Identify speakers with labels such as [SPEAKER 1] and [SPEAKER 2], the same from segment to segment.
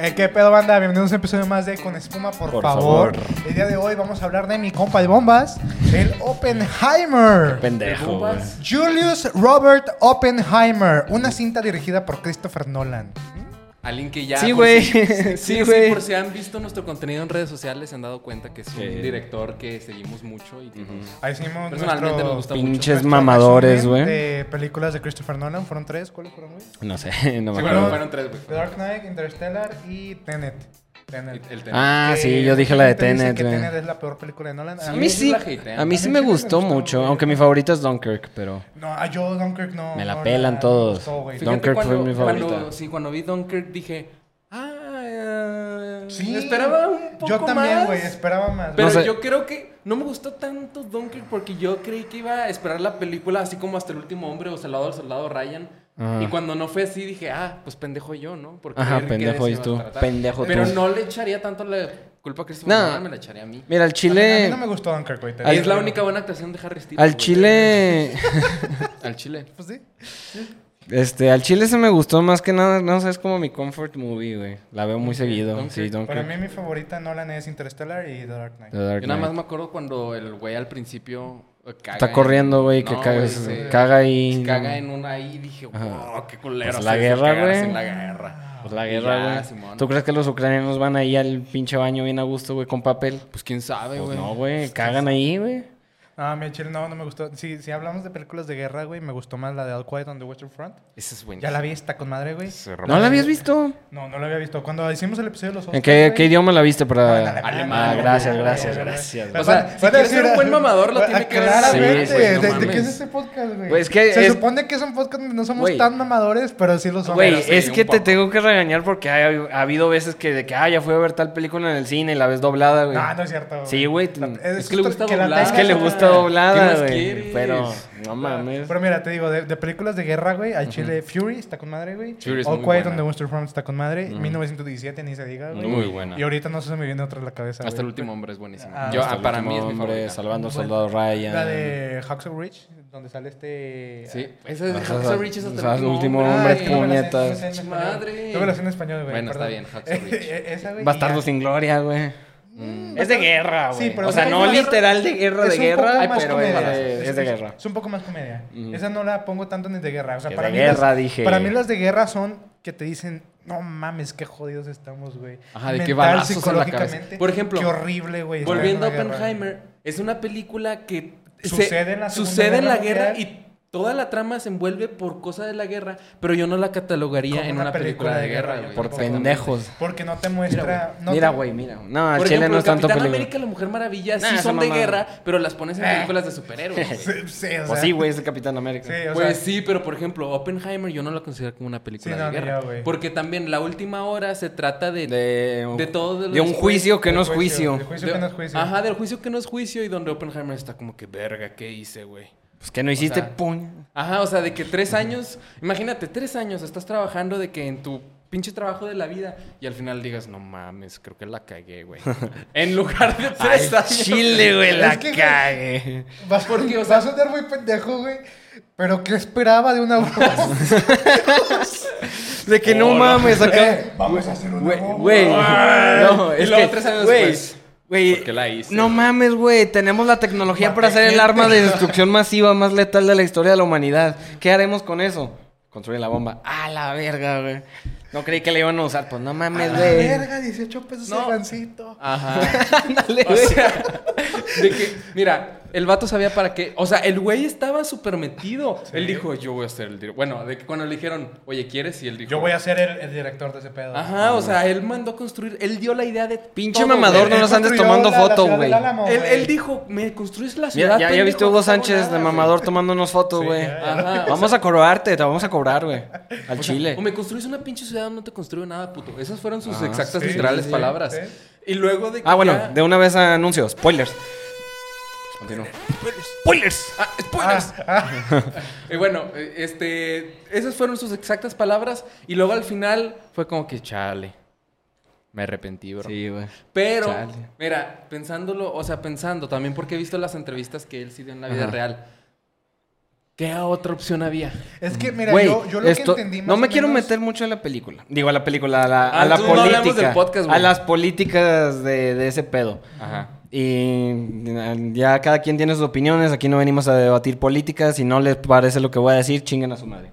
[SPEAKER 1] Eh, ¿Qué pedo, banda? Bienvenidos a un episodio más de Con Espuma, por,
[SPEAKER 2] Por
[SPEAKER 1] favor.
[SPEAKER 2] favor.
[SPEAKER 1] El día de hoy vamos a hablar de mi compa de bombas, el Oppenheimer.
[SPEAKER 2] Pendejo, güey.
[SPEAKER 1] Julius Robert Oppenheimer, una cinta dirigida por Christopher Nolan.
[SPEAKER 3] Alguien que ya.
[SPEAKER 4] Sí,
[SPEAKER 3] por
[SPEAKER 4] güey.
[SPEAKER 3] si- Sí,
[SPEAKER 4] Sí,
[SPEAKER 3] sí,
[SPEAKER 4] güey.
[SPEAKER 3] por si han visto nuestro contenido en redes sociales, se han dado cuenta que es
[SPEAKER 2] Sí.
[SPEAKER 3] un director que seguimos mucho y que nos-
[SPEAKER 1] Ahí hicimos
[SPEAKER 3] personalmente
[SPEAKER 1] nuestro-
[SPEAKER 3] nos gusta mucho.
[SPEAKER 2] Pinche- Pinches
[SPEAKER 1] nuestro
[SPEAKER 2] mamadores,
[SPEAKER 1] resumen
[SPEAKER 2] güey.
[SPEAKER 1] De películas de Christopher Nolan, ¿fueron tres? ¿Cuáles fueron, güey?
[SPEAKER 2] No sé, no me
[SPEAKER 3] Sí,
[SPEAKER 2] acuerdo.
[SPEAKER 3] bueno, fueron tres, güey.
[SPEAKER 1] The Dark Knight, Interstellar y Tenet. Tenet.
[SPEAKER 3] El tema.
[SPEAKER 2] Ah,
[SPEAKER 1] Que
[SPEAKER 2] sí, yo dije la de
[SPEAKER 1] gente dice
[SPEAKER 2] Tenet,
[SPEAKER 1] que
[SPEAKER 2] güey.
[SPEAKER 1] Tenet es la peor película de Nolan.
[SPEAKER 2] A mí sí,
[SPEAKER 3] la hatean.
[SPEAKER 2] a mí sí me gustó mucho, aunque mi favorito es Dunkirk, pero...
[SPEAKER 1] No, a yo Dunkirk no.
[SPEAKER 2] Me la
[SPEAKER 1] no
[SPEAKER 2] pelan
[SPEAKER 1] no
[SPEAKER 2] todos.
[SPEAKER 1] me gustó, güey.
[SPEAKER 2] Fíjate, Dunkirk fue
[SPEAKER 3] cuando,
[SPEAKER 2] mi
[SPEAKER 3] cuando-
[SPEAKER 2] favorita.
[SPEAKER 3] sí, cuando vi Dunkirk dije. Ah, eh,
[SPEAKER 1] Sí,
[SPEAKER 3] esperaba un poco
[SPEAKER 1] Yo también,
[SPEAKER 3] más".
[SPEAKER 1] güey, esperaba más.
[SPEAKER 3] Pero
[SPEAKER 2] No sé.
[SPEAKER 3] yo creo que no me gustó tanto Dunkirk porque yo creí que iba a esperar la película así como hasta el último hombre o soldado al soldado Ryan.
[SPEAKER 2] Ajá.
[SPEAKER 3] Y cuá- cuando no fue así dije, ah, pues pendejo yo, ¿no? Porque
[SPEAKER 2] Ajá, pendejo y tú. Pendejo
[SPEAKER 3] Pero
[SPEAKER 2] tú.
[SPEAKER 3] no le echaría tanto la culpa a Christopher
[SPEAKER 2] No.
[SPEAKER 3] Nolan, me la echaría a mí.
[SPEAKER 2] Mira, al
[SPEAKER 1] A mí
[SPEAKER 2] Chile...
[SPEAKER 1] no me gustó Dunkirk, güey. te
[SPEAKER 2] Al-
[SPEAKER 3] es
[SPEAKER 1] digo,
[SPEAKER 3] la
[SPEAKER 1] güey.
[SPEAKER 3] única buena actuación de Harry Styles.
[SPEAKER 2] Al
[SPEAKER 3] güey.
[SPEAKER 2] Chile...
[SPEAKER 3] Al Chile.
[SPEAKER 1] Pues sí.
[SPEAKER 2] Este, al Chile se me gustó más que nada, no sé, es como mi comfort movie, güey. La veo muy seguido.
[SPEAKER 3] Dunkirk.
[SPEAKER 2] Sí,
[SPEAKER 1] Para mí
[SPEAKER 2] Dunkirk.
[SPEAKER 1] mi favorita Nolan es Interstellar y The Dark Knight.
[SPEAKER 2] The Dark
[SPEAKER 3] Yo nada más
[SPEAKER 2] Knight.
[SPEAKER 3] me acuerdo cuando el güey al principio eh, caga
[SPEAKER 2] Está
[SPEAKER 3] en-
[SPEAKER 2] corriendo, güey, que
[SPEAKER 3] No,
[SPEAKER 2] caga,
[SPEAKER 3] güey,
[SPEAKER 2] se-
[SPEAKER 3] se-
[SPEAKER 2] caga y...
[SPEAKER 3] se caga en una ahí y dije,
[SPEAKER 2] Ajá.
[SPEAKER 3] wow, qué culero.
[SPEAKER 2] Pues la
[SPEAKER 3] hacerse
[SPEAKER 2] guerra,
[SPEAKER 3] cagarse
[SPEAKER 2] güey.
[SPEAKER 3] en la guerra.
[SPEAKER 2] Pues la
[SPEAKER 3] Y
[SPEAKER 2] guerra,
[SPEAKER 3] ya,
[SPEAKER 2] güey.
[SPEAKER 3] Simón.
[SPEAKER 2] ¿Tú crees que los ucranianos van ahí al pinche baño bien a gusto, güey, con papel?
[SPEAKER 3] Pues quién sabe,
[SPEAKER 2] Pues
[SPEAKER 3] güey.
[SPEAKER 2] no, güey, cagan ahí, güey.
[SPEAKER 1] Ah, mi chile no, no me gustó. Si, si hablamos de películas de guerra, güey, me gustó más la de All Quiet on the Western Front.
[SPEAKER 3] Ese es buen
[SPEAKER 1] Ya la vi, está con madre, güey.
[SPEAKER 2] ¿No la habías visto?
[SPEAKER 1] No, no la había visto. Cuando hicimos el episodio de los
[SPEAKER 2] ¿En
[SPEAKER 1] Oscars,
[SPEAKER 2] qué,
[SPEAKER 1] güey,
[SPEAKER 2] qué idioma la viste
[SPEAKER 1] no, en
[SPEAKER 2] para...?
[SPEAKER 1] alemán,
[SPEAKER 2] Ah, gracias,
[SPEAKER 1] güey,
[SPEAKER 2] gracias,
[SPEAKER 1] güey,
[SPEAKER 2] gracias.
[SPEAKER 1] güey.
[SPEAKER 3] O
[SPEAKER 1] van
[SPEAKER 3] sea, si
[SPEAKER 1] a
[SPEAKER 3] quieres
[SPEAKER 1] decir-
[SPEAKER 3] ser un buen mamador, lo
[SPEAKER 1] Ah,
[SPEAKER 3] tiene que ver
[SPEAKER 1] Claramente,
[SPEAKER 2] Sí, güey, no
[SPEAKER 1] ¿de, de
[SPEAKER 2] mames.
[SPEAKER 1] qué es este podcast, güey?
[SPEAKER 2] Güey, es que
[SPEAKER 1] Se
[SPEAKER 2] es-
[SPEAKER 1] supone que es un podcast donde no somos
[SPEAKER 2] Güey.
[SPEAKER 1] tan mamadores, pero sí lo somos.
[SPEAKER 2] Güey,
[SPEAKER 3] sí,
[SPEAKER 2] es
[SPEAKER 3] un
[SPEAKER 2] que te
[SPEAKER 3] poco.
[SPEAKER 2] tengo que regañar porque ha, ha habido veces que, de que, ah, ya fui a ver tal película en el cine y la ves doblada, güey.
[SPEAKER 1] Ah, No, no es cierto.
[SPEAKER 2] Sí, güey.
[SPEAKER 3] Es que le gusta
[SPEAKER 1] la
[SPEAKER 3] doblar.
[SPEAKER 2] Es que le
[SPEAKER 1] tengas-
[SPEAKER 2] gusta
[SPEAKER 3] ¿Qué
[SPEAKER 2] doblada,
[SPEAKER 3] más
[SPEAKER 2] güey.
[SPEAKER 3] quieres?
[SPEAKER 2] Pero, no mames.
[SPEAKER 1] Pero mira, te digo, de, de películas de guerra, güey, al Chile Fury está con madre, güey.
[SPEAKER 3] Fury es
[SPEAKER 1] All
[SPEAKER 3] muy
[SPEAKER 1] Quiet
[SPEAKER 3] buena.
[SPEAKER 1] on the Western Front está con madre. 1917, ni se diga, güey.
[SPEAKER 2] Muy buena.
[SPEAKER 1] Y ahorita no se me viene otra a la cabeza.
[SPEAKER 3] Hasta
[SPEAKER 1] güey.
[SPEAKER 3] el último hombre es buenísimo.
[SPEAKER 1] Ah,
[SPEAKER 3] Yo,
[SPEAKER 1] hasta
[SPEAKER 3] ah,
[SPEAKER 2] El
[SPEAKER 3] para mí
[SPEAKER 2] último
[SPEAKER 3] es mi
[SPEAKER 2] hombre,
[SPEAKER 3] favorita.
[SPEAKER 2] Salvando al
[SPEAKER 1] Bueno.
[SPEAKER 2] soldado Ryan.
[SPEAKER 1] La de Hacksaw Ridge, donde sale este.
[SPEAKER 3] Sí, esa es
[SPEAKER 2] Ajá,
[SPEAKER 3] Hacksaw Ridge es hasta
[SPEAKER 2] o sea,
[SPEAKER 3] el último
[SPEAKER 2] último
[SPEAKER 3] hombre.
[SPEAKER 2] hombre,
[SPEAKER 1] es que
[SPEAKER 3] Ay,
[SPEAKER 1] no me la sé-
[SPEAKER 2] puñetas.
[SPEAKER 1] no sé en español.
[SPEAKER 3] Madre.
[SPEAKER 1] No me la sé en español, güey.
[SPEAKER 3] Bueno, está
[SPEAKER 1] perdón.
[SPEAKER 3] bien, Hacksaw Ridge.
[SPEAKER 1] Eh, Esa, güey. y
[SPEAKER 2] Bastardo
[SPEAKER 1] ya.
[SPEAKER 2] sin gloria, güey. Es de
[SPEAKER 3] Ah,
[SPEAKER 2] guerra,
[SPEAKER 1] Sí,
[SPEAKER 2] güey.
[SPEAKER 1] pero
[SPEAKER 2] o sea,
[SPEAKER 1] es
[SPEAKER 2] no
[SPEAKER 1] una guerra-
[SPEAKER 2] literal de guerra,
[SPEAKER 1] Es
[SPEAKER 2] de
[SPEAKER 1] un poco
[SPEAKER 2] guerra,
[SPEAKER 1] más
[SPEAKER 2] pero es
[SPEAKER 1] comedia.
[SPEAKER 2] de, es de guerra.
[SPEAKER 1] Es un poco más comedia. Esa no la pongo tanto ni de guerra. O sea,
[SPEAKER 2] Que
[SPEAKER 1] para
[SPEAKER 2] de
[SPEAKER 1] mí las-
[SPEAKER 2] guerra, dije.
[SPEAKER 1] Para mí las de guerra son que te dicen, no mames, qué jodidos estamos, güey.
[SPEAKER 3] Ajá, de
[SPEAKER 1] Mental,
[SPEAKER 3] qué balazos en la
[SPEAKER 1] psicológicamente,
[SPEAKER 3] cabeza. Por ejemplo,
[SPEAKER 1] Qué horrible, güey. estar en
[SPEAKER 3] Volviendo a
[SPEAKER 1] una guerra.
[SPEAKER 3] Oppenheimer, es una película que se-
[SPEAKER 1] Sucede en la Segunda
[SPEAKER 3] sucede en la
[SPEAKER 1] Guerra
[SPEAKER 3] guerra
[SPEAKER 1] Mundial.
[SPEAKER 3] y toda la trama se envuelve por cosa de la guerra, pero yo no la catalogaría
[SPEAKER 1] Como
[SPEAKER 3] en una película, de guerra, güey.
[SPEAKER 1] yo
[SPEAKER 2] Por
[SPEAKER 1] tampoco.
[SPEAKER 2] pendejos.
[SPEAKER 1] Porque no te muestra... no
[SPEAKER 2] Mira,
[SPEAKER 1] te-
[SPEAKER 2] güey, mira. No, al
[SPEAKER 3] Por
[SPEAKER 2] Chile
[SPEAKER 3] ejemplo,
[SPEAKER 2] no es tanto
[SPEAKER 3] Capitán
[SPEAKER 2] peligro.
[SPEAKER 3] América, la Mujer Maravilla,
[SPEAKER 2] Nah,
[SPEAKER 3] sí
[SPEAKER 2] esa
[SPEAKER 3] son de
[SPEAKER 2] mamada.
[SPEAKER 3] guerra, pero las pones en películas de superhéroes.
[SPEAKER 1] Sí,
[SPEAKER 3] güey.
[SPEAKER 1] sí, o sea,
[SPEAKER 2] Pues sí, güey, es el Capitán América.
[SPEAKER 1] Sí, o
[SPEAKER 3] Pues
[SPEAKER 1] sea,
[SPEAKER 3] sí, pero por ejemplo, Oppenheimer yo no la considero como una película
[SPEAKER 1] Sí, no,
[SPEAKER 3] de
[SPEAKER 1] ni
[SPEAKER 3] guerra.
[SPEAKER 1] yo, güey.
[SPEAKER 3] porque también la última hora se trata de,
[SPEAKER 2] De,
[SPEAKER 3] de todo de
[SPEAKER 2] de un
[SPEAKER 3] los-
[SPEAKER 2] juicio que
[SPEAKER 1] de
[SPEAKER 2] no es
[SPEAKER 1] juicio,
[SPEAKER 2] juicio.
[SPEAKER 1] de juicio
[SPEAKER 3] de-
[SPEAKER 1] que no es juicio.
[SPEAKER 3] Ajá, del juicio que no es juicio y donde Oppenheimer está como que verga, ¿qué hice, güey?
[SPEAKER 2] Pues que no hiciste
[SPEAKER 3] sea,
[SPEAKER 2] puño.
[SPEAKER 3] Ajá, o sea, de que tres años, imagínate, tres años estás trabajando de que en tu pinche trabajo de la vida y al final digas, no mames, creo que la cagué, güey. en lugar de tres
[SPEAKER 2] Al
[SPEAKER 3] años.
[SPEAKER 2] Chile, güey,
[SPEAKER 1] Es
[SPEAKER 2] la
[SPEAKER 1] que-
[SPEAKER 2] cague.
[SPEAKER 1] Vas,
[SPEAKER 3] Porque, o
[SPEAKER 1] vas
[SPEAKER 3] sea-
[SPEAKER 1] a sonar muy pendejo, güey. Pero ¿qué esperaba de una voz?
[SPEAKER 2] De que no mames, acá.
[SPEAKER 1] Eh, vamos a hacer una
[SPEAKER 2] Güey,
[SPEAKER 1] bomba.
[SPEAKER 2] güey. No,
[SPEAKER 3] Y
[SPEAKER 2] es
[SPEAKER 3] luego
[SPEAKER 2] que,
[SPEAKER 3] tres años
[SPEAKER 2] güey,
[SPEAKER 3] después,
[SPEAKER 2] güey,
[SPEAKER 3] ¿por qué la hice?
[SPEAKER 2] No mames, güey. Tenemos la tecnología
[SPEAKER 1] Maté
[SPEAKER 2] para hacer el
[SPEAKER 1] gente.
[SPEAKER 2] arma de destrucción masiva más letal de la historia de la humanidad. ¿Qué haremos con eso? Construir la bomba. A la verga, güey. No creí que la iban a usar. Pues no mames,
[SPEAKER 1] Ah,
[SPEAKER 2] güey.
[SPEAKER 1] Verga, 18 pesos
[SPEAKER 3] No.
[SPEAKER 1] el gancito.
[SPEAKER 3] Ajá.
[SPEAKER 2] Ándale,
[SPEAKER 3] O
[SPEAKER 2] güey.
[SPEAKER 3] sea, de que, mira, el vato sabía para qué. O sea, el güey estaba súper metido. Él dijo, yo voy a ser el director. Bueno, de que cuando le dijeron, oye, ¿quieres? Y él dijo,
[SPEAKER 1] Yo voy a ser el, el director de ese pedo.
[SPEAKER 3] Ajá, o sea, él mandó construir. Él dio la idea de.
[SPEAKER 2] Pinche
[SPEAKER 3] todo,
[SPEAKER 2] mamador,
[SPEAKER 3] güey.
[SPEAKER 2] no nos andes tomando foto, güey.
[SPEAKER 3] Él, él dijo, me construís la ciudad.
[SPEAKER 2] Mira, ya, ya
[SPEAKER 3] pendejo,
[SPEAKER 2] viste a
[SPEAKER 3] no
[SPEAKER 2] Hugo
[SPEAKER 3] hago
[SPEAKER 2] Sánchez
[SPEAKER 3] nada,
[SPEAKER 2] de
[SPEAKER 3] güey.
[SPEAKER 2] mamador tomándonos fotos,
[SPEAKER 1] Sí,
[SPEAKER 2] güey. Ah.
[SPEAKER 1] ya,
[SPEAKER 3] ya. Ajá, o
[SPEAKER 2] Vamos a cobrarte, te vamos a cobrar, güey. Al chile.
[SPEAKER 3] O me construís una pinche ciudad o no te construyo nada, puto. Esas fueron sus
[SPEAKER 2] Ah,
[SPEAKER 3] exactas
[SPEAKER 1] sí,
[SPEAKER 3] literales
[SPEAKER 1] sí,
[SPEAKER 3] palabras.
[SPEAKER 1] sí.
[SPEAKER 3] Y luego de que
[SPEAKER 2] Ah, bueno,
[SPEAKER 3] ya-
[SPEAKER 2] de una vez anuncio, spoilers. Continúo. Spoilers.
[SPEAKER 3] Ah, spoilers. Y bueno, eh, este, esas fueron sus exactas palabras y luego al final fue como que chale. Me arrepentí, bro.
[SPEAKER 2] Sí, güey.
[SPEAKER 3] Pero,
[SPEAKER 2] Chale.
[SPEAKER 3] mira, pensándolo, o sea, pensando también porque he visto las entrevistas que él sí dio en la vida
[SPEAKER 2] Ajá.
[SPEAKER 3] real. ¿Qué otra opción había?
[SPEAKER 1] Es que, mira,
[SPEAKER 2] Güey,
[SPEAKER 1] yo, yo lo
[SPEAKER 2] esto-
[SPEAKER 1] que entendí más
[SPEAKER 2] no me
[SPEAKER 1] o
[SPEAKER 2] quiero
[SPEAKER 1] menos-
[SPEAKER 2] meter mucho a la película. Digo, a la película, a la,
[SPEAKER 3] Ah,
[SPEAKER 2] a la
[SPEAKER 3] entonces no hablemos
[SPEAKER 2] política.
[SPEAKER 3] del podcast,
[SPEAKER 2] a
[SPEAKER 3] güey.
[SPEAKER 2] las políticas de, de ese pedo.
[SPEAKER 3] Ajá.
[SPEAKER 2] Y ya cada quien tiene sus opiniones. Aquí no venimos a debatir políticas. Si no les parece lo que voy a decir, chingan a su madre.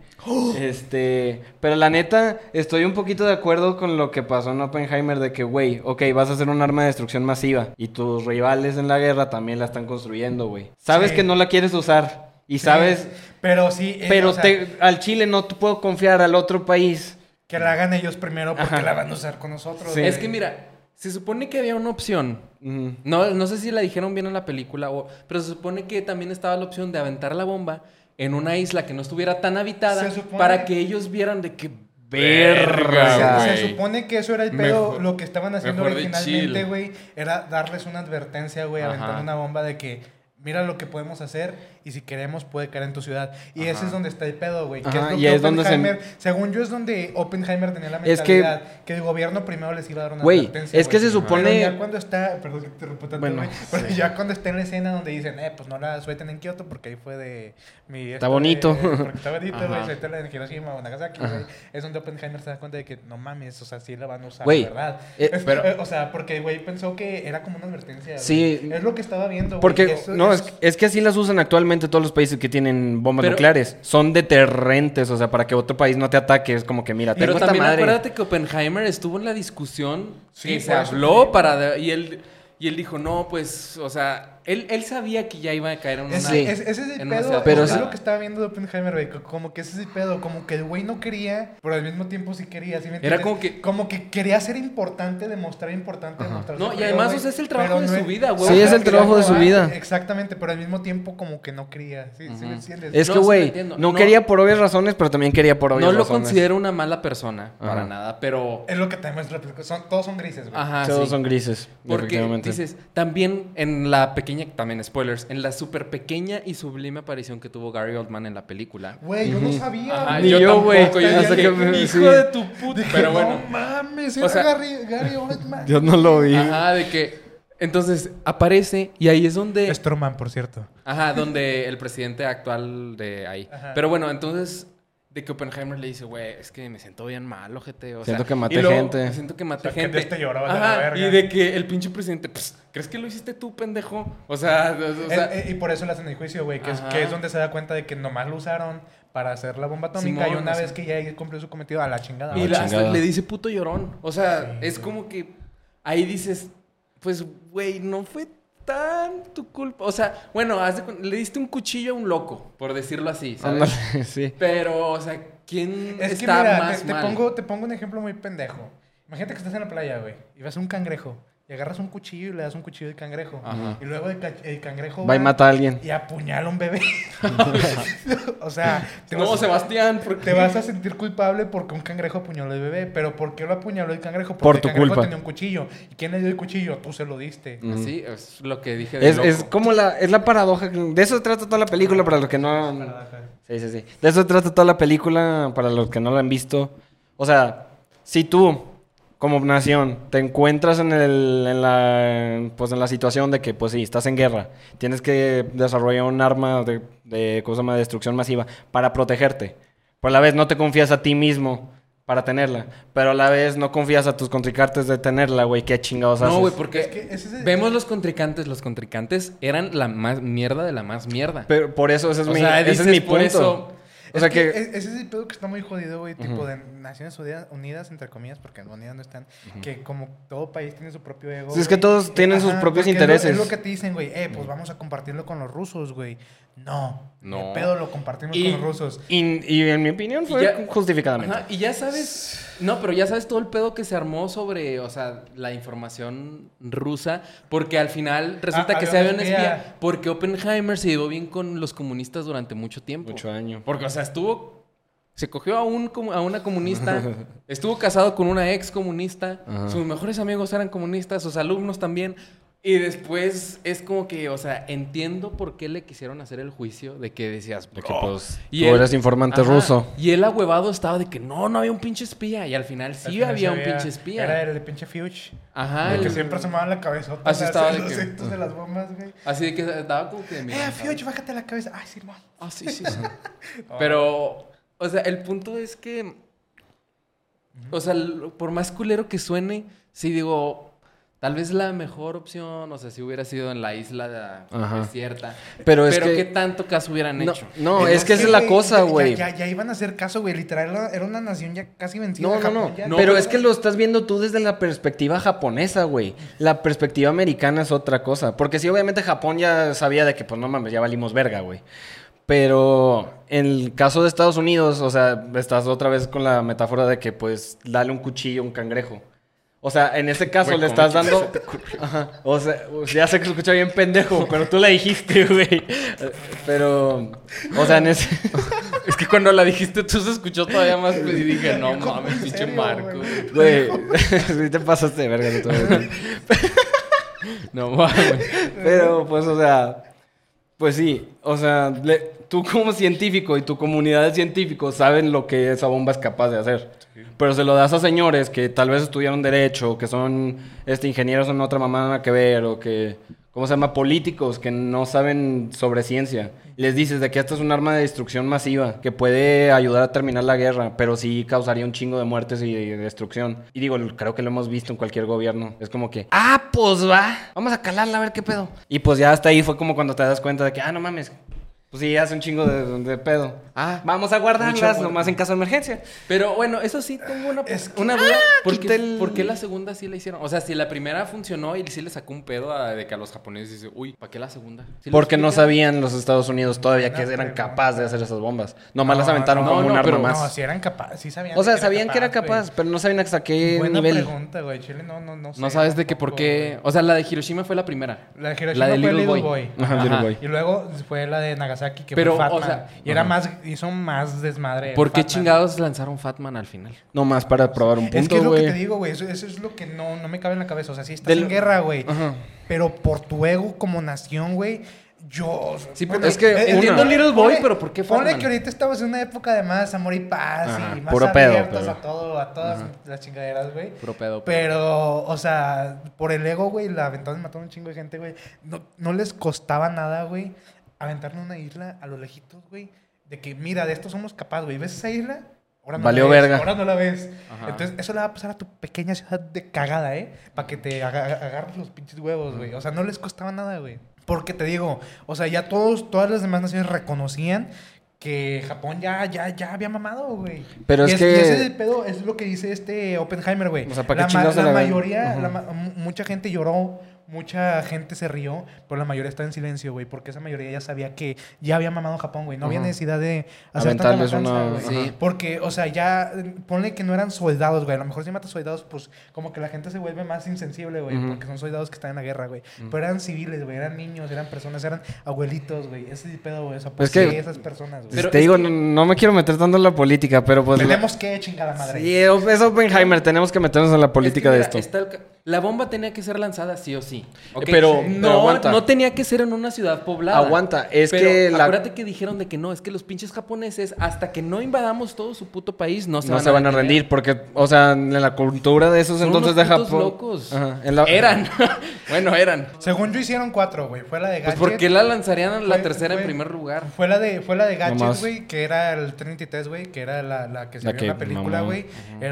[SPEAKER 2] Este, pero la neta, estoy un poquito de acuerdo con lo que pasó en Oppenheimer de que, güey, ok, vas a hacer un arma de destrucción masiva y tus rivales en la guerra también la están construyendo, güey. Sabes
[SPEAKER 1] Sí.
[SPEAKER 2] que no la quieres usar y
[SPEAKER 1] Sí,
[SPEAKER 2] sabes,
[SPEAKER 1] Pero sí. eh,
[SPEAKER 2] pero
[SPEAKER 1] o sea,
[SPEAKER 2] te- al Chile no te puedo confiar al otro país.
[SPEAKER 1] Que la hagan ellos primero porque la van a usar con nosotros.
[SPEAKER 2] Sí.
[SPEAKER 1] güey.
[SPEAKER 3] Es que mira, se supone que había una opción.
[SPEAKER 2] Ujú.
[SPEAKER 3] No, no sé si la dijeron bien en la película, o, pero se supone que también estaba la opción de aventar la bomba en una isla que no estuviera tan habitada
[SPEAKER 1] Se supone-
[SPEAKER 3] para que ellos vieran de qué
[SPEAKER 1] O
[SPEAKER 3] verga,
[SPEAKER 1] sea,
[SPEAKER 3] güey.
[SPEAKER 1] se supone que eso era el pedo,
[SPEAKER 3] Mejor-
[SPEAKER 1] lo que estaban haciendo
[SPEAKER 3] mejor de
[SPEAKER 1] originalmente,
[SPEAKER 3] chill.
[SPEAKER 1] güey, era darles una advertencia, güey,
[SPEAKER 3] Ajá.
[SPEAKER 1] aventando una bomba de que mira lo que podemos hacer y si queremos puede caer en tu ciudad. Y ese es donde está el pedo, güey. que
[SPEAKER 2] Ajá,
[SPEAKER 1] lo
[SPEAKER 2] y
[SPEAKER 1] que
[SPEAKER 2] es donde se-
[SPEAKER 1] Oppenheimer- Según yo es donde Oppenheimer tenía la
[SPEAKER 2] Es que-
[SPEAKER 1] mentalidad que... el gobierno primero les iba a dar una
[SPEAKER 2] Güey,
[SPEAKER 1] advertencia.
[SPEAKER 2] es que
[SPEAKER 1] güey.
[SPEAKER 2] se supone-
[SPEAKER 1] Pero ya cuando está... Perdón que te interrumpa tanto,
[SPEAKER 2] Bueno,
[SPEAKER 1] güey, pero ya cuando está en la escena donde dicen, eh, pues no la suelten en Kioto porque ahí fue de... Mi, este, esto de-
[SPEAKER 2] bonito.
[SPEAKER 1] porque está bonito,
[SPEAKER 3] Ajá.
[SPEAKER 1] güey, se la en Hiroshima o Nagasaki, güey. Es donde Oppenheimer se da cuenta de que no mames, o sea, sí la van a usar,
[SPEAKER 2] Güey,
[SPEAKER 1] ¿verdad?
[SPEAKER 2] eh,
[SPEAKER 1] Es-
[SPEAKER 3] pero-
[SPEAKER 1] eh, o sea, porque, güey, pensó que era como una advertencia. güey.
[SPEAKER 2] Sí.
[SPEAKER 1] Es lo que estaba viendo, güey.
[SPEAKER 2] Porque,
[SPEAKER 1] Eso
[SPEAKER 2] no,
[SPEAKER 1] es-
[SPEAKER 2] es, es que así las usan actualmente todos los países que tienen bombas
[SPEAKER 3] Pero-
[SPEAKER 2] nucleares. Son deterrentes, o sea, para que otro país no te ataque. Es como que, mira, tengo
[SPEAKER 3] Pero
[SPEAKER 2] esta
[SPEAKER 3] también
[SPEAKER 2] madre.
[SPEAKER 3] acuérdate que Oppenheimer estuvo en la discusión
[SPEAKER 1] Sí,
[SPEAKER 3] que
[SPEAKER 1] por
[SPEAKER 3] se
[SPEAKER 1] eso
[SPEAKER 3] habló para de- y él y él dijo, "No, pues, o sea, él, él sabía que ya iba a caer en una
[SPEAKER 1] es-
[SPEAKER 2] Sí.
[SPEAKER 1] es- ese es el
[SPEAKER 3] en una
[SPEAKER 1] pedo,
[SPEAKER 3] ciudad
[SPEAKER 2] Pero
[SPEAKER 1] es
[SPEAKER 2] sí.
[SPEAKER 1] lo que estaba viendo de Oppenheimer, güey, co- como que ese es el pedo, como que el güey no quería, pero al mismo tiempo sí quería, ¿sí me
[SPEAKER 3] Era
[SPEAKER 1] entiendes?
[SPEAKER 3] como que-
[SPEAKER 1] Como que quería ser importante, demostrar importante, demostrar
[SPEAKER 3] No, y
[SPEAKER 1] superior,
[SPEAKER 3] además,
[SPEAKER 1] güey,
[SPEAKER 3] o sea, es el trabajo
[SPEAKER 1] pero
[SPEAKER 3] de
[SPEAKER 1] no
[SPEAKER 3] su vida, güey.
[SPEAKER 2] Sí, es el
[SPEAKER 1] quería
[SPEAKER 2] trabajo de su
[SPEAKER 1] probar,
[SPEAKER 2] vida.
[SPEAKER 1] Exactamente, pero al mismo tiempo como que no quería, ¿sí, sí me entiendes?
[SPEAKER 2] Es
[SPEAKER 3] No,
[SPEAKER 2] que,
[SPEAKER 3] sí
[SPEAKER 2] güey,
[SPEAKER 3] lo entiendo.
[SPEAKER 2] no,
[SPEAKER 3] No.
[SPEAKER 2] quería por obvias razones, pero también quería por obvias
[SPEAKER 3] No lo
[SPEAKER 2] razones.
[SPEAKER 3] considero una mala persona para
[SPEAKER 2] Ajá.
[SPEAKER 3] nada, pero
[SPEAKER 1] Es lo que te muestra la película. Son, todos son grises, güey.
[SPEAKER 3] ajá,
[SPEAKER 2] Todos
[SPEAKER 3] sí.
[SPEAKER 2] son grises,
[SPEAKER 3] Porque
[SPEAKER 2] efectivamente.
[SPEAKER 3] dices, también en la pequeña, también spoilers, en la súper pequeña y sublime aparición que tuvo Gary Oldman en la película.
[SPEAKER 1] Güey, yo no sabía.
[SPEAKER 3] Ajá,
[SPEAKER 1] güey.
[SPEAKER 2] Ni yo, güey,
[SPEAKER 3] tampoco, yo
[SPEAKER 1] hasta
[SPEAKER 3] dije,
[SPEAKER 1] que me-
[SPEAKER 3] hijo
[SPEAKER 2] sí.
[SPEAKER 3] de tu puta.
[SPEAKER 1] Dije,
[SPEAKER 3] Pero bueno.
[SPEAKER 1] No mames,
[SPEAKER 3] O
[SPEAKER 1] era
[SPEAKER 3] sea-
[SPEAKER 1] Gary, Gary Oldman.
[SPEAKER 2] Yo no lo vi.
[SPEAKER 3] Ajá, de que. Entonces aparece y ahí es donde.
[SPEAKER 1] Stroman, por cierto.
[SPEAKER 3] Ajá, donde el presidente actual de ahí.
[SPEAKER 1] Ajá.
[SPEAKER 3] Pero bueno, entonces. De que Oppenheimer le dice, güey, es que me siento bien mal, ojete. O
[SPEAKER 2] Siento
[SPEAKER 3] sea,
[SPEAKER 2] que maté
[SPEAKER 3] y luego,
[SPEAKER 2] gente.
[SPEAKER 3] Siento que maté
[SPEAKER 1] O sea, que
[SPEAKER 3] gente.
[SPEAKER 1] te lloraba de la
[SPEAKER 3] Ajá,
[SPEAKER 1] verga.
[SPEAKER 3] Y de que el pinche presidente, "Pss, ¿crees que lo hiciste tú, pendejo? O sea, o sea
[SPEAKER 1] El- eh, y por eso le hacen el juicio, güey, que es,
[SPEAKER 3] Ajá.
[SPEAKER 1] que es donde se da cuenta de que nomás lo usaron para hacer la bomba atómica
[SPEAKER 3] Simón,
[SPEAKER 1] y una
[SPEAKER 3] o sea.
[SPEAKER 1] vez que ya cumplió su cometido, a la chingada.
[SPEAKER 3] Y
[SPEAKER 1] güey.
[SPEAKER 3] la- hasta
[SPEAKER 2] chingada.
[SPEAKER 3] le dice puto llorón. O sea,
[SPEAKER 1] Sí,
[SPEAKER 3] es
[SPEAKER 1] güey.
[SPEAKER 3] como que ahí dices, pues, güey, no fue tan tu culpa. O sea, bueno, haz de cuen- le diste un cuchillo a un loco, por decirlo así, ¿sabes?
[SPEAKER 2] Ándale, sí.
[SPEAKER 3] Pero, o sea, ¿quién
[SPEAKER 1] Es que
[SPEAKER 3] está
[SPEAKER 1] mira,
[SPEAKER 3] más
[SPEAKER 1] te, te
[SPEAKER 3] mal?
[SPEAKER 1] pongo, te pongo un ejemplo muy pendejo. Imagínate que estás en la playa, güey, y vas a un cangrejo. Y agarras un cuchillo y le das un cuchillo al cangrejo.
[SPEAKER 3] Ajá.
[SPEAKER 1] Y luego el, ca- el cangrejo
[SPEAKER 2] Va y mata a alguien.
[SPEAKER 1] y apuñala a un bebé. o sea, te
[SPEAKER 3] No,
[SPEAKER 1] vas-
[SPEAKER 3] Sebastián, porque
[SPEAKER 1] Te vas a sentir culpable porque un cangrejo apuñaló al bebé. Pero ¿por qué lo apuñaló el cangrejo? Porque
[SPEAKER 2] Por
[SPEAKER 1] el
[SPEAKER 2] tu
[SPEAKER 1] cangrejo
[SPEAKER 2] culpa.
[SPEAKER 1] tenía un cuchillo. ¿Y quién le dio el cuchillo? Tú se lo diste.
[SPEAKER 2] Mm.
[SPEAKER 3] Sí, es lo que dije de
[SPEAKER 2] Es,
[SPEAKER 3] loco.
[SPEAKER 2] es como la, es la paradoja. que- De eso trata toda la película, para los que no. Sí, sí, sí. De eso trata toda la película, para los que no la han visto. O sea, si tú, como nación, te encuentras en, el, en, la, pues en la situación de que, pues sí, estás en guerra, tienes que desarrollar un arma de, de, ¿cómo se llama? de destrucción masiva para protegerte. Pero a la vez no te confías a ti mismo para tenerla, pero a la vez no confías a tus contrincantes de tenerla, güey, qué chingados haces.
[SPEAKER 3] No, güey, porque
[SPEAKER 1] Es que ese es el-
[SPEAKER 3] vemos los contricantes. Los contricantes eran la más mierda de la más mierda.
[SPEAKER 2] Pero por eso ese es
[SPEAKER 3] O
[SPEAKER 2] mi,
[SPEAKER 3] sea,
[SPEAKER 2] ese es
[SPEAKER 3] dices,
[SPEAKER 2] mi
[SPEAKER 3] por
[SPEAKER 2] punto.
[SPEAKER 3] eso-
[SPEAKER 2] o sea que,
[SPEAKER 1] e- Ese es el pedo que está muy jodido, güey. Tipo de Naciones Unidas, Unidas, entre comillas, porque en Unidas no están. Que como todo país tiene su propio ego.
[SPEAKER 2] Sí, es que
[SPEAKER 1] güey.
[SPEAKER 2] todos tienen sus propios
[SPEAKER 1] porque es lo- Es
[SPEAKER 2] intereses. Mm.
[SPEAKER 1] lo, que te dicen, güey. Eh, pues vamos a compartirlo con los rusos, güey. No.
[SPEAKER 3] No.
[SPEAKER 1] No. pedo lo compartimos
[SPEAKER 3] Y-
[SPEAKER 1] con los rusos.
[SPEAKER 2] y, y en mi opinión fue
[SPEAKER 3] ya-
[SPEAKER 2] justificadamente.
[SPEAKER 3] Ajá, y ya sabes, no, pero ya sabes todo el pedo que se armó sobre, o sea, la información rusa, porque al final resulta
[SPEAKER 1] Ah,
[SPEAKER 3] que
[SPEAKER 1] había
[SPEAKER 3] se había
[SPEAKER 1] un
[SPEAKER 3] un
[SPEAKER 1] espía.
[SPEAKER 3] espía, porque Oppenheimer se llevó bien con los comunistas durante mucho tiempo.
[SPEAKER 2] Mucho año.
[SPEAKER 3] Porque, o sea, estuvo, se cogió a, un, comu- a una comunista, estuvo casado con una ex comunista,
[SPEAKER 2] Ajá.
[SPEAKER 3] sus mejores amigos eran comunistas, sus alumnos también. Y después es como que, o sea, entiendo por qué le quisieron hacer el juicio de que decías,
[SPEAKER 2] De que,
[SPEAKER 3] "Bro".
[SPEAKER 2] pues,
[SPEAKER 3] Oh. Y
[SPEAKER 2] tú
[SPEAKER 3] él-
[SPEAKER 2] eres informante
[SPEAKER 3] Ajá.
[SPEAKER 2] ruso.
[SPEAKER 3] Y él ahuevado estaba de que no, no había un pinche espía. Y al final sí
[SPEAKER 1] Al final
[SPEAKER 3] había
[SPEAKER 1] se
[SPEAKER 3] un
[SPEAKER 1] veía-
[SPEAKER 3] pinche espía.
[SPEAKER 1] Era el de pinche Fuge.
[SPEAKER 3] Ajá.
[SPEAKER 1] el que
[SPEAKER 3] el-
[SPEAKER 1] siempre asomaba la cabeza.
[SPEAKER 2] Ah,
[SPEAKER 3] Así estaba de
[SPEAKER 1] Los
[SPEAKER 3] que-
[SPEAKER 1] efectos de las bombas, güey.
[SPEAKER 3] Así de que estaba como que...
[SPEAKER 1] Eh,
[SPEAKER 3] mira,
[SPEAKER 1] Fuge, bájate la cabeza. Ay, Simón.
[SPEAKER 3] Ah, sí, sí, sí. Pero, o sea, el punto es que, o sea, lo- por más culero que suene, sí digo, tal vez la mejor opción, o sea, si hubiera sido en la isla
[SPEAKER 2] Ajá.
[SPEAKER 3] de- desierta.
[SPEAKER 2] Pero
[SPEAKER 3] Pero,
[SPEAKER 2] es que-
[SPEAKER 3] ¿qué tanto caso hubieran
[SPEAKER 2] No,
[SPEAKER 3] hecho?
[SPEAKER 2] no, es que esa
[SPEAKER 1] sé,
[SPEAKER 2] es la
[SPEAKER 1] güey,
[SPEAKER 2] cosa,
[SPEAKER 1] ya-
[SPEAKER 2] güey.
[SPEAKER 1] Ya, ya, ya iban a hacer caso, güey. Literal, era- era una nación ya casi vencida.
[SPEAKER 2] No, no,
[SPEAKER 1] Japón
[SPEAKER 2] no.
[SPEAKER 1] ya-
[SPEAKER 3] No,
[SPEAKER 2] Pero
[SPEAKER 3] pero-
[SPEAKER 2] es que lo estás viendo tú desde la perspectiva japonesa, güey. La perspectiva americana es otra cosa. Porque sí, obviamente Japón ya sabía de que, pues no mames, ya valimos verga, güey. Pero en el caso de Estados Unidos, o sea, estás otra vez con la metáfora de que, pues, dale un cuchillo a un cangrejo. O sea, en ese caso
[SPEAKER 3] Güey,
[SPEAKER 2] le
[SPEAKER 3] ¿cómo
[SPEAKER 2] estás
[SPEAKER 3] que se
[SPEAKER 2] dando. Ajá. O sea, ya sé que se escucha bien pendejo, pero tú la dijiste, güey. Pero. O sea, en ese.
[SPEAKER 3] Es que cuando la dijiste tú se escuchó todavía más pues, y dije, no
[SPEAKER 1] ¿Cómo?
[SPEAKER 3] mames,
[SPEAKER 1] ¿En
[SPEAKER 3] pinche
[SPEAKER 1] serio,
[SPEAKER 3] Marco.
[SPEAKER 1] güey?
[SPEAKER 2] Güey, sí te pasaste de verga, no te voy a decir.
[SPEAKER 3] No mames.
[SPEAKER 2] Pero, pues, o sea, pues sí, o sea, le- tú como científico y tu comunidad de científicos saben lo que esa bomba es capaz de hacer. Pero se lo das a señores que tal vez estudiaron derecho, que son este, ingenieros en otra mamá nada que ver, o que, ¿cómo se llama? Políticos que no saben sobre ciencia. Les dices de que esta es un arma de destrucción masiva, que puede ayudar a terminar la guerra, pero sí causaría un chingo de muertes y de destrucción. Y digo, creo que lo hemos visto en cualquier gobierno. Es como que, ah, pues va, vamos a calarla a ver qué pedo. Y pues ya hasta ahí fue como cuando te das cuenta de que, ah, no mames. Pues sí, hace un chingo de, de pedo. Ah, vamos a guardarlas nomás en caso de emergencia.
[SPEAKER 3] Pero bueno, eso sí tengo una,
[SPEAKER 1] Es que-
[SPEAKER 3] una duda. ¿por, qué,
[SPEAKER 2] quité el-
[SPEAKER 3] por qué la segunda sí la hicieron? O sea, si la primera funcionó y sí le sacó un pedo a- de que a los japoneses dice, uy, ¿para qué la segunda? ¿Sí lo
[SPEAKER 2] Porque no
[SPEAKER 3] explican?
[SPEAKER 2] sabían los Estados Unidos todavía que
[SPEAKER 1] No,
[SPEAKER 2] eran
[SPEAKER 1] pero-
[SPEAKER 2] capaces de hacer esas bombas. Nomás
[SPEAKER 1] No,
[SPEAKER 2] las aventaron
[SPEAKER 3] no,
[SPEAKER 2] como
[SPEAKER 3] no,
[SPEAKER 2] un arma
[SPEAKER 3] pero-
[SPEAKER 1] No,
[SPEAKER 2] más.
[SPEAKER 1] sí eran capaces. Sí sabían.
[SPEAKER 2] o sea, sabían que era capaz,
[SPEAKER 1] güey.
[SPEAKER 2] pero no sabían hasta qué
[SPEAKER 1] Buena
[SPEAKER 2] nivel.
[SPEAKER 1] pregunta, güey. Chile, no, no, no sé.
[SPEAKER 3] No sabes de que por
[SPEAKER 1] tampoco,
[SPEAKER 3] qué. O sea, la de Hiroshima fue la primera.
[SPEAKER 1] güey. La de Hiroshima fue Little Boy.
[SPEAKER 2] Ajá, Little Boy.
[SPEAKER 1] Y luego fue la de Nagasaki, que
[SPEAKER 3] Pero,
[SPEAKER 1] fue Fatman.
[SPEAKER 3] o sea,
[SPEAKER 1] y era
[SPEAKER 2] ajá.
[SPEAKER 1] más, hizo más desmadre. el
[SPEAKER 3] ¿Por qué
[SPEAKER 1] Fatman.
[SPEAKER 3] chingados lanzaron Fatman al final?
[SPEAKER 2] Nomás para probar un
[SPEAKER 1] Es que
[SPEAKER 2] punto,
[SPEAKER 1] es lo
[SPEAKER 2] güey.
[SPEAKER 1] que te digo, güey. Eso, eso es lo que no, no me cabe en la cabeza. O sea, sí estás
[SPEAKER 2] Del-
[SPEAKER 1] en guerra, güey.
[SPEAKER 2] Ajá.
[SPEAKER 1] Pero por tu ego como nación, güey, yo...
[SPEAKER 3] Sí,
[SPEAKER 1] bueno, eh,
[SPEAKER 3] porque-
[SPEAKER 2] es que entiendo
[SPEAKER 3] Little Boy,
[SPEAKER 1] ponle-
[SPEAKER 3] pero ¿por qué
[SPEAKER 1] Ponle
[SPEAKER 3] Fatman?
[SPEAKER 1] que ahorita estamos en una época de más amor y paz
[SPEAKER 2] Ajá,
[SPEAKER 1] y más
[SPEAKER 2] puro pedo,
[SPEAKER 1] abiertas
[SPEAKER 2] pero-
[SPEAKER 1] a todo, a todas las chingaderas, güey.
[SPEAKER 3] Puro pedo.
[SPEAKER 1] Pero, o sea, por el ego, güey, la aventaron y mataron un chingo de gente, güey. No, no les costaba nada, güey, aventarle una isla a lo lejitos, güey. De que, mira, de esto somos capaces, güey. ¿Ves esa isla? Ahora
[SPEAKER 2] Valió
[SPEAKER 1] la ves,
[SPEAKER 2] verga.
[SPEAKER 1] Ahora no la ves.
[SPEAKER 3] Ajá.
[SPEAKER 1] Entonces, eso le va a pasar a tu pequeña ciudad de cagada, ¿eh? Para que te aga- agarres los pinches huevos, güey. O sea, no les costaba nada, güey. Porque te digo, o sea, ya todos, todas las demás naciones reconocían que Japón ya, ya, ya había mamado, güey.
[SPEAKER 2] Pero
[SPEAKER 1] Y
[SPEAKER 2] es que-
[SPEAKER 1] y ese es el pedo, es lo que dice este Oppenheimer, güey.
[SPEAKER 2] O sea, ¿para
[SPEAKER 1] la,
[SPEAKER 2] qué chingados se
[SPEAKER 1] la
[SPEAKER 2] la ven?
[SPEAKER 1] mayoría,
[SPEAKER 2] Ajá.
[SPEAKER 1] la ma- mu- mucha gente lloró, mucha gente se rió, pero la mayoría está en silencio, güey, porque esa mayoría ya sabía que ya había mamado Japón, güey. No había
[SPEAKER 2] Ajá.
[SPEAKER 1] necesidad de hacer tanta
[SPEAKER 2] Aventarles
[SPEAKER 1] matanza,
[SPEAKER 2] una-
[SPEAKER 1] güey.
[SPEAKER 3] Sí.
[SPEAKER 1] Porque, o sea, ya eh, ponle que no eran soldados, güey. A lo mejor si matas soldados, pues como que la gente se vuelve más insensible, güey,
[SPEAKER 2] Ujú.
[SPEAKER 1] porque son soldados que están en la guerra, güey. Pero eran civiles, güey, eran niños, eran personas, eran abuelitos, güey. Ese es el pedo, güey. O sea, pues
[SPEAKER 2] que-
[SPEAKER 1] sí, esas personas, güey.
[SPEAKER 3] Pero
[SPEAKER 2] Pues te
[SPEAKER 3] es
[SPEAKER 2] digo,
[SPEAKER 3] que-
[SPEAKER 2] no, no me quiero meter tanto en la política, pero pues... la-
[SPEAKER 1] Tenemos que chingada madre.
[SPEAKER 2] Sí, es Oppenheimer, tenemos que meternos en la política
[SPEAKER 3] Es que
[SPEAKER 2] de
[SPEAKER 3] mira,
[SPEAKER 2] esto.
[SPEAKER 3] está el ca- La bomba tenía que ser lanzada sí o sí. ¿ok?
[SPEAKER 2] pero-
[SPEAKER 3] no,
[SPEAKER 2] pero aguanta.
[SPEAKER 3] no tenía que ser en una ciudad poblada.
[SPEAKER 2] Aguanta, es
[SPEAKER 3] Pero
[SPEAKER 2] que la-
[SPEAKER 3] acuérdate que dijeron de que no, es que los pinches japoneses, hasta que no invadamos todo su puto país, no se,
[SPEAKER 2] no
[SPEAKER 3] van,
[SPEAKER 2] se
[SPEAKER 3] a
[SPEAKER 2] van a
[SPEAKER 3] detener.
[SPEAKER 2] rendir porque, o sea, en la cultura de esos
[SPEAKER 3] Son
[SPEAKER 2] entonces
[SPEAKER 3] unos
[SPEAKER 2] de
[SPEAKER 3] putos
[SPEAKER 2] Japón...
[SPEAKER 3] locos.
[SPEAKER 2] Ajá, en la-
[SPEAKER 3] Eran. bueno, eran.
[SPEAKER 1] Según yo hicieron cuatro, güey. Fue la de
[SPEAKER 3] Pues
[SPEAKER 1] Gadget.
[SPEAKER 3] ¿por qué la lanzarían la
[SPEAKER 1] Fue-
[SPEAKER 3] tercera en
[SPEAKER 1] fue-
[SPEAKER 3] primer lugar?
[SPEAKER 1] Fue la de, fue la de
[SPEAKER 2] Nomás.
[SPEAKER 1] Gadget, güey, que era el Trinity Test, güey, que era la, la que se
[SPEAKER 2] La
[SPEAKER 1] vio
[SPEAKER 2] que
[SPEAKER 1] en la película,
[SPEAKER 2] mamó.
[SPEAKER 1] güey.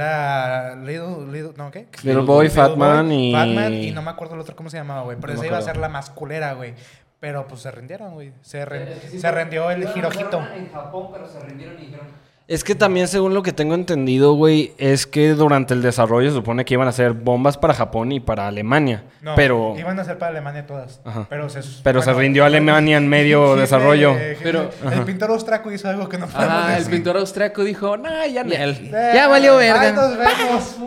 [SPEAKER 1] Era Little, Little, ¿no qué?
[SPEAKER 2] Little Boy, Fat Man y-
[SPEAKER 1] Fatman y no me acuerdo el otro cómo se llamaba, güey. Pero
[SPEAKER 2] No me
[SPEAKER 1] esa iba a ser
[SPEAKER 2] acuerdo.
[SPEAKER 1] la más culera, güey. Pero pues se rindieron, güey. Se, ren- se rendió el Hirojito.
[SPEAKER 3] En Japón, pero se rindieron y dijeron...
[SPEAKER 2] Es que también, según lo que tengo entendido, güey, es que durante el desarrollo se supone que iban a hacer bombas para Japón y para Alemania.
[SPEAKER 1] No,
[SPEAKER 2] pero,
[SPEAKER 1] iban a ser para Alemania todas.
[SPEAKER 2] Ajá.
[SPEAKER 1] Pero se,
[SPEAKER 2] pero se rindió Alemania en medio
[SPEAKER 1] Hitler,
[SPEAKER 2] desarrollo.
[SPEAKER 1] eh,
[SPEAKER 3] Pero-
[SPEAKER 1] el pintor austraco hizo algo que no podemos
[SPEAKER 3] Ajá, el
[SPEAKER 1] decir.
[SPEAKER 3] pintor austriaco dijo, nah, ya no.
[SPEAKER 1] Eh,
[SPEAKER 2] Ya valió
[SPEAKER 1] ahí
[SPEAKER 2] verga.
[SPEAKER 1] nos vemos.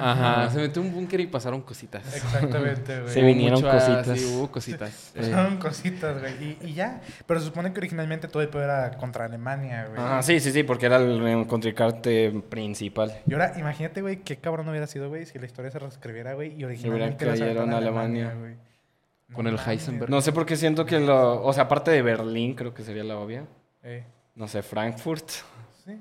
[SPEAKER 3] Ajá, se metió un búnker y pasaron cositas.
[SPEAKER 1] Exactamente, güey.
[SPEAKER 2] Se vinieron
[SPEAKER 3] Mucho a-
[SPEAKER 2] cositas.
[SPEAKER 3] Sí, hubo cositas.
[SPEAKER 1] Son cositas, güey. Y, y ya. Pero se supone que originalmente todo el pedo era contra Alemania, güey.
[SPEAKER 2] Ajá, sí, sí, sí, porque era el, eh, contrincante principal.
[SPEAKER 1] Y ahora, imagínate, güey, qué cabrón hubiera sido, güey, si la historia se reescribiera, güey, y originalmente
[SPEAKER 2] hubieran
[SPEAKER 1] las
[SPEAKER 2] caído en
[SPEAKER 1] aventaron a
[SPEAKER 2] Alemania.
[SPEAKER 1] güey.
[SPEAKER 3] con el Heisenberg.
[SPEAKER 2] No sé por qué siento que lo. O sea, aparte de Berlín, creo que sería la obvia.
[SPEAKER 1] Eh,
[SPEAKER 2] No sé, Frankfurt.
[SPEAKER 1] sí.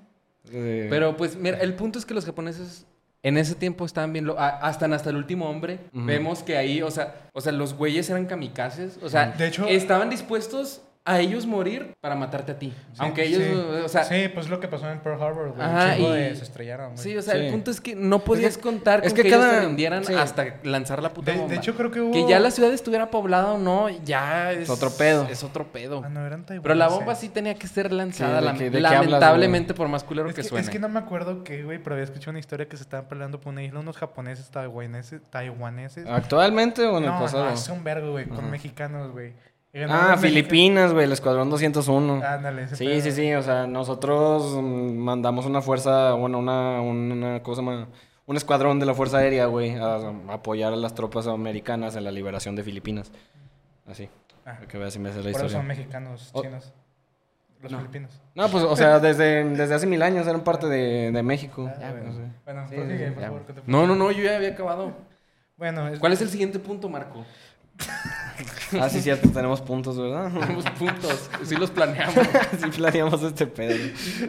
[SPEAKER 2] Eh,
[SPEAKER 3] Pero pues, mira, el punto es que los japoneses en ese tiempo estaban bien... lo- a- hasta en Hasta el Último Hombre,
[SPEAKER 2] Ujú.
[SPEAKER 3] vemos que ahí, o sea, o sea, los güeyes eran kamikazes. O sea,
[SPEAKER 1] De hecho-
[SPEAKER 3] estaban dispuestos a ellos morir para matarte a ti.
[SPEAKER 1] Sí,
[SPEAKER 3] Aunque ellos,
[SPEAKER 1] sí.
[SPEAKER 3] o sea... Sí.
[SPEAKER 1] sí, pues lo que pasó en Pearl Harbor, güey.
[SPEAKER 3] Ajá,
[SPEAKER 1] Un chingo
[SPEAKER 3] y-
[SPEAKER 1] de- se estrellaron, güey.
[SPEAKER 3] o sea,
[SPEAKER 2] Sí.
[SPEAKER 3] el punto es que no podías contar con
[SPEAKER 2] es
[SPEAKER 3] que,
[SPEAKER 2] que
[SPEAKER 3] ellos
[SPEAKER 2] cada-
[SPEAKER 3] te rindieran
[SPEAKER 2] sí.
[SPEAKER 3] hasta lanzar la puta
[SPEAKER 1] de,
[SPEAKER 3] bomba.
[SPEAKER 1] de hecho, creo que hubo.
[SPEAKER 3] que ya la ciudad estuviera poblada o no, ya es...
[SPEAKER 2] otro pedo.
[SPEAKER 3] Es otro pedo.
[SPEAKER 1] Ah, no, eran
[SPEAKER 3] Pero la
[SPEAKER 1] taiwaneses.
[SPEAKER 3] bomba sí tenía que ser lanzada,
[SPEAKER 2] Sí, de
[SPEAKER 3] lame-
[SPEAKER 2] que- de que hablas,
[SPEAKER 3] lamentablemente, por más culero
[SPEAKER 1] Es
[SPEAKER 3] que,
[SPEAKER 1] que,
[SPEAKER 3] suene.
[SPEAKER 1] es que no me acuerdo que, güey, pero había escuchado una historia que se estaban peleando por una isla unos japoneses, taiwaneses, taiwaneses.
[SPEAKER 2] ¿Actualmente o en el
[SPEAKER 1] no,
[SPEAKER 2] pasado?
[SPEAKER 1] no, hace un vergo, güey, con
[SPEAKER 2] Ajá.
[SPEAKER 1] mexicanos, güey. Y ganaron
[SPEAKER 2] ah,
[SPEAKER 1] los mexicanos.
[SPEAKER 2] Filipinas, güey, el Escuadrón 201.
[SPEAKER 1] Ándale, ese
[SPEAKER 2] Sí,
[SPEAKER 1] pedo.
[SPEAKER 2] sí, sí. O sea, nosotros mm, mandamos una fuerza, bueno, una, una cosa más. Un escuadrón de la Fuerza Aérea, güey, a, a apoyar a las tropas americanas en la liberación de Filipinas. Así.
[SPEAKER 1] Ah,
[SPEAKER 2] para Que veas si me hace la
[SPEAKER 1] por eso
[SPEAKER 2] historia.
[SPEAKER 1] son mexicanos,
[SPEAKER 2] Oh.
[SPEAKER 1] chinos. Los
[SPEAKER 3] No.
[SPEAKER 1] filipinos.
[SPEAKER 2] No, pues, o sea, desde, desde hace mil años eran parte de, de México.
[SPEAKER 1] Ah, bueno,
[SPEAKER 2] No sé.
[SPEAKER 1] Bueno,
[SPEAKER 2] Sí,
[SPEAKER 1] prosigue,
[SPEAKER 2] sí,
[SPEAKER 1] por
[SPEAKER 2] ya.
[SPEAKER 1] favor. con tu-
[SPEAKER 3] No, no, no, yo ya había acabado.
[SPEAKER 1] Bueno, es-
[SPEAKER 3] ¿Cuál es el siguiente punto, Marco?
[SPEAKER 2] Ah, sí, cierto, tenemos puntos, ¿verdad?
[SPEAKER 3] Tenemos puntos. Sí los planeamos,
[SPEAKER 2] sí planeamos este pedo.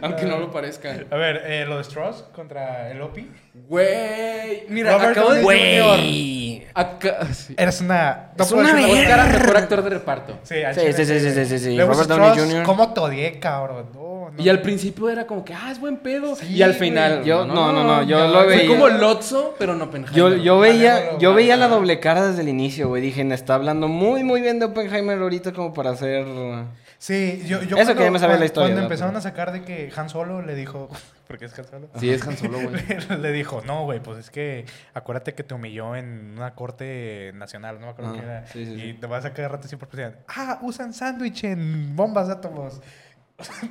[SPEAKER 3] aunque no
[SPEAKER 1] Ah.
[SPEAKER 3] lo parezca.
[SPEAKER 1] A ver, eh, lo de Strauss contra el Opi.
[SPEAKER 3] Güey. Mira,
[SPEAKER 1] Robert
[SPEAKER 3] acabo de...
[SPEAKER 1] Downey
[SPEAKER 2] Güey.
[SPEAKER 3] Acá... sí.
[SPEAKER 1] Eres una. No
[SPEAKER 2] Es
[SPEAKER 1] puedo
[SPEAKER 2] una
[SPEAKER 1] decir
[SPEAKER 2] verga.
[SPEAKER 3] Oscar a mejor actor de reparto.
[SPEAKER 1] Sí, al
[SPEAKER 2] Sí,
[SPEAKER 1] chile,
[SPEAKER 2] sí, sí, sí, sí, sí, sí.
[SPEAKER 1] Luego
[SPEAKER 2] Robert Downey
[SPEAKER 1] Strauss,
[SPEAKER 2] Jr..
[SPEAKER 1] ¿Cómo te odié, cabrón? No, no.
[SPEAKER 3] Y al principio era como que, ah, es buen pedo.
[SPEAKER 1] Sí,
[SPEAKER 3] y al
[SPEAKER 1] güey.
[SPEAKER 3] final...
[SPEAKER 2] Yo, no, no, no, yo
[SPEAKER 1] no,
[SPEAKER 2] lo
[SPEAKER 1] fue
[SPEAKER 3] Fue
[SPEAKER 2] veía.
[SPEAKER 3] como Lotso, pero no Oppenheimer.
[SPEAKER 2] Yo, yo veía,
[SPEAKER 1] Malévolo,
[SPEAKER 2] yo veía la
[SPEAKER 1] malévolo.
[SPEAKER 2] doble cara desde el inicio, güey. Dije, "Me está hablando muy, muy bien de Oppenheimer ahorita como para hacer...
[SPEAKER 1] Sí, yo, yo
[SPEAKER 2] Eso que ya me sabía la
[SPEAKER 1] cuan-
[SPEAKER 2] historia,
[SPEAKER 1] Cuando
[SPEAKER 2] ¿verdad?
[SPEAKER 1] empezaron a sacar de que Han Solo le dijo. Porque es Han Solo.
[SPEAKER 3] Sí, es Han Solo, güey.
[SPEAKER 1] le dijo, no, güey, pues es que acuérdate que te humilló en una corte nacional, no me acuerdo
[SPEAKER 2] Ah,
[SPEAKER 1] qué era.
[SPEAKER 2] sí, sí,
[SPEAKER 1] y
[SPEAKER 2] sí.
[SPEAKER 1] te vas a quedar rato siempre pensando, ah, usan sándwich en bombas de átomos.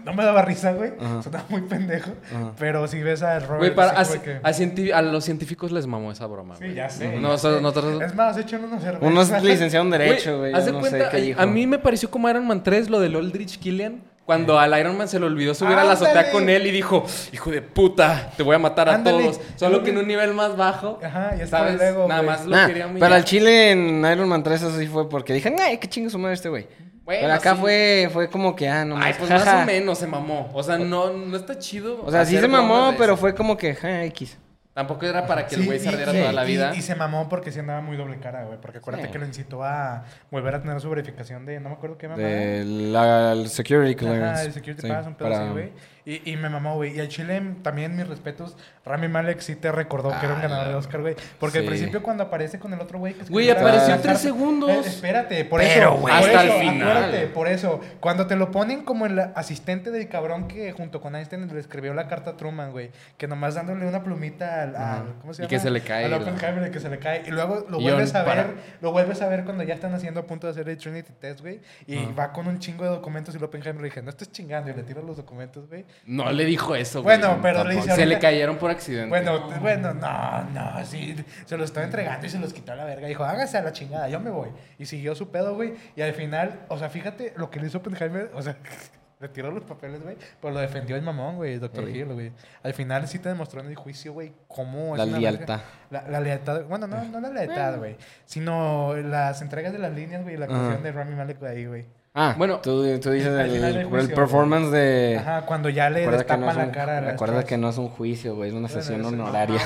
[SPEAKER 1] no me daba risa, güey.
[SPEAKER 2] Ajá.
[SPEAKER 1] Sonaba muy pendejo.
[SPEAKER 2] Ajá.
[SPEAKER 1] Pero si ves a Robert.
[SPEAKER 3] Güey, para, a,
[SPEAKER 1] así como que-
[SPEAKER 3] a cienti- a los científicos les mamó esa broma,
[SPEAKER 1] Sí,
[SPEAKER 3] güey.
[SPEAKER 1] ya sé.
[SPEAKER 3] Ujú.
[SPEAKER 1] ya
[SPEAKER 3] Nosotros,
[SPEAKER 1] sé.
[SPEAKER 3] nosotros-
[SPEAKER 1] Es más, echen unos cervezas.
[SPEAKER 2] Uno es licenciado en Derecho, güey.
[SPEAKER 3] haz
[SPEAKER 2] yo
[SPEAKER 3] de
[SPEAKER 2] No sé
[SPEAKER 3] cuenta,
[SPEAKER 2] qué dijo.
[SPEAKER 3] a mí me pareció como Iron Man 3 lo del Aldrich Killian. Cuando al Iron Man se le olvidó subir a la azotea
[SPEAKER 1] ¡Ándale!
[SPEAKER 3] con él y dijo, hijo de puta, te voy a matar a
[SPEAKER 1] ¡Ándale!
[SPEAKER 3] todos. Solo que en un nivel más bajo,
[SPEAKER 1] Ajá, ya está
[SPEAKER 3] ¿sabes?
[SPEAKER 1] el ego,
[SPEAKER 3] Nada
[SPEAKER 1] güey.
[SPEAKER 3] más lo
[SPEAKER 2] Nah,
[SPEAKER 3] quería humillar.
[SPEAKER 2] pero al Chile en Iron Man 3 eso sí fue porque dije, ay, qué chingo su madre este güey.
[SPEAKER 3] Bueno,
[SPEAKER 2] pero acá
[SPEAKER 3] sí.
[SPEAKER 2] fue, fue como que, ah, no
[SPEAKER 3] Ay,
[SPEAKER 2] mames,
[SPEAKER 3] pues
[SPEAKER 2] jaja.
[SPEAKER 3] más o menos se mamó. O sea, no, no está chido.
[SPEAKER 2] O sea, sí
[SPEAKER 3] hacer
[SPEAKER 2] se mamó,
[SPEAKER 3] bromas de
[SPEAKER 2] pero
[SPEAKER 3] eso.
[SPEAKER 2] fue como que, ja, X.
[SPEAKER 3] Tampoco era para que el
[SPEAKER 1] Sí,
[SPEAKER 3] güey se
[SPEAKER 1] y-
[SPEAKER 3] ardiera
[SPEAKER 1] sí,
[SPEAKER 3] toda la
[SPEAKER 1] y-
[SPEAKER 3] vida.
[SPEAKER 1] Y, se mamó porque sí andaba muy doble cara, güey. Porque acuérdate
[SPEAKER 2] Sí.
[SPEAKER 1] que lo incitó a volver a tener su verificación de no me acuerdo qué mamá.
[SPEAKER 2] De la el security
[SPEAKER 1] Ajá,
[SPEAKER 2] clearance.
[SPEAKER 1] el security
[SPEAKER 2] Sí,
[SPEAKER 1] pass, un pedo
[SPEAKER 2] para-
[SPEAKER 1] así, güey. Y, y me mamó, güey. Y al Chile, también mis respetos, Rami Malek sí te recordó que era un
[SPEAKER 2] Ah,
[SPEAKER 1] ganador de
[SPEAKER 2] la-
[SPEAKER 1] Oscar, güey. Porque
[SPEAKER 2] sí.
[SPEAKER 1] al principio cuando aparece con el otro güey... que escribió
[SPEAKER 3] Güey,
[SPEAKER 1] la-
[SPEAKER 3] apareció
[SPEAKER 1] la
[SPEAKER 3] en
[SPEAKER 1] carta-
[SPEAKER 3] tres segundos.
[SPEAKER 1] Eh, espérate, por
[SPEAKER 2] Pero,
[SPEAKER 1] eso.
[SPEAKER 2] güey,
[SPEAKER 1] por
[SPEAKER 3] hasta
[SPEAKER 1] eso,
[SPEAKER 3] el final.
[SPEAKER 1] acuérdate, por eso. Cuando te lo ponen como el asistente del cabrón que junto con Einstein le escribió la carta a Truman, güey. Que nomás dándole una plumita al... al-
[SPEAKER 2] Ajá.
[SPEAKER 1] ¿Cómo se
[SPEAKER 3] Y
[SPEAKER 1] llama?
[SPEAKER 3] que se le cae
[SPEAKER 1] Al
[SPEAKER 3] la-
[SPEAKER 1] Oppenheimer, que se le cae. Y luego lo
[SPEAKER 3] Guión
[SPEAKER 1] vuelves a ver...
[SPEAKER 3] para-
[SPEAKER 1] Lo vuelves a ver cuando ya están haciendo a punto de hacer el Trinity Test, güey. Y
[SPEAKER 2] Ajá.
[SPEAKER 1] va con un chingo de documentos y el Oppenheimer le dije, no estés chingando. Y le tiro los documentos, güey.
[SPEAKER 3] No le dijo eso, güey.
[SPEAKER 1] Bueno, pero le dice
[SPEAKER 3] Se le
[SPEAKER 1] ahorita-
[SPEAKER 3] cayeron por accidente.
[SPEAKER 1] Bueno, t- bueno, no, no, sí. Se lo estaba entregando y se los quitó a la verga. Dijo, hágase a la chingada, yo me voy. Y siguió su pedo, güey. Y al final, o sea, fíjate lo que le hizo Oppenheimer. O sea, le tiró los papeles, güey. Pero lo defendió el mamón, güey, el doctor
[SPEAKER 2] Sí.
[SPEAKER 1] Hill, güey. Al final sí te demostró en el juicio, güey, cómo es
[SPEAKER 2] La
[SPEAKER 1] una
[SPEAKER 2] lealtad.
[SPEAKER 1] verga. La, la lealtad. Bueno, no, no la lealtad, güey. Sino las entregas de las líneas, güey, y la
[SPEAKER 2] Ajá.
[SPEAKER 1] actuación de Rami Malek ahí, güey.
[SPEAKER 2] Ah,
[SPEAKER 3] Bueno,
[SPEAKER 2] bueno, tú, tú dices
[SPEAKER 1] al
[SPEAKER 2] el,
[SPEAKER 1] final del
[SPEAKER 2] el
[SPEAKER 1] juicio,
[SPEAKER 2] performance de...
[SPEAKER 1] Ajá, cuando ya le
[SPEAKER 2] Eh, Recuerda que,
[SPEAKER 1] destapan
[SPEAKER 2] no es
[SPEAKER 1] la
[SPEAKER 2] un,
[SPEAKER 1] cara. a la
[SPEAKER 2] recuerda
[SPEAKER 1] Strauss.
[SPEAKER 2] que no es un juicio, güey, es una
[SPEAKER 1] Bueno,
[SPEAKER 2] sesión
[SPEAKER 1] eso es-
[SPEAKER 2] honoraria.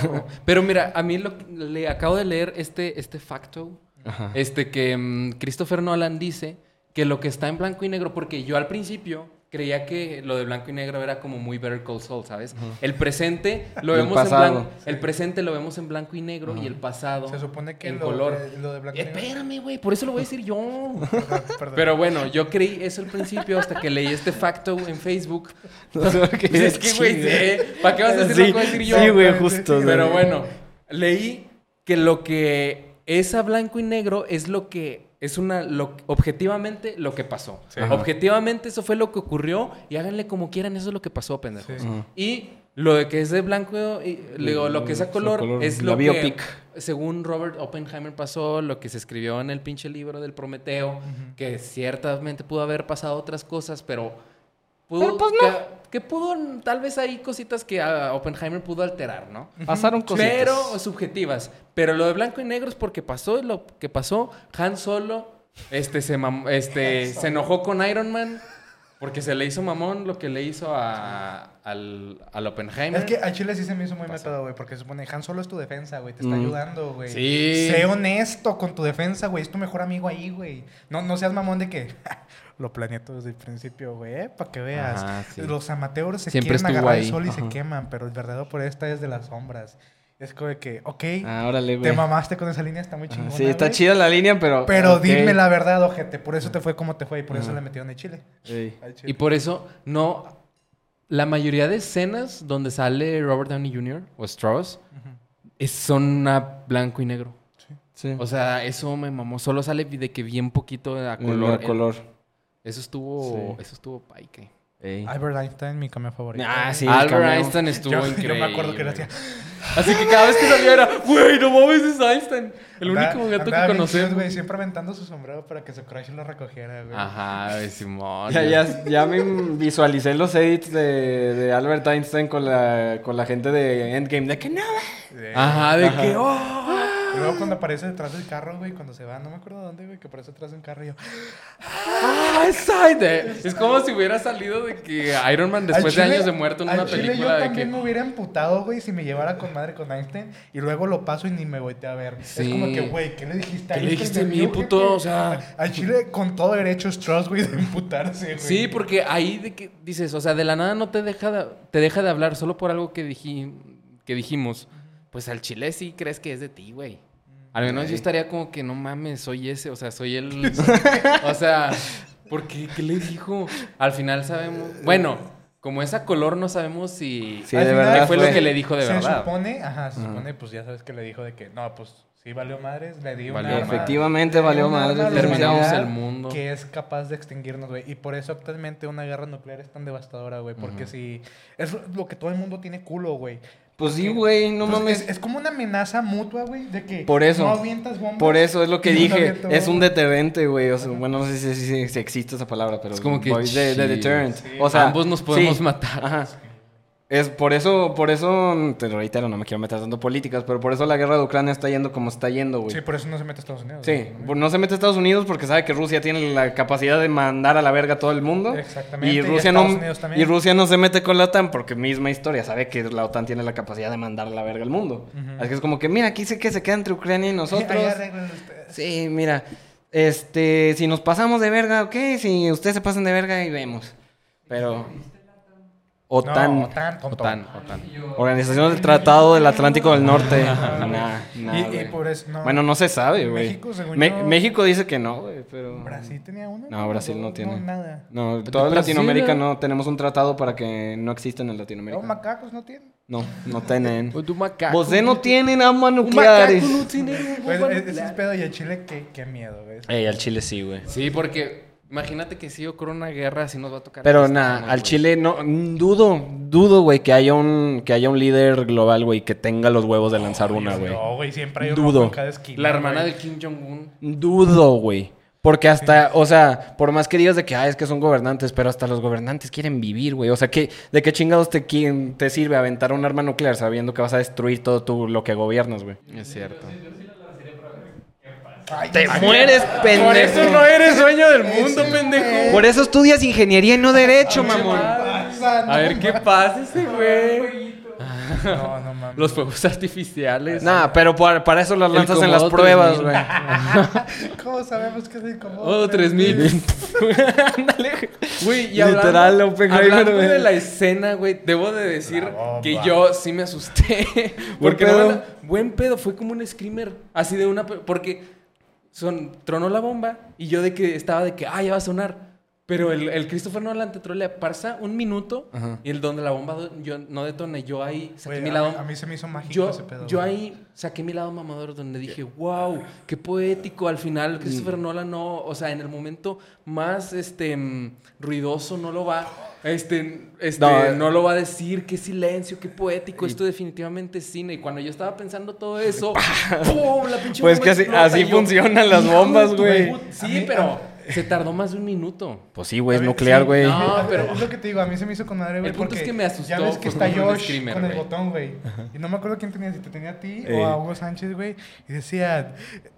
[SPEAKER 3] Pero mira, a mí lo, que- le acabo de leer este, este facto,
[SPEAKER 2] Ajá.
[SPEAKER 3] este que mm, Christopher Nolan dice que lo que está en blanco y negro, porque yo al principio creía que lo de blanco y negro era como muy Better Call Saul, ¿sabes? El presente lo
[SPEAKER 2] Y el
[SPEAKER 3] vemos en
[SPEAKER 2] pasado.
[SPEAKER 3] blanco, el presente lo vemos en blanco y negro y el pasado
[SPEAKER 1] Se supone que
[SPEAKER 3] en
[SPEAKER 1] lo,
[SPEAKER 3] color.
[SPEAKER 1] de- lo de Black
[SPEAKER 3] Espérame, güey, por eso lo voy a decir yo.
[SPEAKER 1] Perdón.
[SPEAKER 3] Pero bueno, yo creí eso al principio hasta que leí este facto en Facebook.
[SPEAKER 2] No sé por qué
[SPEAKER 3] Pues es que, güey,
[SPEAKER 2] chingue.
[SPEAKER 3] ¿eh? ¿para qué vas a decir lo que voy a decir yo?
[SPEAKER 2] Sí, güey,
[SPEAKER 1] Sí,
[SPEAKER 2] justo.
[SPEAKER 1] sí,
[SPEAKER 3] Pero
[SPEAKER 2] güey.
[SPEAKER 3] bueno, leí que lo que es a blanco y negro es lo que es una lo, objetivamente lo que pasó.
[SPEAKER 1] Sí.
[SPEAKER 3] Ajá. Objetivamente eso fue lo que ocurrió y háganle como quieran, eso es lo que pasó, pendejos.
[SPEAKER 1] Sí.
[SPEAKER 2] Ajá.
[SPEAKER 3] Y lo de que es de blanco y digo, lo que es a
[SPEAKER 2] Su
[SPEAKER 3] color,
[SPEAKER 2] color,
[SPEAKER 3] es
[SPEAKER 2] la
[SPEAKER 3] lo que
[SPEAKER 2] biopic.
[SPEAKER 3] según Robert Oppenheimer pasó, lo que se escribió en el pinche libro del Prometeo, que ciertamente pudo haber pasado otras cosas, pero pudo que, que pudo tal vez hay cositas que a Oppenheimer pudo alterar, ¿no?
[SPEAKER 2] Pasaron cositas.
[SPEAKER 3] Pero subjetivas. Pero lo de blanco y negro es porque pasó lo que pasó. Han Solo Este se mam- este se enojó con Iron Man porque se le hizo mamón lo que le hizo a, al, al Oppenheimer.
[SPEAKER 1] Es que ah, a Chile sí se me hizo muy
[SPEAKER 3] Pasa.
[SPEAKER 1] metado, güey, porque se supone Han Solo es tu defensa, güey, te está
[SPEAKER 2] Mm.
[SPEAKER 1] ayudando, güey.
[SPEAKER 3] Sí.
[SPEAKER 1] Sé honesto con tu defensa, güey, es tu mejor amigo ahí, güey. No, no seas mamón de que lo planeto desde el principio, güey, para que veas.
[SPEAKER 3] Ajá, sí.
[SPEAKER 1] Los amateurs se
[SPEAKER 3] Siempre
[SPEAKER 1] quieren
[SPEAKER 3] estuvo
[SPEAKER 1] agarrar el
[SPEAKER 3] ahí.
[SPEAKER 1] sol y se
[SPEAKER 2] Ajá.
[SPEAKER 1] queman, pero el verdadero por esta es de las sombras. Es como de que, ok,
[SPEAKER 2] Ah, órale,
[SPEAKER 1] te
[SPEAKER 2] güey.
[SPEAKER 1] mamaste con esa línea, está muy
[SPEAKER 2] Ah,
[SPEAKER 1] chingona,
[SPEAKER 2] Sí, está
[SPEAKER 1] güey,
[SPEAKER 2] chida la línea, pero.
[SPEAKER 1] Pero
[SPEAKER 2] ok.
[SPEAKER 1] dime la verdad, ojete, por eso te fue como te fue y por eso
[SPEAKER 2] Ajá.
[SPEAKER 1] le metieron de Chile.
[SPEAKER 2] Ey.
[SPEAKER 1] Al Chile.
[SPEAKER 3] Y por eso no la mayoría de escenas donde sale Robert Downey Jr. o Strauss
[SPEAKER 1] Ujú.
[SPEAKER 3] es- son a blanco y negro.
[SPEAKER 2] Sí.
[SPEAKER 3] O sea, eso me mamó. Solo sale de que bien poquito a
[SPEAKER 2] color.
[SPEAKER 3] color.
[SPEAKER 2] color.
[SPEAKER 3] Eso estuvo,
[SPEAKER 2] Sí.
[SPEAKER 3] eso estuvo paique.
[SPEAKER 2] Ey.
[SPEAKER 1] Albert Einstein, mi cambio favorito.
[SPEAKER 2] Ah, sí. el
[SPEAKER 3] Albert
[SPEAKER 2] cameo.
[SPEAKER 3] Einstein estuvo
[SPEAKER 1] Yo,
[SPEAKER 3] increíble.
[SPEAKER 1] yo me acuerdo que le hacía.
[SPEAKER 3] Así que cada vez que salía era, güey, no mames, es Einstein. El
[SPEAKER 1] Andaba-
[SPEAKER 3] único
[SPEAKER 1] andaba
[SPEAKER 3] gato que
[SPEAKER 1] bien
[SPEAKER 3] conocemos.
[SPEAKER 1] cute, güey, siempre aventando su sombrero para que su crush lo recogiera, güey.
[SPEAKER 3] Ajá, güey, Simón.
[SPEAKER 2] Ya, ya, ya me visualicé los edits de, de Albert Einstein con la, con la gente de Endgame. De que no,
[SPEAKER 1] Sí.
[SPEAKER 3] Ajá, de que, oh.
[SPEAKER 1] Y luego cuando aparece detrás del carro, güey, cuando se va, no me acuerdo dónde, güey, que aparece detrás de un carro y yo.
[SPEAKER 3] ah, es Einstein. Es como si hubiera salido de que Iron Man después
[SPEAKER 1] Al chile-
[SPEAKER 3] de años de muerto en
[SPEAKER 1] al
[SPEAKER 3] una
[SPEAKER 1] chile
[SPEAKER 3] película
[SPEAKER 1] yo
[SPEAKER 3] de
[SPEAKER 1] también
[SPEAKER 3] que.
[SPEAKER 1] me hubiera emputado, güey, si me llevara con madre con Einstein y luego lo paso y ni me volteé a ver. Es
[SPEAKER 3] Sí.
[SPEAKER 1] como que, güey, ¿qué le dijiste a
[SPEAKER 3] ¿Qué
[SPEAKER 1] Einstein
[SPEAKER 3] le dijiste
[SPEAKER 1] de
[SPEAKER 3] a mí,
[SPEAKER 1] mí,
[SPEAKER 3] puto?
[SPEAKER 1] ojete?
[SPEAKER 3] O sea-
[SPEAKER 1] Al chile con todo derecho Strauss, güey, de emputarse, güey.
[SPEAKER 3] Sí, porque ahí de que dices, o sea, de la nada no te deja de, te deja de hablar solo por algo que, diji- que dijimos. Pues al chile sí crees que es de ti, güey. Al menos yo
[SPEAKER 2] Ey.
[SPEAKER 3] estaría como que no mames, soy ese, o sea, soy el. o sea, porque qué le dijo? Al final sabemos. Bueno, como es a color, no sabemos si.
[SPEAKER 2] Sí,
[SPEAKER 1] Al
[SPEAKER 2] de
[SPEAKER 1] final,
[SPEAKER 2] verdad.
[SPEAKER 3] ¿Qué fue lo
[SPEAKER 2] fue.
[SPEAKER 3] que le dijo de
[SPEAKER 1] se
[SPEAKER 3] verdad?
[SPEAKER 1] supone, ajá, se
[SPEAKER 2] Ajá.
[SPEAKER 1] supone, pues ya sabes que le dijo de que, no, pues sí valió madres, le di una
[SPEAKER 3] Valió
[SPEAKER 1] arma-
[SPEAKER 3] madres.
[SPEAKER 2] Efectivamente, valió
[SPEAKER 1] una arma
[SPEAKER 2] madre.
[SPEAKER 1] a la
[SPEAKER 3] Terminamos
[SPEAKER 1] humanidad
[SPEAKER 3] el mundo.
[SPEAKER 1] Que es capaz de extinguirnos, güey. Y por eso actualmente una guerra nuclear es tan devastadora, güey. Porque
[SPEAKER 3] Ujú.
[SPEAKER 1] si... Es lo que todo el mundo tiene culo, güey.
[SPEAKER 2] Pues sí, güey, no
[SPEAKER 1] Pues
[SPEAKER 2] mames.
[SPEAKER 1] Es, es como una amenaza mutua, güey, de que...
[SPEAKER 2] Por eso.
[SPEAKER 1] No avientas bombas.
[SPEAKER 2] Por eso es lo que
[SPEAKER 1] y no
[SPEAKER 2] dije.
[SPEAKER 1] aviento
[SPEAKER 2] Es un
[SPEAKER 1] bombas.
[SPEAKER 2] deterrente, güey. O sea, bueno, no sé si, si- si- si existe esa palabra, pero
[SPEAKER 3] Es como que
[SPEAKER 2] voy de, de
[SPEAKER 3] chido.
[SPEAKER 2] deterrent.
[SPEAKER 1] Sí.
[SPEAKER 2] O sea,
[SPEAKER 3] Ambos nos podemos
[SPEAKER 2] ah, sí.
[SPEAKER 3] matar.
[SPEAKER 2] Ajá. Es por eso, por eso, te lo reitero, no me quiero meter tanto en políticas, pero por eso la guerra de Ucrania está yendo como está yendo, güey.
[SPEAKER 1] Sí, por eso no se mete a Estados Unidos.
[SPEAKER 2] Sí,
[SPEAKER 1] güey.
[SPEAKER 2] por- no se mete a Estados Unidos porque sabe que Rusia tiene la capacidad de mandar a la verga a todo el mundo.
[SPEAKER 1] Exactamente,
[SPEAKER 2] Y
[SPEAKER 1] y
[SPEAKER 2] Rusia,
[SPEAKER 1] Estados
[SPEAKER 2] no,
[SPEAKER 1] Unidos también.
[SPEAKER 2] y Rusia no se mete con la OTAN porque misma historia, sabe que la OTAN tiene la capacidad de mandar a la verga al mundo.
[SPEAKER 1] Ujú.
[SPEAKER 2] Así que es como que, mira, aquí sé que se queda entre Ucrania y
[SPEAKER 1] Ahí
[SPEAKER 2] nosotros.
[SPEAKER 1] arreglan ustedes.
[SPEAKER 2] sí, mira, este, si nos pasamos de verga, ok, si ustedes se pasan de verga y vemos. Pero... OTAN,
[SPEAKER 1] No, OTAN, tonto.
[SPEAKER 3] OTAN, OTAN.
[SPEAKER 2] Organización del Tratado del Atlántico del Norte. nah, nah,
[SPEAKER 1] Y- y,
[SPEAKER 2] güey.
[SPEAKER 1] por eso... No.
[SPEAKER 2] Bueno, no se sabe, güey.
[SPEAKER 1] México, según
[SPEAKER 2] Me-
[SPEAKER 1] yo-
[SPEAKER 2] México dice que no, güey, pero...
[SPEAKER 1] Brasil tenía uno.
[SPEAKER 2] No, Brasil no tiene.
[SPEAKER 1] No, nada.
[SPEAKER 2] No,
[SPEAKER 3] Pero
[SPEAKER 2] toda
[SPEAKER 3] Brasil,
[SPEAKER 2] Latinoamérica
[SPEAKER 3] eh.
[SPEAKER 2] no tenemos un tratado para que no existan en
[SPEAKER 1] Los
[SPEAKER 2] Latinoamérica.
[SPEAKER 1] macacos no tienen.
[SPEAKER 2] No, no tienen.
[SPEAKER 3] Pues, tú macaco.
[SPEAKER 2] Vosé no tienen armas
[SPEAKER 3] Un macaco
[SPEAKER 2] nucleares.
[SPEAKER 3] no tiene
[SPEAKER 1] Pues,
[SPEAKER 3] bomba
[SPEAKER 1] es- ese
[SPEAKER 3] nuclear.
[SPEAKER 1] es pedo y el Chile, qué, qué miedo, güey.
[SPEAKER 2] Ey, al Chile sí, güey.
[SPEAKER 3] Sí, porque imagínate que si ocurre una guerra, así nos va a tocar.
[SPEAKER 2] Pero
[SPEAKER 3] Pues,
[SPEAKER 2] nada,
[SPEAKER 3] no,
[SPEAKER 2] al
[SPEAKER 3] güey.
[SPEAKER 2] Chile no mm, dudo, dudo, güey, que haya un que haya un líder global, güey, que tenga los huevos de lanzar una, güey.
[SPEAKER 1] No, güey, siempre hay un
[SPEAKER 2] Dudo.
[SPEAKER 1] Dudo. en cada esquina.
[SPEAKER 3] La hermana
[SPEAKER 1] güey.
[SPEAKER 3] del Kim Jong-un.
[SPEAKER 2] Dudo, güey. Porque hasta, o sea, por más que digas de que, ah, es que son gobernantes, pero hasta los gobernantes quieren vivir, güey. O sea, ¿qué, ¿de qué chingados te, qui- te sirve aventar un arma nuclear sabiendo que vas a destruir todo tu, lo que gobiernas, güey?
[SPEAKER 3] Es cierto.
[SPEAKER 1] Ay,
[SPEAKER 2] ¡Te
[SPEAKER 1] sí.
[SPEAKER 2] mueres, pendejo!
[SPEAKER 3] Por eso no eres dueño del mundo,
[SPEAKER 1] mundo, Sí,
[SPEAKER 3] pendejo.
[SPEAKER 1] pendejo.
[SPEAKER 2] Por eso estudias ingeniería y no derecho,
[SPEAKER 3] Pinche
[SPEAKER 2] mamón.
[SPEAKER 3] madre.
[SPEAKER 1] Pasa, no
[SPEAKER 3] A ver qué
[SPEAKER 1] mames.
[SPEAKER 3] pasa ese güey.
[SPEAKER 1] No, no mames.
[SPEAKER 3] Los fuegos artificiales.
[SPEAKER 2] Nah, pero para, para eso las
[SPEAKER 3] El
[SPEAKER 2] lanzas en las
[SPEAKER 3] Comodo
[SPEAKER 2] pruebas,
[SPEAKER 3] 3000.
[SPEAKER 2] güey.
[SPEAKER 1] ¿Cómo sabemos que es como
[SPEAKER 3] Oh, 3000.
[SPEAKER 2] Ándale.
[SPEAKER 3] Güey, y
[SPEAKER 2] Literal,
[SPEAKER 3] hablando,
[SPEAKER 2] Oppenheimer,
[SPEAKER 3] hablando
[SPEAKER 2] güey.
[SPEAKER 3] de la escena, güey, debo de decir
[SPEAKER 1] La bomba.
[SPEAKER 3] que yo sí me asusté. Porque
[SPEAKER 2] pedo.
[SPEAKER 3] no me la- buen pedo, fue como un screamer. Así de una. pe- Porque son, tronó la bomba y yo de que estaba de que, ah, ya va a sonar. Pero el, el Christopher Nolan te trolea, pasa un minuto
[SPEAKER 2] Ajá.
[SPEAKER 3] y el donde la bomba do- yo no detone, yo ahí saqué
[SPEAKER 1] Güey,
[SPEAKER 3] mi
[SPEAKER 1] a,
[SPEAKER 3] lado.
[SPEAKER 1] mí, a mí se me hizo mágico
[SPEAKER 3] Yo,
[SPEAKER 1] ese pedo.
[SPEAKER 3] yo
[SPEAKER 1] güey.
[SPEAKER 3] ahí saqué mi lado mamador donde dije, wow, qué poético. Al
[SPEAKER 2] Mm.
[SPEAKER 3] final, Christopher Nolan no, o sea, en el momento más este mm, ruidoso no lo va, este, este,
[SPEAKER 2] No, eh.
[SPEAKER 3] no, lo va a decir, qué silencio, qué poético. Esto definitivamente es cine. Y cuando yo estaba pensando todo eso, ¡pum! La pinche
[SPEAKER 2] Pues
[SPEAKER 3] bomba
[SPEAKER 2] que así,
[SPEAKER 3] explota
[SPEAKER 2] así
[SPEAKER 3] y yo,
[SPEAKER 2] funcionan las
[SPEAKER 3] "Hijo de
[SPEAKER 2] bombas,
[SPEAKER 3] tu
[SPEAKER 2] güey.
[SPEAKER 3] put-".
[SPEAKER 1] A
[SPEAKER 3] Sí,
[SPEAKER 1] mí-
[SPEAKER 3] pero
[SPEAKER 1] a-
[SPEAKER 3] se tardó más de un minuto.
[SPEAKER 2] Pues sí, güey, es nuclear, güey.
[SPEAKER 3] No, pero-
[SPEAKER 1] Es lo que te digo, a mí se me hizo con madre, güey.
[SPEAKER 3] El punto es
[SPEAKER 1] porque
[SPEAKER 3] que me asustó
[SPEAKER 1] Ya ves que
[SPEAKER 3] por
[SPEAKER 1] está
[SPEAKER 3] un hombre
[SPEAKER 1] Josh
[SPEAKER 3] screamer,
[SPEAKER 1] con el
[SPEAKER 3] güey.
[SPEAKER 1] botón, güey. Y no me acuerdo quién tenía, si te tenía a ti
[SPEAKER 2] Ey.
[SPEAKER 1] o a Hugo Sánchez, güey. Y decía,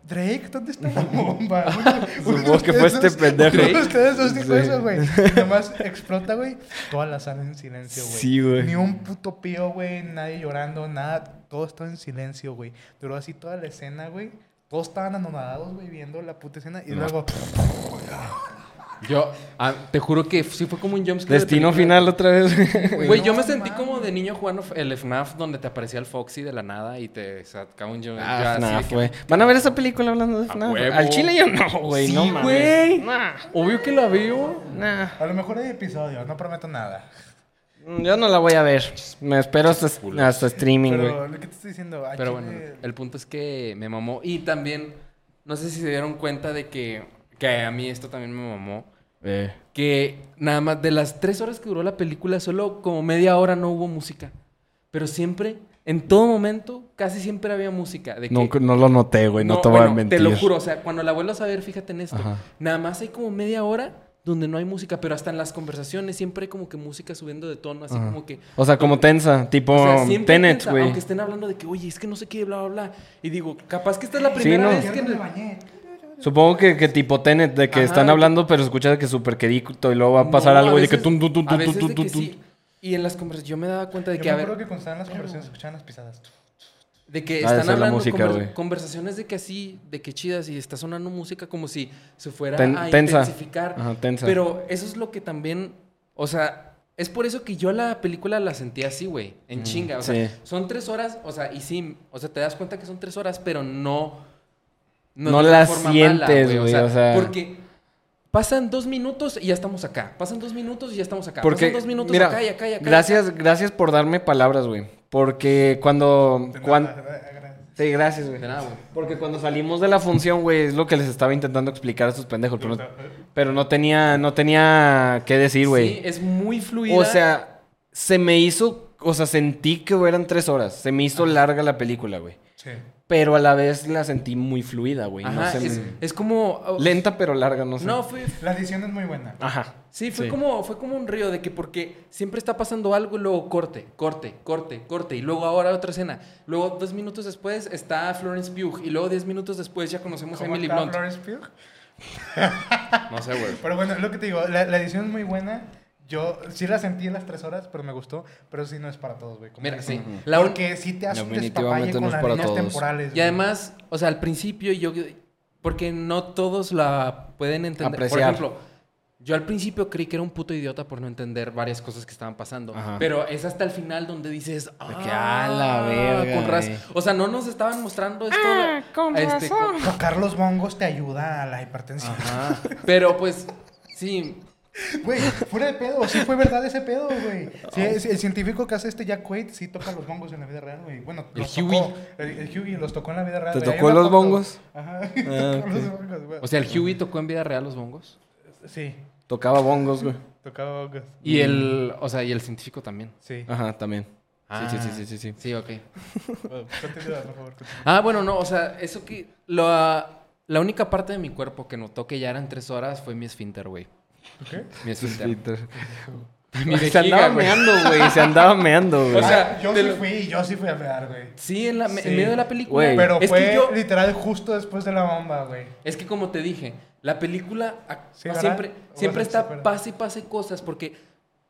[SPEAKER 1] Drake, ¿dónde está la bomba?
[SPEAKER 2] Supongo que fue este pendejo.
[SPEAKER 1] Drake. Ustedes dos dijo
[SPEAKER 2] Sí.
[SPEAKER 1] eso, güey. Y Nomás explota, güey. Toda la sala en silencio, güey.
[SPEAKER 2] Sí, güey.
[SPEAKER 1] Ni un puto pío, güey. Nadie llorando, nada. Todo estaba en silencio, güey. Duró así toda la escena, güey. Todos estaban anonadados, güey, viendo la puta escena. Y
[SPEAKER 2] Nomás,
[SPEAKER 1] luego...
[SPEAKER 3] Yo ah, te juro que sí fue como un jumpscare. de
[SPEAKER 2] Destino
[SPEAKER 3] película.
[SPEAKER 2] final otra vez, güey.
[SPEAKER 3] Güey, yo
[SPEAKER 1] No
[SPEAKER 3] me sentí
[SPEAKER 1] mames.
[SPEAKER 3] como de niño jugando el FNAF donde te aparecía el Foxy de la nada y te sacaba un jump. yo
[SPEAKER 2] Ah,
[SPEAKER 3] así
[SPEAKER 2] FNAF,
[SPEAKER 3] de que-
[SPEAKER 2] güey. ¿Van a ver esa película hablando de
[SPEAKER 3] A
[SPEAKER 2] FNAF?
[SPEAKER 3] huevo.
[SPEAKER 2] Al chile yo no, Ah, güey.
[SPEAKER 3] Sí,
[SPEAKER 2] no mames.
[SPEAKER 3] güey.
[SPEAKER 2] Nah,
[SPEAKER 3] Obvio que la veo.
[SPEAKER 2] nah.
[SPEAKER 1] A lo mejor hay episodios, no prometo nada.
[SPEAKER 2] Mm, Yo no la voy a ver. Me espero hasta, hasta streaming, güey.
[SPEAKER 1] Pero lo que te estoy diciendo,
[SPEAKER 2] Ah,
[SPEAKER 1] ay,
[SPEAKER 3] Pero
[SPEAKER 1] chile,
[SPEAKER 3] bueno, el punto es que me mamó. Y también, no sé si se dieron cuenta de que, que a mí esto también me mamó.
[SPEAKER 2] Eh.
[SPEAKER 3] Que nada más de las tres horas que duró la película, solo como media hora no hubo música. Pero siempre, en todo momento, casi siempre había música. De que,
[SPEAKER 2] No, no lo noté, güey. No, te voy a
[SPEAKER 3] bueno,
[SPEAKER 2] mentir.
[SPEAKER 3] Te lo juro, o sea, cuando la vuelvas a ver, fíjate en esto.
[SPEAKER 2] Ajá.
[SPEAKER 3] Nada más hay como media hora donde no hay música, pero hasta en las conversaciones siempre hay como que música subiendo de tono, así
[SPEAKER 2] Ajá.
[SPEAKER 3] como que.
[SPEAKER 2] O sea, como tensa. Tipo
[SPEAKER 3] O sea, siempre
[SPEAKER 2] Tenet,
[SPEAKER 3] piensa,
[SPEAKER 2] güey.
[SPEAKER 3] Aunque estén hablando de que, oye, es que no sé qué, bla, bla, bla. Y digo, capaz que esta es la
[SPEAKER 1] Sí,
[SPEAKER 3] primera
[SPEAKER 2] no.
[SPEAKER 3] vez
[SPEAKER 1] yo
[SPEAKER 3] que.
[SPEAKER 1] no me bañé.
[SPEAKER 2] Supongo que, que tipo Tenet, de que
[SPEAKER 3] Ajá,
[SPEAKER 2] están
[SPEAKER 3] de que-
[SPEAKER 2] hablando, pero escuchas que súper querido y luego va a pasar
[SPEAKER 3] No,
[SPEAKER 2] algo y de que...
[SPEAKER 3] veces-
[SPEAKER 2] tum, tum, tum,
[SPEAKER 3] a
[SPEAKER 2] tum,
[SPEAKER 3] veces
[SPEAKER 2] tum,
[SPEAKER 3] de
[SPEAKER 2] tum,
[SPEAKER 3] que
[SPEAKER 2] tum.
[SPEAKER 3] sí. Y en las conversaciones, yo me daba cuenta de
[SPEAKER 1] Yo
[SPEAKER 3] que,
[SPEAKER 1] me
[SPEAKER 3] a
[SPEAKER 1] acuerdo
[SPEAKER 3] ver,
[SPEAKER 1] que cuando estaban las conversaciones escuchaban las pisadas.
[SPEAKER 3] de que
[SPEAKER 2] Ah, esa es
[SPEAKER 3] están
[SPEAKER 2] la
[SPEAKER 3] hablando
[SPEAKER 2] música,
[SPEAKER 3] conver-
[SPEAKER 2] güey.
[SPEAKER 3] conversaciones de que así, de que chidas, y está sonando música como si se fuera
[SPEAKER 2] Ten-
[SPEAKER 3] a
[SPEAKER 2] tensa.
[SPEAKER 3] intensificar.
[SPEAKER 2] Ajá, tensa.
[SPEAKER 3] Pero eso es lo que también, o sea, es por eso que yo la película la sentí así, güey, en chinga. O sea,
[SPEAKER 2] Mm, sí.
[SPEAKER 3] son tres horas, o sea, y sí, o sea, te das cuenta que son tres horas, pero no...
[SPEAKER 2] No
[SPEAKER 3] de una
[SPEAKER 2] la
[SPEAKER 3] forma
[SPEAKER 2] sientes, güey, o sea-
[SPEAKER 3] Porque pasan dos minutos y ya estamos acá. Pasan dos minutos y ya estamos acá.
[SPEAKER 2] Porque,
[SPEAKER 3] pasan dos minutos
[SPEAKER 2] mira,
[SPEAKER 3] acá y acá y acá. y
[SPEAKER 2] gracias,
[SPEAKER 3] acá.
[SPEAKER 2] gracias por darme palabras, güey. Porque cuando...
[SPEAKER 3] Ah.
[SPEAKER 2] cuan- Sí, gracias, güey.
[SPEAKER 3] De nada, güey.
[SPEAKER 2] Porque cuando salimos de la función, güey, es lo que les estaba intentando explicar a estos pendejos. Pero no,
[SPEAKER 3] eh.
[SPEAKER 2] pero no tenía, no tenía qué decir,
[SPEAKER 3] Sí,
[SPEAKER 2] güey.
[SPEAKER 3] es muy fluida.
[SPEAKER 2] o sea, se me hizo... O sea, sentí que güey, eran tres horas. Se me hizo larga la película, güey.
[SPEAKER 1] Sí.
[SPEAKER 2] Pero a la vez la sentí muy fluida, güey. No
[SPEAKER 3] Ajá,
[SPEAKER 2] se
[SPEAKER 3] es,
[SPEAKER 2] me-
[SPEAKER 3] es como... oh,
[SPEAKER 2] Lenta pero larga, no sé.
[SPEAKER 3] No, fue,
[SPEAKER 1] La edición es muy buena.
[SPEAKER 3] Ah,
[SPEAKER 2] Ajá.
[SPEAKER 3] Sí, fue,
[SPEAKER 2] Sí.
[SPEAKER 3] Como, fue como un río de que porque siempre está pasando algo y luego corte, corte, corte, corte. Y luego ahora otra escena. Luego dos minutos después está Florence Pugh. Y luego diez minutos después ya conocemos a
[SPEAKER 1] ¿Cómo
[SPEAKER 3] Emily
[SPEAKER 1] acaba
[SPEAKER 3] Blunt.
[SPEAKER 1] Florence Pugh?
[SPEAKER 3] No sé, güey.
[SPEAKER 1] Pero bueno, lo que te digo, la, la edición es muy buena. Yo sí la sentí en las tres horas, pero me gustó. Pero sí no es para todos, güey. como
[SPEAKER 3] Mira,
[SPEAKER 1] dicen.
[SPEAKER 3] sí. La un-
[SPEAKER 1] Porque sí te hace un
[SPEAKER 2] Definitivamente
[SPEAKER 1] despapalle con
[SPEAKER 2] no es
[SPEAKER 1] las
[SPEAKER 2] para
[SPEAKER 1] líneas
[SPEAKER 2] todos.
[SPEAKER 1] temporales.
[SPEAKER 3] Y
[SPEAKER 1] güey.
[SPEAKER 3] además, o sea, al principio yo... Porque no todos la pueden entender. Por
[SPEAKER 2] Apreciar.
[SPEAKER 3] ejemplo, yo al principio creí que era un puto idiota por no entender varias cosas que estaban pasando.
[SPEAKER 2] Ajá.
[SPEAKER 3] Pero es hasta el final donde dices... ¡Ah,
[SPEAKER 2] que, "Ah, la verga,
[SPEAKER 3] Con raz-".
[SPEAKER 2] güey.
[SPEAKER 3] O sea, no nos estaban mostrando esto...
[SPEAKER 2] Ah, con
[SPEAKER 3] este,
[SPEAKER 2] razón.
[SPEAKER 1] Tocar los bongos te ayuda a la hipertensión.
[SPEAKER 3] Ajá. Pero pues, sí.
[SPEAKER 1] Güey, fuera de pedo, sí fue verdad ese pedo, güey. Sí, es- el científico que hace este Jack Wade sí toca los bongos en la vida real, güey. Bueno,
[SPEAKER 3] El
[SPEAKER 1] los
[SPEAKER 3] Huey.
[SPEAKER 1] tocó. el, el Huey los tocó en la vida real.
[SPEAKER 2] ¿Te
[SPEAKER 1] güey. Hay
[SPEAKER 2] tocó
[SPEAKER 1] una
[SPEAKER 2] los
[SPEAKER 1] foto.
[SPEAKER 2] bongos?
[SPEAKER 1] Ajá,
[SPEAKER 2] Ah,
[SPEAKER 1] tocó los
[SPEAKER 2] ok.
[SPEAKER 1] bongos, güey.
[SPEAKER 3] O sea, el Huey tocó en vida real los bongos.
[SPEAKER 1] sí,
[SPEAKER 2] Tocaba bongos, güey.
[SPEAKER 1] tocaba bongos.
[SPEAKER 3] Y el, o sea, y el científico también.
[SPEAKER 1] Sí.
[SPEAKER 2] Ajá, también.
[SPEAKER 3] Ah.
[SPEAKER 2] Sí, sí, sí, sí, sí, sí.
[SPEAKER 3] Sí, ok.
[SPEAKER 1] Bueno, continúa, por favor. continúa.
[SPEAKER 3] Ah, bueno, no, o sea, eso que... La, la única parte de mi cuerpo que notó que ya eran tres horas fue mi esfínter, güey.
[SPEAKER 1] ¿Qué?
[SPEAKER 3] Mi esfínter.
[SPEAKER 2] Peter.
[SPEAKER 3] Mi
[SPEAKER 2] se
[SPEAKER 3] vejiga,
[SPEAKER 2] andaba
[SPEAKER 3] güey.
[SPEAKER 2] meando, güey. Se andaba meando, güey.
[SPEAKER 3] O sea,
[SPEAKER 1] Ah, yo
[SPEAKER 3] te
[SPEAKER 1] sí
[SPEAKER 3] lo-
[SPEAKER 1] fui, yo sí fui a pegar, güey.
[SPEAKER 3] Sí, en, la,
[SPEAKER 1] Sí.
[SPEAKER 3] en medio de la película.
[SPEAKER 2] Güey.
[SPEAKER 1] Pero
[SPEAKER 3] es
[SPEAKER 1] fue
[SPEAKER 3] que yo...
[SPEAKER 1] literal justo después de la bomba, güey.
[SPEAKER 3] Es que como te dije, la película a-
[SPEAKER 1] Sí,
[SPEAKER 3] a-
[SPEAKER 1] ¿verdad?
[SPEAKER 3] siempre,
[SPEAKER 1] O
[SPEAKER 3] siempre
[SPEAKER 1] sea, sí,
[SPEAKER 3] está
[SPEAKER 1] ¿verdad?
[SPEAKER 3] pase y pase cosas porque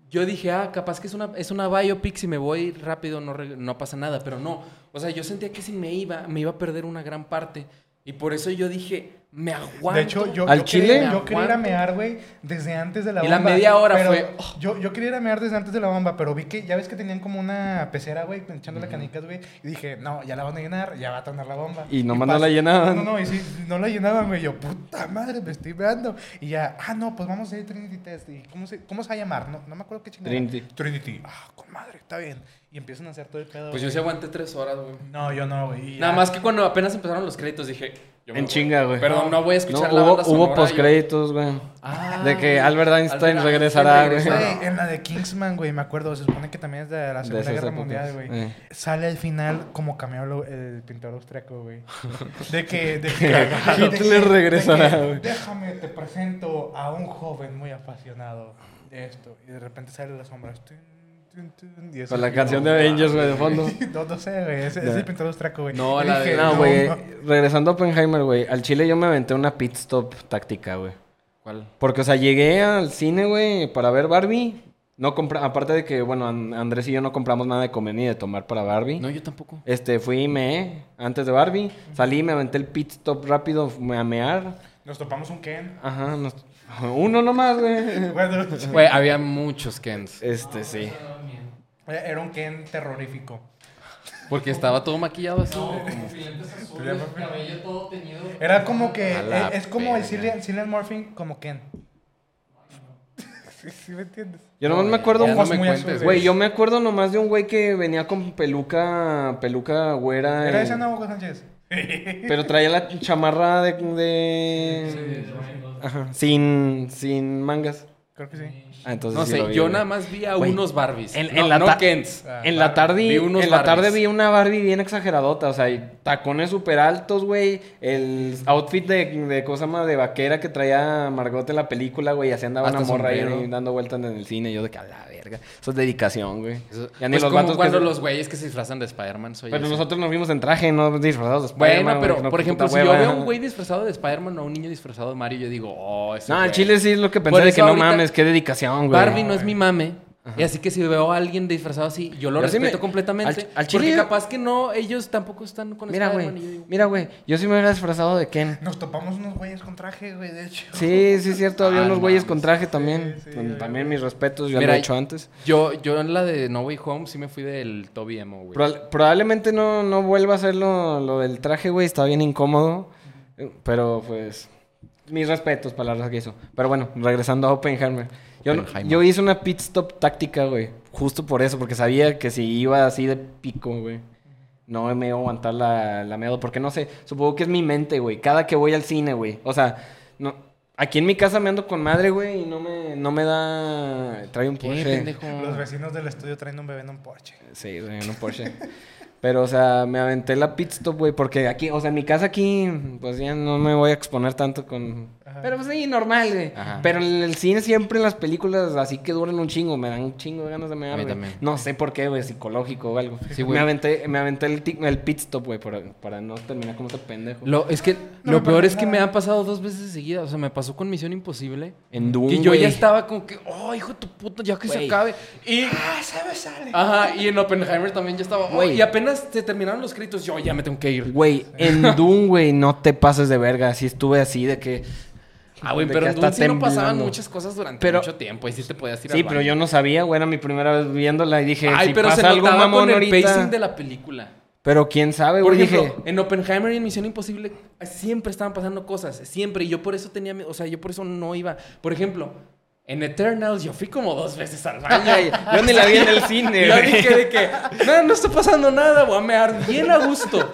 [SPEAKER 3] yo dije, ah, capaz que es una, es una biopic, si me voy rápido no, re- no pasa nada, pero no. O sea, yo sentía que si me iba, me iba a perder una gran parte y por eso yo dije, me aguanto.
[SPEAKER 1] De hecho, yo,
[SPEAKER 2] ¿Al
[SPEAKER 1] yo
[SPEAKER 2] chile?
[SPEAKER 1] quería- yo quería ir a
[SPEAKER 3] Aguanto.
[SPEAKER 1] mear, güey, desde antes de la
[SPEAKER 3] Y
[SPEAKER 1] bomba.
[SPEAKER 3] la media hora
[SPEAKER 1] pero
[SPEAKER 3] fue-
[SPEAKER 1] Yo, yo quería ir a mear desde antes de la bomba, pero vi que, ya ves que tenían como una pecera, güey, echándole canicas, güey. Y dije, no, ya la van a llenar, ya va a tornar la bomba.
[SPEAKER 2] Y nomás no
[SPEAKER 1] pasa-
[SPEAKER 2] la llenaban.
[SPEAKER 1] No, no, y sí, no la llenaban, güey. Yo, puta madre, me estoy meando. Y ya, ah, no, pues vamos a ir Trinity Test. ¿Y cómo se, cómo se va a llamar? No, no me acuerdo qué chingada.
[SPEAKER 2] Trinity.
[SPEAKER 1] Trinity. Ah, con madre, está bien. Y empiezan a hacer todo el pedo.
[SPEAKER 3] Pues yo
[SPEAKER 1] güey.
[SPEAKER 3] sí aguanté tres horas, güey.
[SPEAKER 1] No, yo no, güey. y ya.
[SPEAKER 3] Nada más que cuando apenas empezaron los créditos dije, Yo me
[SPEAKER 2] En
[SPEAKER 3] voy.
[SPEAKER 2] chinga, güey.
[SPEAKER 3] Perdón, no voy a
[SPEAKER 2] No,
[SPEAKER 3] escuchar la
[SPEAKER 2] hubo,
[SPEAKER 3] banda
[SPEAKER 2] hubo
[SPEAKER 3] sonora, yo-
[SPEAKER 2] postcréditos, güey.
[SPEAKER 3] Ah,
[SPEAKER 2] de que Albert Einstein
[SPEAKER 3] Albert
[SPEAKER 2] regresará, güey.
[SPEAKER 3] Einstein regresará.
[SPEAKER 1] Güey, en la de Kingsman, güey, me acuerdo, se supone que también es de la
[SPEAKER 2] De
[SPEAKER 1] Segunda
[SPEAKER 2] esas
[SPEAKER 1] Guerra
[SPEAKER 2] épocas,
[SPEAKER 1] Mundial, güey.
[SPEAKER 2] eh.
[SPEAKER 1] Sale al final como cameo lo- el pintor austriaco, güey. De que... De que
[SPEAKER 2] Hitler
[SPEAKER 1] de que- de que,
[SPEAKER 2] regresará, güey.
[SPEAKER 1] Déjame, te presento a un joven muy apasionado de esto. Y de repente sale las sombras. tun, tun, tun, y eso
[SPEAKER 2] Con la
[SPEAKER 1] es
[SPEAKER 2] canción de
[SPEAKER 1] como,
[SPEAKER 2] Avengers, güey, de
[SPEAKER 1] "Wow".
[SPEAKER 2] fondo.
[SPEAKER 1] No, no sé, güey. Es, es
[SPEAKER 2] Ya.
[SPEAKER 1] el pintor austriaco, güey.
[SPEAKER 3] No,
[SPEAKER 1] Y
[SPEAKER 3] la de-
[SPEAKER 1] dije,
[SPEAKER 2] No, güey.
[SPEAKER 1] no.
[SPEAKER 2] Regresando a Oppenheimer, güey. Al Chile yo me aventé una pit stop táctica, güey.
[SPEAKER 3] ¿Cuál?
[SPEAKER 2] Porque, o sea, llegué al cine, güey, para ver Barbie. No compra... Aparte de que, bueno, An- Andrés y yo no compramos nada de comer ni de tomar para Barbie.
[SPEAKER 3] No, yo tampoco.
[SPEAKER 2] Este, fui y meé antes de Barbie. Salí, me aventé el pit stop rápido me- a mear.
[SPEAKER 1] Nos topamos un Ken.
[SPEAKER 2] Ajá. nos- Uno nomás, güey.
[SPEAKER 1] Bueno,
[SPEAKER 3] Güey, había muchos Kens.
[SPEAKER 2] Este, sí.
[SPEAKER 1] era un Ken terrorífico.
[SPEAKER 3] Porque estaba todo maquillado así.
[SPEAKER 1] Era como que.
[SPEAKER 3] A la
[SPEAKER 1] Es, es como el
[SPEAKER 3] verga.
[SPEAKER 1] Cillian, Cillian Murphy como Ken. ¿Sí, sí me entiendes?
[SPEAKER 2] Yo nomás me acuerdo...
[SPEAKER 3] ya
[SPEAKER 2] un
[SPEAKER 3] no
[SPEAKER 1] Ojos
[SPEAKER 3] me
[SPEAKER 1] muy
[SPEAKER 3] cuentes,
[SPEAKER 1] azules.
[SPEAKER 2] Güey, yo me acuerdo nomás de un güey que venía con peluca, peluca güera.
[SPEAKER 1] ¿Era
[SPEAKER 2] en-
[SPEAKER 1] ese no, Hugo Sánchez?
[SPEAKER 2] Pero traía la chamarra de... de- Ajá, sin, sin mangas.
[SPEAKER 1] Creo que sí.
[SPEAKER 2] Ah, entonces
[SPEAKER 3] No
[SPEAKER 2] sí
[SPEAKER 3] sé,
[SPEAKER 2] lo vi,
[SPEAKER 3] yo
[SPEAKER 2] güey.
[SPEAKER 3] nada más vi a
[SPEAKER 2] Güey,
[SPEAKER 3] unos Barbies.
[SPEAKER 2] en-
[SPEAKER 3] no,
[SPEAKER 2] en la
[SPEAKER 3] no
[SPEAKER 2] ta-
[SPEAKER 3] Kens.
[SPEAKER 1] Ah,
[SPEAKER 2] En la tarde,
[SPEAKER 3] vi unos
[SPEAKER 2] en la
[SPEAKER 3] Barbies.
[SPEAKER 2] tarde vi una Barbie bien exageradota, o sea, y tacones súper altos, güey, el outfit de, de cosa más de vaquera que traía Margot en la película, güey, y así andaba
[SPEAKER 3] Hasta
[SPEAKER 2] una morra ahí,
[SPEAKER 3] sombrero.
[SPEAKER 2] dando vueltas en el cine, y yo de que a la verga, eso es dedicación, güey.
[SPEAKER 3] Eso-
[SPEAKER 2] Ya ni
[SPEAKER 3] pues
[SPEAKER 2] los
[SPEAKER 3] como
[SPEAKER 2] vatos que
[SPEAKER 3] cuando
[SPEAKER 2] se-
[SPEAKER 3] los güeyes que se disfrazan de Spider-Man soy
[SPEAKER 2] Pero
[SPEAKER 3] ese.
[SPEAKER 2] nosotros nos vimos en traje, no disfrazados de
[SPEAKER 3] Bueno,
[SPEAKER 2] Spider-Man,
[SPEAKER 3] pero
[SPEAKER 2] güey, no,
[SPEAKER 3] por ejemplo,
[SPEAKER 2] puta
[SPEAKER 3] si yo
[SPEAKER 2] hueva.
[SPEAKER 3] veo a un güey disfrazado de Spider-Man o a un niño disfrazado de Mario, yo digo, oh, ese.
[SPEAKER 2] No,
[SPEAKER 3] güey.
[SPEAKER 2] en Chile sí es lo que
[SPEAKER 3] Por
[SPEAKER 2] pensé de
[SPEAKER 3] eso
[SPEAKER 2] que no
[SPEAKER 3] ahorita
[SPEAKER 2] mames, qué dedicación, güey.
[SPEAKER 3] Barbie no es mi mame. Y así que si veo a alguien disfrazado así, yo lo
[SPEAKER 2] Yo sí me-
[SPEAKER 3] respeto completamente.
[SPEAKER 2] al- al
[SPEAKER 3] porque
[SPEAKER 2] chile-
[SPEAKER 3] capaz que no, ellos tampoco están con
[SPEAKER 2] Mira, güey,
[SPEAKER 3] Spider-Man. y yo digo,
[SPEAKER 2] mira, güey, yo sí me hubiera disfrazado de Ken.
[SPEAKER 1] Nos topamos unos güeyes con traje, güey, de hecho.
[SPEAKER 2] Sí, sí, es cierto. Había
[SPEAKER 3] Ah,
[SPEAKER 2] unos
[SPEAKER 3] no
[SPEAKER 2] güeyes
[SPEAKER 3] mames.
[SPEAKER 2] con traje también.
[SPEAKER 1] sí,
[SPEAKER 2] Tam-
[SPEAKER 1] ya,
[SPEAKER 2] también mis respetos, yo
[SPEAKER 3] Mira,
[SPEAKER 2] lo he hecho antes.
[SPEAKER 3] Yo, yo en la de No Way Home sí me fui del Toby Emo, güey.
[SPEAKER 2] Probal- probablemente no, no vuelva a hacer lo, lo del traje, güey. Está bien incómodo. eh, Pero pues. Mis respetos para la raza que hizo. Pero bueno, regresando a Oppenheimer. Yo, no-
[SPEAKER 3] Oppenheimer.
[SPEAKER 2] yo hice una pit stop táctica, güey. Justo por eso, porque sabía que si iba así de pico, güey. No me iba a aguantar la, la miedo, porque no sé, supongo que es mi mente, güey. Cada que voy al cine, güey. O sea, no, aquí en mi casa me ando con madre, güey, y no me, no me da... Trae un
[SPEAKER 3] ¿Qué,
[SPEAKER 2] Porsche.
[SPEAKER 3] pendejo?
[SPEAKER 1] Los vecinos del estudio traen un bebé en un Porsche.
[SPEAKER 2] Sí, güey, en un Porsche. Pero, o sea, me aventé la pit stop, güey, porque aquí, o sea, en mi casa aquí, pues ya no me voy a exponer tanto con...
[SPEAKER 1] Ajá.
[SPEAKER 2] Pero pues sí, normal, güey.
[SPEAKER 3] Ajá.
[SPEAKER 2] Pero en el cine siempre las películas así que duran un chingo, me dan un chingo de ganas de mear,
[SPEAKER 3] A mí
[SPEAKER 2] güey.
[SPEAKER 3] también.
[SPEAKER 2] No sé por qué, güey, psicológico o algo.
[SPEAKER 3] Sí, güey.
[SPEAKER 2] Me aventé, me aventé el, ti- el pit stop, güey, para, para no terminar como ese pendejo.
[SPEAKER 3] Lo, es que
[SPEAKER 1] No
[SPEAKER 3] lo
[SPEAKER 1] me
[SPEAKER 3] peor
[SPEAKER 1] pasa
[SPEAKER 3] es que
[SPEAKER 1] nada.
[SPEAKER 3] me han pasado dos veces seguidas. O sea, me pasó con Misión Imposible.
[SPEAKER 2] En Doom,
[SPEAKER 3] que yo
[SPEAKER 2] güey.
[SPEAKER 3] ya estaba como que, oh, hijo de tu puta, ya que se
[SPEAKER 2] Güey.
[SPEAKER 3] acabe. Y,
[SPEAKER 1] ¡Ah, se me sale!
[SPEAKER 3] ajá, y en Oppenheimer también ya estaba. oh,
[SPEAKER 2] Güey.
[SPEAKER 3] y apenas se terminaron los créditos, yo ya me tengo que ir.
[SPEAKER 2] Güey, en Doom, güey, no te pases de verga. Así estuve así de que...
[SPEAKER 3] Ah, güey,
[SPEAKER 2] de
[SPEAKER 3] pero
[SPEAKER 2] que
[SPEAKER 3] en
[SPEAKER 2] hasta
[SPEAKER 3] Dune sí no pasaban
[SPEAKER 2] temblando.
[SPEAKER 3] muchas cosas durante
[SPEAKER 2] Pero-
[SPEAKER 3] mucho tiempo. Y sí te podías ir
[SPEAKER 2] Sí,
[SPEAKER 3] al
[SPEAKER 2] pero
[SPEAKER 3] baño.
[SPEAKER 2] yo no sabía, güey, era mi primera vez viéndola y dije,
[SPEAKER 3] Ay,
[SPEAKER 2] si
[SPEAKER 3] pero
[SPEAKER 2] pasa
[SPEAKER 3] se
[SPEAKER 2] algo
[SPEAKER 3] notaba
[SPEAKER 2] mamón
[SPEAKER 3] con el
[SPEAKER 2] ahorita.
[SPEAKER 3] pacing de la película.
[SPEAKER 2] Pero quién sabe,
[SPEAKER 3] Por
[SPEAKER 2] güey,
[SPEAKER 3] ejemplo,
[SPEAKER 2] dije.
[SPEAKER 3] en Oppenheimer y en Misión Imposible siempre estaban pasando cosas, siempre. Y yo por eso tenía miedo, o sea, yo por eso no iba. Por ejemplo, en Eternals yo fui como dos veces al baño.
[SPEAKER 2] Ay, yo ni la vi en el cine,
[SPEAKER 3] Yo
[SPEAKER 2] güey.
[SPEAKER 3] dije de que, no, no está pasando nada, voy a mear bien a gusto.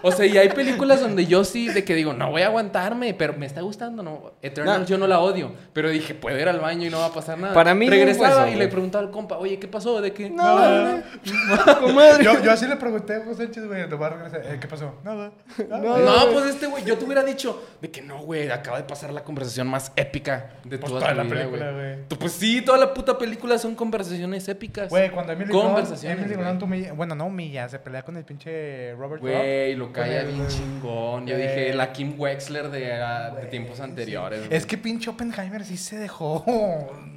[SPEAKER 3] O sea, y hay películas donde yo sí, de que digo, no voy a aguantarme, pero me está gustando, ¿no? Eternals
[SPEAKER 2] No.
[SPEAKER 3] yo no la odio, pero dije, puedo ir al baño y no va a pasar nada.
[SPEAKER 2] Para mí no fue
[SPEAKER 3] Regresaba
[SPEAKER 2] eso,
[SPEAKER 3] y le
[SPEAKER 2] güey.
[SPEAKER 3] preguntaba al compa, oye, ¿qué pasó? ¿De qué?
[SPEAKER 2] No,
[SPEAKER 1] Nada.
[SPEAKER 2] comadre.
[SPEAKER 1] Yo, yo así le pregunté a Hugo Sánchez, güey, te voy a regresar. Eh, ¿Qué pasó? Nada. Ah, Nada.
[SPEAKER 3] No, pues este güey, yo te hubiera dicho de que no, güey, acaba de pasar la conversación más épica de
[SPEAKER 1] Pues
[SPEAKER 3] toda,
[SPEAKER 1] toda
[SPEAKER 3] tu
[SPEAKER 1] la
[SPEAKER 3] vida,
[SPEAKER 1] película,
[SPEAKER 3] güey.
[SPEAKER 1] güey.
[SPEAKER 3] Tú, Pues sí, toda la puta película son conversaciones épicas.
[SPEAKER 1] Güey, cuando Emily Blunt,
[SPEAKER 3] Conversaciones,
[SPEAKER 1] Emily
[SPEAKER 3] güey.
[SPEAKER 1] Blunt humilla- bueno, no humilla, se pelea con el pinche Robert
[SPEAKER 3] Güey,
[SPEAKER 1] Robb.
[SPEAKER 3] lo calla
[SPEAKER 1] Con el-
[SPEAKER 3] bien chingón. Yo
[SPEAKER 1] Güey.
[SPEAKER 3] dije, la Kim Wexler de, ah, de tiempos anteriores. güey.
[SPEAKER 1] Es que pinche Oppenheimer sí se dejó.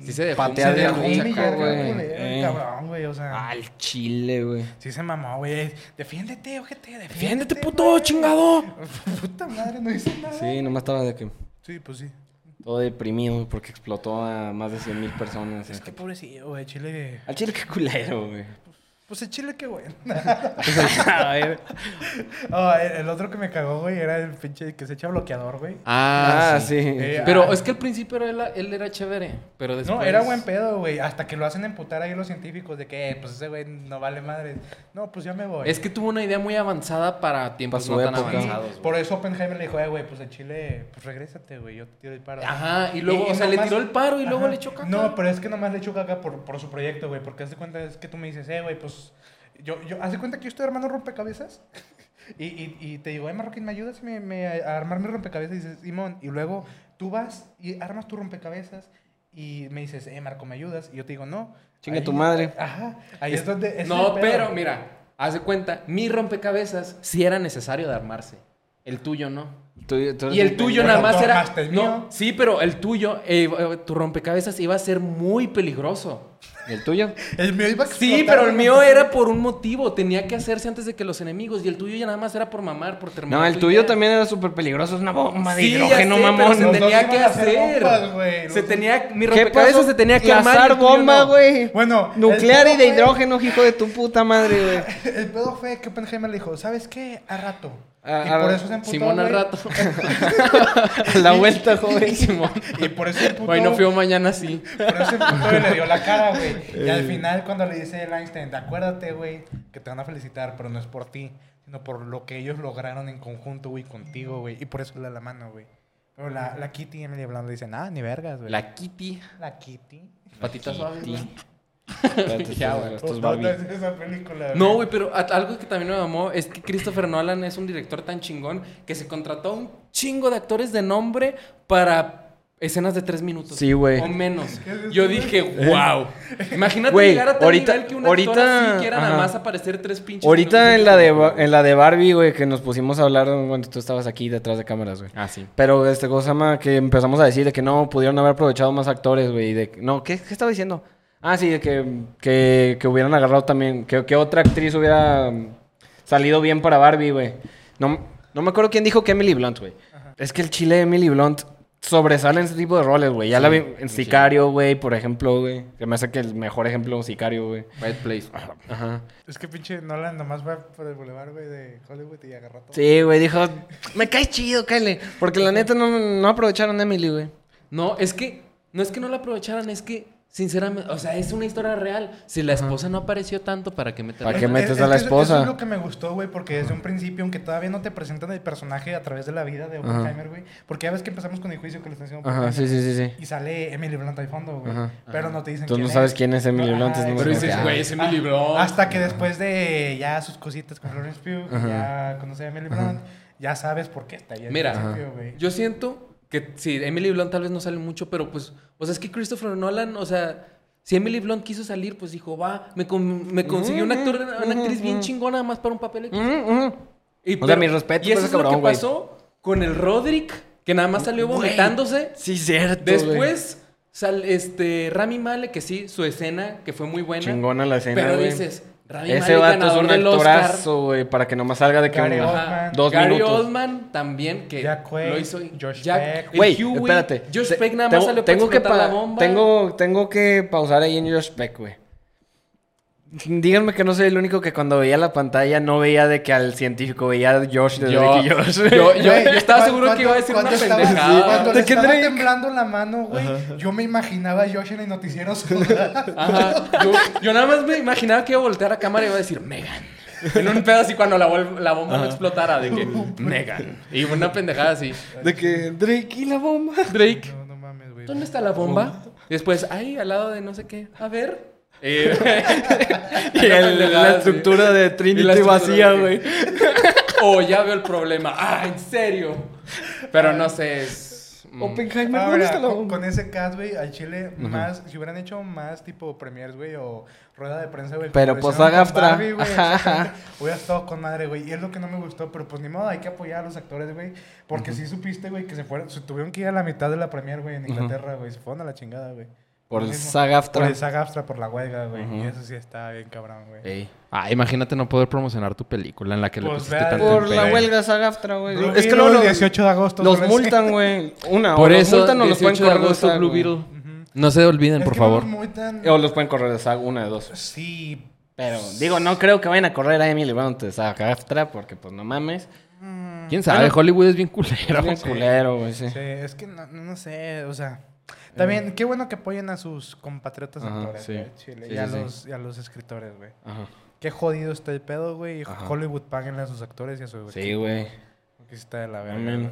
[SPEAKER 3] Sí se dejó
[SPEAKER 2] patea
[SPEAKER 1] se
[SPEAKER 2] de
[SPEAKER 1] dejó
[SPEAKER 2] un
[SPEAKER 3] humillar,
[SPEAKER 1] humillar,
[SPEAKER 2] güey.
[SPEAKER 1] bien culero,
[SPEAKER 2] Eh.
[SPEAKER 1] cabrón, güey, o sea.
[SPEAKER 2] Al chile, güey.
[SPEAKER 1] Sí se mamó, güey. Defiéndete, ojete, defiéndete.
[SPEAKER 3] Defiéndete, puto
[SPEAKER 1] güey.
[SPEAKER 3] chingado.
[SPEAKER 1] Puta madre, no hice nada.
[SPEAKER 2] Sí, nomás estaba de que
[SPEAKER 1] Sí, pues sí.
[SPEAKER 2] todo deprimido porque explotó a más de 100 mil personas. Este,
[SPEAKER 1] Es que pobrecillo, güey, Chile.
[SPEAKER 2] Al chile, qué culero, güey.
[SPEAKER 1] Pues el chile, qué bueno.
[SPEAKER 2] A ver.
[SPEAKER 1] Ah, el, el otro que me cagó, güey, era el pinche que se echa bloqueador, güey.
[SPEAKER 3] Ah,
[SPEAKER 2] Ah,
[SPEAKER 3] sí.
[SPEAKER 2] sí.
[SPEAKER 1] Eh,
[SPEAKER 3] Pero
[SPEAKER 1] ah.
[SPEAKER 3] es que al principio era la- él era chévere, pero después...
[SPEAKER 1] No, era buen pedo, güey. Hasta que lo hacen emputar ahí los científicos de que, eh, pues ese güey no vale madres. No, pues ya me voy.
[SPEAKER 3] Es que tuvo una idea muy avanzada para tiempos
[SPEAKER 2] su
[SPEAKER 3] no tan
[SPEAKER 2] época.
[SPEAKER 1] Sí,
[SPEAKER 3] avanzados. güey.
[SPEAKER 1] Por eso Oppenheimer le dijo, eh, güey, pues el chile, pues regrésate, güey, yo te tiro el paro.
[SPEAKER 3] Ajá, y luego, o sea, le
[SPEAKER 1] nomás-
[SPEAKER 3] tiró el paro y luego
[SPEAKER 1] Ajá.
[SPEAKER 3] le echó caca.
[SPEAKER 1] No, pero es que nomás le echó caca por, por su proyecto, güey, porque hace cuenta es que tú me dices, eh, güey, pues yo, yo, hace cuenta que yo estoy armando un rompecabezas y, y, y te digo, eh, Marroquín, ¿me ayudas me- me- a armar mi rompecabezas? Y dices, Simón, y luego tú vas y armas tu rompecabezas y me dices, eh, Marco, ¿me ayudas? Y yo te digo, no.
[SPEAKER 2] Chinga
[SPEAKER 1] Ahí-
[SPEAKER 2] tu madre.
[SPEAKER 1] Ajá, ahí es donde... ese es
[SPEAKER 3] no,
[SPEAKER 1] el pedo.
[SPEAKER 3] pero mira, haz de cuenta, mi rompecabezas sí era necesario de armarse. El tuyo no.
[SPEAKER 2] Tú- tú eres
[SPEAKER 3] Y el
[SPEAKER 2] un-
[SPEAKER 3] tuyo
[SPEAKER 1] Bueno,
[SPEAKER 3] nada más
[SPEAKER 1] tú
[SPEAKER 3] era.
[SPEAKER 1] armaste el mío.
[SPEAKER 3] No, sí, pero el tuyo, eh, eh, tu rompecabezas iba a ser muy peligroso.
[SPEAKER 2] ¿El tuyo?
[SPEAKER 1] El mío iba a
[SPEAKER 3] Sí,
[SPEAKER 1] explotar,
[SPEAKER 3] pero el
[SPEAKER 1] güey.
[SPEAKER 3] mío era por un motivo. Tenía que hacerse antes de que los enemigos. Y el tuyo ya nada más era por mamar, por terminar.
[SPEAKER 2] No, el
[SPEAKER 3] tu
[SPEAKER 2] tuyo
[SPEAKER 3] idea.
[SPEAKER 2] también era súper peligroso. Es una bomba de
[SPEAKER 3] Sí, ya
[SPEAKER 2] hidrógeno,
[SPEAKER 3] sé, pero
[SPEAKER 2] mamón.
[SPEAKER 3] se
[SPEAKER 1] Los dos
[SPEAKER 3] tenía que
[SPEAKER 1] iban a hacer
[SPEAKER 3] hacer.
[SPEAKER 1] bombas, güey, los
[SPEAKER 3] se
[SPEAKER 1] dos-
[SPEAKER 3] tenía, mi
[SPEAKER 2] ¿Qué pasó?
[SPEAKER 3] rompecabezas se tenía que armar. y
[SPEAKER 2] Lanzar
[SPEAKER 3] el tuyo
[SPEAKER 2] bomba,
[SPEAKER 3] no.
[SPEAKER 2] güey.
[SPEAKER 1] Bueno,
[SPEAKER 2] Nuclear
[SPEAKER 1] el
[SPEAKER 2] y de
[SPEAKER 1] pedo fue-
[SPEAKER 2] hidrógeno, hijo de tu puta madre, güey.
[SPEAKER 1] El pedo fue que Oppenheimer le dijo, ¿sabes qué? A rato.
[SPEAKER 2] A-
[SPEAKER 1] y
[SPEAKER 2] a-
[SPEAKER 1] por eso se emputó,
[SPEAKER 3] Simón al
[SPEAKER 1] güey.
[SPEAKER 3] rato.
[SPEAKER 2] A la vuelta, joven.
[SPEAKER 3] Simón.
[SPEAKER 1] Y por eso se emputó.
[SPEAKER 3] Güey, no fui mañana sí.
[SPEAKER 1] Por eso se emputó y le dio la cara, güey. Y
[SPEAKER 3] Eh.
[SPEAKER 1] al final cuando le dice el Einstein, acuérdate, güey, que te van a felicitar, pero no es por ti, sino por lo que ellos lograron en conjunto, güey, contigo, güey. Y por eso le da la mano, güey. Pero la, la Kitty y Emily Blunt le dicen, ah, ni vergas, güey.
[SPEAKER 3] La Kitty.
[SPEAKER 1] La Kitty.
[SPEAKER 3] Patitas suaves. güey. Ya, güey.
[SPEAKER 2] Esto es
[SPEAKER 1] No,
[SPEAKER 2] Barbie.
[SPEAKER 1] no es esa película, güey.
[SPEAKER 3] No, güey, pero a- algo que también me mamó es que Christopher Nolan es un director tan chingón que se contrató un chingo de actores de nombre para escenas de tres minutos.
[SPEAKER 2] Sí, güey.
[SPEAKER 3] O menos.
[SPEAKER 1] ¿Qué es
[SPEAKER 3] Yo
[SPEAKER 1] eso,
[SPEAKER 3] dije, wow. Imagínate
[SPEAKER 2] Güey,
[SPEAKER 3] llegar a tal
[SPEAKER 2] ahorita-
[SPEAKER 3] nivel que un actor
[SPEAKER 2] ahorita-
[SPEAKER 3] así quiera nada
[SPEAKER 2] ajá.
[SPEAKER 3] más aparecer tres pinches
[SPEAKER 2] Ahorita
[SPEAKER 3] minutos
[SPEAKER 2] en la, de,
[SPEAKER 3] película.
[SPEAKER 2] Ba- en la de Barbie, güey, que nos pusimos a hablar cuando tú estabas aquí detrás de cámaras, güey.
[SPEAKER 3] Ah, sí.
[SPEAKER 2] Pero, este, Gozama, que empezamos a decir de que no, pudieron haber aprovechado más actores, güey. y de que- No, ¿qué, qué estaba diciendo? Ah, sí, de que, que, que hubieran agarrado también, que, que otra actriz hubiera mm, salido bien para Barbie, güey. No, no me acuerdo quién dijo que Emily Blunt, güey. Es que el chile de Emily Blunt sobresale en ese tipo de roles, güey. Ya la vi en Sicario, güey, por ejemplo, güey. Que me hace que el mejor ejemplo, Sicario, güey.
[SPEAKER 3] Quiet Place.
[SPEAKER 2] Ajá.
[SPEAKER 1] Es que pinche Nolan nomás va por el boulevard, güey, de Hollywood y agarró todo.
[SPEAKER 2] Sí, güey, dijo, me caes chido, cállate. Porque la neta no, no aprovecharon a Emily, güey.
[SPEAKER 3] No, es que no es que no la aprovecharan, es que sinceramente, o sea, es una historia real. Si la esposa no apareció tanto, ¿para qué meterla?
[SPEAKER 2] ¿Para qué
[SPEAKER 1] Es-
[SPEAKER 2] metes
[SPEAKER 1] es
[SPEAKER 2] a la
[SPEAKER 1] que eso-
[SPEAKER 2] esposa?
[SPEAKER 1] Eso es lo que me gustó, güey, porque desde un principio, aunque todavía no te presentan el personaje a través de la vida de Oppenheimer, güey, porque ya ves que empezamos con el juicio que le están haciendo
[SPEAKER 2] Ajá, sí,
[SPEAKER 1] Oppenheimer,
[SPEAKER 2] sí, sí, sí.
[SPEAKER 1] Y sale Emily Blunt al fondo, güey.
[SPEAKER 2] Ajá.
[SPEAKER 1] Pero no te dicen
[SPEAKER 2] Tú no sabes quién es Emily
[SPEAKER 1] No,
[SPEAKER 2] Blunt,
[SPEAKER 1] ajá,
[SPEAKER 2] es
[SPEAKER 3] Pero
[SPEAKER 2] como
[SPEAKER 1] exacto.
[SPEAKER 2] que,
[SPEAKER 3] dices,
[SPEAKER 2] ah.
[SPEAKER 3] güey, es Emily Blunt.
[SPEAKER 1] Hasta que después de ya sus cositas con Florence Pugh, que
[SPEAKER 2] Ajá.
[SPEAKER 1] ya conoces a Emily Blunt, ya sabes por qué está ahí. al
[SPEAKER 3] Mira,
[SPEAKER 1] principio, güey.
[SPEAKER 3] Yo siento que sí, Emily Blunt tal vez no sale mucho, pero pues, o sea, es que Christopher Nolan, o sea, si Emily Blunt quiso salir, pues dijo, va, me, con- me consiguió un actor, una actriz bien chingona nada más para un papel. X".
[SPEAKER 2] Mm, mm.
[SPEAKER 3] Y,
[SPEAKER 2] O sea, mis respetos
[SPEAKER 3] Y eso
[SPEAKER 2] para
[SPEAKER 3] es
[SPEAKER 2] ese
[SPEAKER 3] lo
[SPEAKER 2] cabrón,
[SPEAKER 3] que
[SPEAKER 2] güey.
[SPEAKER 3] pasó con el Roderick, que nada más salió
[SPEAKER 2] Güey.
[SPEAKER 3] vomitándose.
[SPEAKER 2] Sí, cierto. güey.
[SPEAKER 3] Después, sal, este, Rami Male, que sí, su escena, que fue muy buena.
[SPEAKER 2] Chingona la escena,
[SPEAKER 3] Pero
[SPEAKER 2] güey.
[SPEAKER 3] dices, Rami
[SPEAKER 2] Ese
[SPEAKER 3] Male,
[SPEAKER 2] vato es
[SPEAKER 3] ganador
[SPEAKER 2] un
[SPEAKER 3] del Oscar.
[SPEAKER 2] actorazo, güey, para que nomás salga de que...
[SPEAKER 1] Gary
[SPEAKER 2] Ajá.
[SPEAKER 1] Oldman.
[SPEAKER 2] Dos
[SPEAKER 3] Gary
[SPEAKER 2] minutos.
[SPEAKER 3] Oldman también, que
[SPEAKER 1] Jack Quaid,
[SPEAKER 3] lo hizo.
[SPEAKER 1] Josh Peck.
[SPEAKER 3] el
[SPEAKER 2] Güey,
[SPEAKER 3] Huey,
[SPEAKER 2] espérate.
[SPEAKER 3] Josh
[SPEAKER 2] Te-
[SPEAKER 3] Peck nada
[SPEAKER 2] tengo-
[SPEAKER 3] más salió
[SPEAKER 2] tengo
[SPEAKER 3] para
[SPEAKER 2] que pa-
[SPEAKER 3] explotar la bomba.
[SPEAKER 2] Tengo, tengo que pausar ahí en Josh Peck, güey. Díganme que no soy el único que cuando veía la pantalla no veía de que al científico veía a Josh de Drake y
[SPEAKER 3] yo,
[SPEAKER 2] Josh.
[SPEAKER 3] yo, yo- yo
[SPEAKER 1] Güey,
[SPEAKER 3] estaba
[SPEAKER 1] cu-
[SPEAKER 3] seguro que
[SPEAKER 1] cuando-
[SPEAKER 3] iba a decir una
[SPEAKER 1] cuando estaba-
[SPEAKER 3] pendejada.
[SPEAKER 1] Cuando
[SPEAKER 2] ¿De
[SPEAKER 1] le
[SPEAKER 2] qué
[SPEAKER 1] estaba
[SPEAKER 2] Drake?
[SPEAKER 1] temblando la mano, güey, yo me imaginaba a Josh en el noticiero sudando.
[SPEAKER 3] Ajá, yo, yo nada más me imaginaba que iba a voltear a cámara y iba a decir Megan. En un pedo así cuando la, vol- la bomba no explotara, de que Megan. Y una pendejada así.
[SPEAKER 2] De que Drake y la bomba.
[SPEAKER 3] Drake,
[SPEAKER 1] No, no mames, güey.
[SPEAKER 3] ¿dónde está la bomba? Después, ahí, al lado de no sé qué. A ver. Eh,
[SPEAKER 2] Y
[SPEAKER 3] una
[SPEAKER 2] el-
[SPEAKER 3] pendejada
[SPEAKER 2] la
[SPEAKER 3] así.
[SPEAKER 2] estructura de Trinity
[SPEAKER 3] estructura
[SPEAKER 2] vacía,
[SPEAKER 3] de-
[SPEAKER 2] güey.
[SPEAKER 3] Oh, ya veo el problema. Ah, en serio. Pero no sé, es. mm,
[SPEAKER 2] Oppenheimer,
[SPEAKER 1] Ahora,
[SPEAKER 2] ¿dónde está la
[SPEAKER 1] con,
[SPEAKER 2] bomba?
[SPEAKER 1] con ese cast, güey, al Chile, más, si hubieran hecho más tipo premiers, güey, o rueda de prensa, güey.
[SPEAKER 2] Pero,
[SPEAKER 1] como
[SPEAKER 2] pues,
[SPEAKER 1] hicieron
[SPEAKER 2] haga
[SPEAKER 1] con
[SPEAKER 2] otra.
[SPEAKER 1] Barbie, güey,
[SPEAKER 2] Ajá,
[SPEAKER 1] exactamente,
[SPEAKER 2] ajá.
[SPEAKER 1] Hubiera estado con madre, güey. Y es lo que no me gustó, pero pues ni modo, hay que apoyar a los actores, güey. Porque si supiste, güey, que se fueron, se tuvieron que ir a la mitad de la premier, güey, en Inglaterra, güey. Se fueron a la chingada, güey.
[SPEAKER 2] Por el
[SPEAKER 1] mismo.
[SPEAKER 2] SAG-AFTRA.
[SPEAKER 1] Por el SAG-AFTRA, por la huelga, güey. Y eso sí está bien cabrón, güey.
[SPEAKER 2] Eh,
[SPEAKER 3] Ah, imagínate no poder promocionar tu película en la que le
[SPEAKER 1] Pues
[SPEAKER 3] pusiste
[SPEAKER 1] vea,
[SPEAKER 3] tanto
[SPEAKER 2] Por la
[SPEAKER 3] empeño.
[SPEAKER 2] huelga SAG-AFTRA, güey.
[SPEAKER 1] Blue
[SPEAKER 2] Es que
[SPEAKER 1] Beetle,
[SPEAKER 2] luego
[SPEAKER 1] el
[SPEAKER 2] los,
[SPEAKER 1] 18 de agosto.
[SPEAKER 2] los
[SPEAKER 1] solo es-
[SPEAKER 2] multan, güey. Una,
[SPEAKER 3] Por
[SPEAKER 2] o los
[SPEAKER 3] eso,
[SPEAKER 2] multan o los
[SPEAKER 3] 18
[SPEAKER 2] pueden
[SPEAKER 3] de
[SPEAKER 2] correr de
[SPEAKER 3] agosto,
[SPEAKER 2] SAG,
[SPEAKER 3] Blue
[SPEAKER 2] güey.
[SPEAKER 3] Beetle. No se olviden,
[SPEAKER 1] Es
[SPEAKER 3] por
[SPEAKER 1] que no
[SPEAKER 3] favor.
[SPEAKER 2] Eh,
[SPEAKER 1] los multan.
[SPEAKER 2] O los pueden correr de SAG, una de dos.
[SPEAKER 1] Sí,
[SPEAKER 2] Pero digo, no creo que vayan a correr a Emily Blunt de SAG-AFTRA porque pues no mames.
[SPEAKER 1] mm,
[SPEAKER 3] ¿Quién sabe?
[SPEAKER 2] Bueno.
[SPEAKER 3] Hollywood es bien culero.
[SPEAKER 2] Es bien
[SPEAKER 1] sí.
[SPEAKER 2] culero, güey, sí. Eh.
[SPEAKER 1] Sí, es que no, no sé, o sea. También, qué bueno que apoyen a sus compatriotas
[SPEAKER 2] Ajá,
[SPEAKER 1] actores,
[SPEAKER 2] sí.
[SPEAKER 1] güey, Chile,
[SPEAKER 2] Sí,
[SPEAKER 1] y, a
[SPEAKER 2] sí, sí.
[SPEAKER 1] los, y a los escritores, güey.
[SPEAKER 2] Ajá.
[SPEAKER 1] Qué jodido está el pedo, güey. y
[SPEAKER 2] Ajá.
[SPEAKER 1] Hollywood páguenle a sus actores y a su
[SPEAKER 2] Sí,
[SPEAKER 1] equipo,
[SPEAKER 2] güey.
[SPEAKER 1] porque sí está de la verga.
[SPEAKER 2] Amén.
[SPEAKER 1] güey.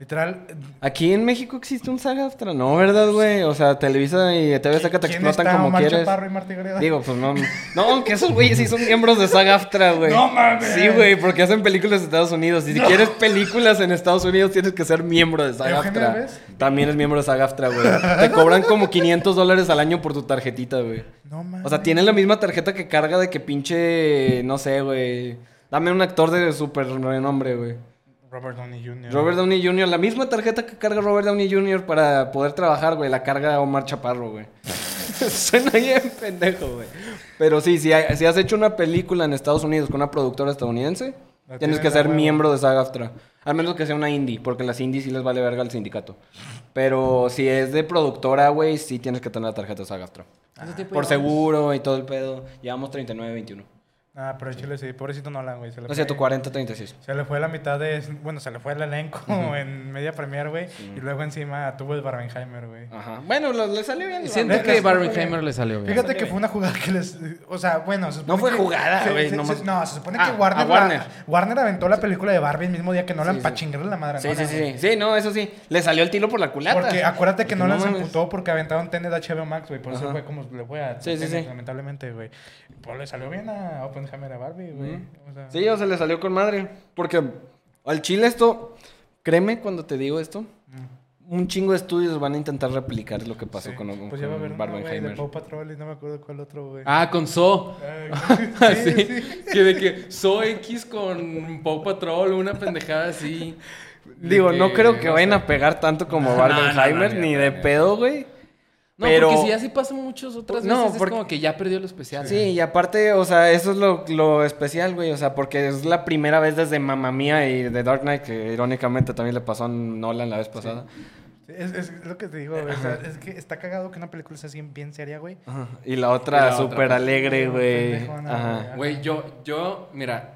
[SPEAKER 1] Literal,
[SPEAKER 2] Aquí en México existe un SAG-AFTRA, ¿no? ¿Verdad, güey? O sea, Televisa y TV Azteca te
[SPEAKER 1] ¿quién
[SPEAKER 2] explotan
[SPEAKER 1] está?
[SPEAKER 2] como
[SPEAKER 1] Omar
[SPEAKER 2] quieres.
[SPEAKER 1] Chaparro y Martí Gareda.
[SPEAKER 2] Digo, pues no. No, aunque esos güeyes sí son miembros de SAG-AFTRA, güey.
[SPEAKER 1] No mames.
[SPEAKER 2] Sí, güey, porque hacen películas en Estados Unidos. Y si
[SPEAKER 1] No.
[SPEAKER 2] quieres películas en Estados Unidos, tienes que ser miembro de
[SPEAKER 1] ¿Eugenio
[SPEAKER 2] SAG-AFTRA.
[SPEAKER 1] Derbez?
[SPEAKER 2] También es miembro de SAG-AFTRA, güey. Te cobran como 500 dólares al año por tu tarjetita, güey.
[SPEAKER 1] No mames.
[SPEAKER 2] O sea, tienen la misma tarjeta que carga de que pinche. No sé, güey. Dame un actor de súper renombre, güey.
[SPEAKER 1] Robert Downey Jr.
[SPEAKER 2] Robert Downey Jr., la misma tarjeta que carga Robert Downey Jr. para poder trabajar, güey, la carga Omar Chaparro, güey. Suena bien pendejo, güey. Pero sí, si, hay- si has hecho una película en Estados Unidos con una productora estadounidense,
[SPEAKER 1] La
[SPEAKER 2] tienes
[SPEAKER 1] tienen
[SPEAKER 2] que
[SPEAKER 1] a
[SPEAKER 2] ser
[SPEAKER 1] huevo.
[SPEAKER 2] miembro de SAG-AFTRA. Al menos que sea una indie, porque las indies sí les vale verga al sindicato. Pero si es de productora, güey, sí tienes que tener la tarjeta SAG-AFTRA.
[SPEAKER 1] Ah,
[SPEAKER 2] Por seguro y todo el pedo. Llevamos 39-21.
[SPEAKER 1] Ah, pero Chile sí, pobrecito Nolan, güey. se le
[SPEAKER 2] No es cierto,
[SPEAKER 1] fue-
[SPEAKER 2] 40-36.
[SPEAKER 1] Se le fue la mitad de. Bueno, se le fue el elenco en media premier, güey. Y luego encima tuvo el Barbenheimer, güey.
[SPEAKER 2] Ajá. Bueno, lo- le salió bien.
[SPEAKER 3] Siento que Barbenheimer le salió bien.
[SPEAKER 1] Fíjate que fue una jugada que les. O sea, bueno. se
[SPEAKER 2] No
[SPEAKER 1] supone
[SPEAKER 2] fue
[SPEAKER 1] que-
[SPEAKER 2] jugada,
[SPEAKER 1] se-
[SPEAKER 2] güey,
[SPEAKER 1] se-
[SPEAKER 2] nomás-
[SPEAKER 1] se- No, se supone
[SPEAKER 2] Ah,
[SPEAKER 1] que Warner,
[SPEAKER 2] a
[SPEAKER 1] la-
[SPEAKER 2] Warner.
[SPEAKER 1] Warner. aventó la película de Barbie el mismo día que Nolan
[SPEAKER 2] Sí,
[SPEAKER 1] para
[SPEAKER 2] sí.
[SPEAKER 1] chingarle la madre. a
[SPEAKER 2] Sí, sí,
[SPEAKER 1] Nolan,
[SPEAKER 2] sí,
[SPEAKER 1] güey.
[SPEAKER 2] sí. Sí, no, eso sí. Le salió el tiro por la culata.
[SPEAKER 1] Porque acuérdate que
[SPEAKER 2] Porque
[SPEAKER 1] Nolan
[SPEAKER 2] no
[SPEAKER 1] se
[SPEAKER 2] mames.
[SPEAKER 1] emputó porque aventaron Tenet a HBO Max, güey. Por eso
[SPEAKER 2] Ajá.
[SPEAKER 1] fue como le fue a
[SPEAKER 2] Sí, sí,
[SPEAKER 1] Tenet,
[SPEAKER 2] sí.
[SPEAKER 1] lamentablemente, güey. Pues le salió bien a Oppenheimer a Barbie, güey. O sea,
[SPEAKER 2] Sí, o sea, le salió con madre. Porque al chile esto, créeme cuando te digo esto, un chingo de estudios van a intentar replicar lo que pasó
[SPEAKER 1] sí.
[SPEAKER 2] con, con
[SPEAKER 1] Pues ya va a haber una, güey, de
[SPEAKER 2] Barbenheimer.
[SPEAKER 1] Paw Patrol y no me acuerdo cuál otro, güey.
[SPEAKER 3] Ah, con So.
[SPEAKER 1] Ay,
[SPEAKER 3] Así.
[SPEAKER 1] sí, sí.
[SPEAKER 3] Que de que So X con Paw Patrol, una pendejada así. De
[SPEAKER 2] Digo, no creo que
[SPEAKER 3] no
[SPEAKER 2] vayan
[SPEAKER 3] sé.
[SPEAKER 2] a pegar tanto como
[SPEAKER 3] No, no,
[SPEAKER 2] Barbenheimer,
[SPEAKER 3] no, no,
[SPEAKER 2] ni
[SPEAKER 3] no,
[SPEAKER 2] de
[SPEAKER 3] no, no.
[SPEAKER 2] pedo, güey.
[SPEAKER 3] No,
[SPEAKER 2] pero-
[SPEAKER 3] porque si ya sí pasa muchas otras
[SPEAKER 2] No,
[SPEAKER 3] veces,
[SPEAKER 2] porque-
[SPEAKER 3] es como que ya perdió lo especial.
[SPEAKER 2] Sí, y aparte, o sea, eso es lo, lo especial, güey. O sea, porque es la primera vez desde Mamma Mía y The Dark Knight, que irónicamente también le pasó a Nolan la vez pasada.
[SPEAKER 1] Es, es lo que te digo, güey. o sea, es que está cagado que una película sea así bien seria, güey.
[SPEAKER 2] Ajá. Y la
[SPEAKER 3] Y
[SPEAKER 2] otra
[SPEAKER 3] la otra,
[SPEAKER 2] súper
[SPEAKER 3] pues,
[SPEAKER 2] alegre,
[SPEAKER 1] sí,
[SPEAKER 2] güey.
[SPEAKER 1] pendejona,
[SPEAKER 2] Ajá.
[SPEAKER 3] Güey, yo, yo, mira,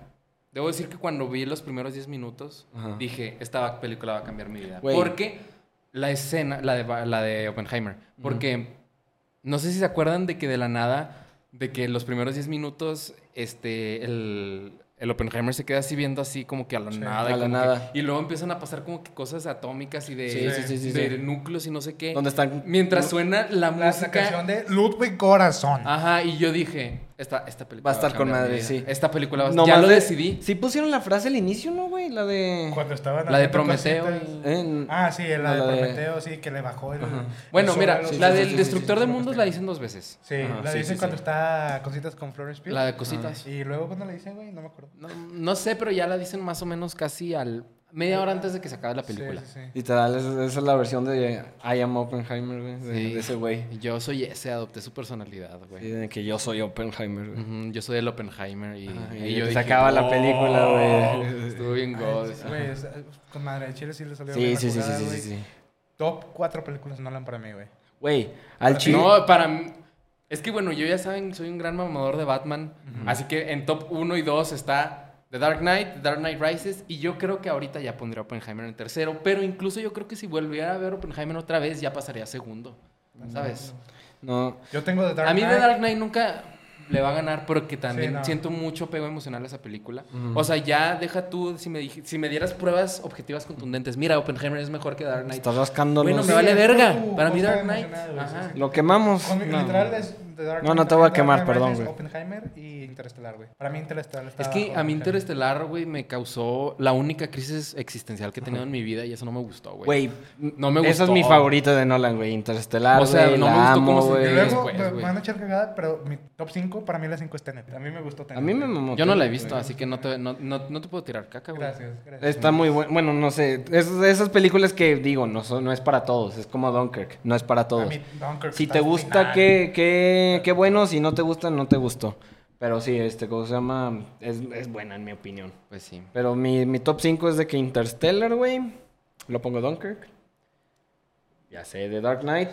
[SPEAKER 3] debo decir que cuando vi los primeros 10 minutos,
[SPEAKER 2] Ajá.
[SPEAKER 3] dije, esta va- película va a cambiar mi vida.
[SPEAKER 2] Güey.
[SPEAKER 3] Porque la escena, la de, Ba- la de Oppenheimer, porque no sé si se acuerdan de que de la nada, de que los primeros 10 minutos, este, el, el Oppenheimer se queda así viendo así como que a la
[SPEAKER 1] Sí,
[SPEAKER 3] nada. y
[SPEAKER 2] a la
[SPEAKER 3] como
[SPEAKER 2] nada.
[SPEAKER 3] que- y luego empiezan a pasar como que cosas atómicas y de,
[SPEAKER 2] Sí,
[SPEAKER 1] sí,
[SPEAKER 2] sí, sí,
[SPEAKER 3] de
[SPEAKER 2] sí.
[SPEAKER 3] núcleos y no sé qué.
[SPEAKER 2] ¿Dónde están?
[SPEAKER 3] Mientras suena la,
[SPEAKER 1] La, la
[SPEAKER 3] música... Ah,
[SPEAKER 1] canción de Ludwig Corazón.
[SPEAKER 3] Ajá, y yo dije, esta, esta
[SPEAKER 2] Va
[SPEAKER 3] película
[SPEAKER 2] a estar con
[SPEAKER 3] cambiar
[SPEAKER 2] madre,
[SPEAKER 3] mi vida.
[SPEAKER 2] sí.
[SPEAKER 3] Esta película va a
[SPEAKER 2] No
[SPEAKER 3] Ya
[SPEAKER 2] más
[SPEAKER 3] lo
[SPEAKER 2] de-
[SPEAKER 3] decidí.
[SPEAKER 2] Sí pusieron la frase al inicio, ¿no, güey? La de...
[SPEAKER 1] Cuando estaban
[SPEAKER 3] La de
[SPEAKER 1] haciendo
[SPEAKER 3] Prometeo
[SPEAKER 1] cositas.
[SPEAKER 3] y-
[SPEAKER 2] En-
[SPEAKER 1] Ah, sí, la,
[SPEAKER 2] No,
[SPEAKER 1] de
[SPEAKER 2] la de-
[SPEAKER 1] Prometeo, sí, que le bajó el.
[SPEAKER 3] Bueno,
[SPEAKER 1] el
[SPEAKER 3] mira,
[SPEAKER 1] suelo, sí,
[SPEAKER 3] la
[SPEAKER 1] sí,
[SPEAKER 3] del
[SPEAKER 1] sí, sí,
[SPEAKER 3] Destructor
[SPEAKER 1] sí,
[SPEAKER 3] de
[SPEAKER 1] sí,
[SPEAKER 3] Mundos
[SPEAKER 1] sí.
[SPEAKER 3] la dicen dos veces.
[SPEAKER 1] Sí,
[SPEAKER 2] Ajá,
[SPEAKER 1] la
[SPEAKER 2] sí,
[SPEAKER 1] dicen
[SPEAKER 2] sí,
[SPEAKER 1] cuando
[SPEAKER 2] sí.
[SPEAKER 1] está Cositas con Florence Pugh.
[SPEAKER 3] La de cositas.
[SPEAKER 1] Y luego cuando la dicen, güey, no me acuerdo.
[SPEAKER 3] No, no sé, pero ya la dicen más o menos casi al media hora antes de que se acabe la película.
[SPEAKER 1] Sí, sí, sí.
[SPEAKER 2] Literal, es- esa es la versión de I am Oppenheimer, güey. De,
[SPEAKER 3] Sí.
[SPEAKER 2] de ese güey.
[SPEAKER 3] Yo soy ese, adopté su personalidad, güey.
[SPEAKER 2] Sí, de que yo soy Oppenheimer, güey.
[SPEAKER 3] Ujú, yo soy el Oppenheimer y,
[SPEAKER 2] Ajá,
[SPEAKER 3] y
[SPEAKER 2] y
[SPEAKER 3] yo
[SPEAKER 2] se
[SPEAKER 3] dije,
[SPEAKER 2] acaba la
[SPEAKER 3] "Wow,
[SPEAKER 2] película, güey".
[SPEAKER 3] Estuvo bien
[SPEAKER 1] Ay,
[SPEAKER 3] god.
[SPEAKER 1] sí, Güey, es- con madre de Chile sí le salió bien
[SPEAKER 2] Sí,
[SPEAKER 1] la
[SPEAKER 2] sí, sí, sí,
[SPEAKER 1] jugada,
[SPEAKER 2] sí, sí,
[SPEAKER 1] güey.
[SPEAKER 2] sí.
[SPEAKER 1] Top cuatro películas no Nolan para mí, güey.
[SPEAKER 2] Güey, al chile...
[SPEAKER 3] No, para mí... Es que bueno, yo ya saben, soy un gran mamador de Batman. Así que en top 1 y 2 está The Dark Knight, The Dark Knight Rises. Y yo creo que ahorita ya pondría Oppenheimer en tercero. Pero incluso yo creo que si volviera a ver Oppenheimer otra vez, ya pasaría a segundo. ¿Sabes?
[SPEAKER 2] No,
[SPEAKER 1] Yo tengo The Dark
[SPEAKER 3] a mí The
[SPEAKER 1] Knight.
[SPEAKER 3] Dark Knight nunca le va a ganar porque también
[SPEAKER 1] no.
[SPEAKER 3] siento mucho apego emocional a esa película. O sea, ya deja tú, si me, dij- si me dieras pruebas objetivas contundentes, mira, Oppenheimer es mejor que Dark Knight.
[SPEAKER 2] estás rascándolos.
[SPEAKER 3] Bueno, me
[SPEAKER 1] Sí,
[SPEAKER 3] vale
[SPEAKER 1] es
[SPEAKER 3] verga.
[SPEAKER 1] tu
[SPEAKER 3] Para mí
[SPEAKER 1] cosa
[SPEAKER 3] Dark Knight.
[SPEAKER 1] emocional, güey, sí,
[SPEAKER 3] Ajá.
[SPEAKER 1] sí.
[SPEAKER 2] Lo quemamos.
[SPEAKER 1] Con-
[SPEAKER 2] No.
[SPEAKER 1] literal es The Dark
[SPEAKER 2] No, no
[SPEAKER 1] Knight,
[SPEAKER 2] te voy a
[SPEAKER 1] Dark
[SPEAKER 2] quemar,
[SPEAKER 1] Knight
[SPEAKER 2] perdón,
[SPEAKER 1] Rises,
[SPEAKER 2] güey.
[SPEAKER 1] Oppenheimer y Interestelar, güey. Para mí Interestelar está
[SPEAKER 3] Es que a mí
[SPEAKER 1] Oppenheimer.
[SPEAKER 3] Interestelar, güey, me causó la única crisis existencial que he tenido en mi vida y eso no me gustó, güey.
[SPEAKER 2] Güey,
[SPEAKER 3] No me
[SPEAKER 2] Esa es
[SPEAKER 3] gustó.
[SPEAKER 2] mi favorita de Nolan, güey. Interestelar,
[SPEAKER 3] O sea,
[SPEAKER 2] güey,
[SPEAKER 3] no
[SPEAKER 2] la
[SPEAKER 3] me gustó
[SPEAKER 2] amo,
[SPEAKER 3] cómo se-
[SPEAKER 1] Y
[SPEAKER 2] pues, güey.
[SPEAKER 1] luego
[SPEAKER 3] después,
[SPEAKER 1] me-
[SPEAKER 3] güey.
[SPEAKER 1] me van a echar cagada, pero mi top 5 para mí la 5 es Tenet. A mí me gustó Tenet.
[SPEAKER 2] A mí me
[SPEAKER 1] güey.
[SPEAKER 2] mamó.
[SPEAKER 3] Yo no la he
[SPEAKER 2] güey.
[SPEAKER 3] visto, así que no te, no, no- no te puedo tirar caca, güey.
[SPEAKER 1] Gracias, gracias.
[SPEAKER 2] Está muy bueno. Bueno, no sé. Es de esas películas que digo, no, son- no es para todos. Es como Dunkirk. No es para
[SPEAKER 1] A
[SPEAKER 2] todos.
[SPEAKER 1] mí Dunkirk
[SPEAKER 2] Si
[SPEAKER 1] está
[SPEAKER 2] te
[SPEAKER 1] al
[SPEAKER 2] gusta,
[SPEAKER 1] final.
[SPEAKER 2] qué, qué, qué bueno. Si no te gusta, no te gustó. Pero sí, este, ¿cómo se llama? Es, es buena, en mi opinión.
[SPEAKER 3] Pues sí.
[SPEAKER 2] Pero mi, mi top 5 es de que Interstellar, güey. Lo pongo Dunkirk. Ya sé, The Dark Knight.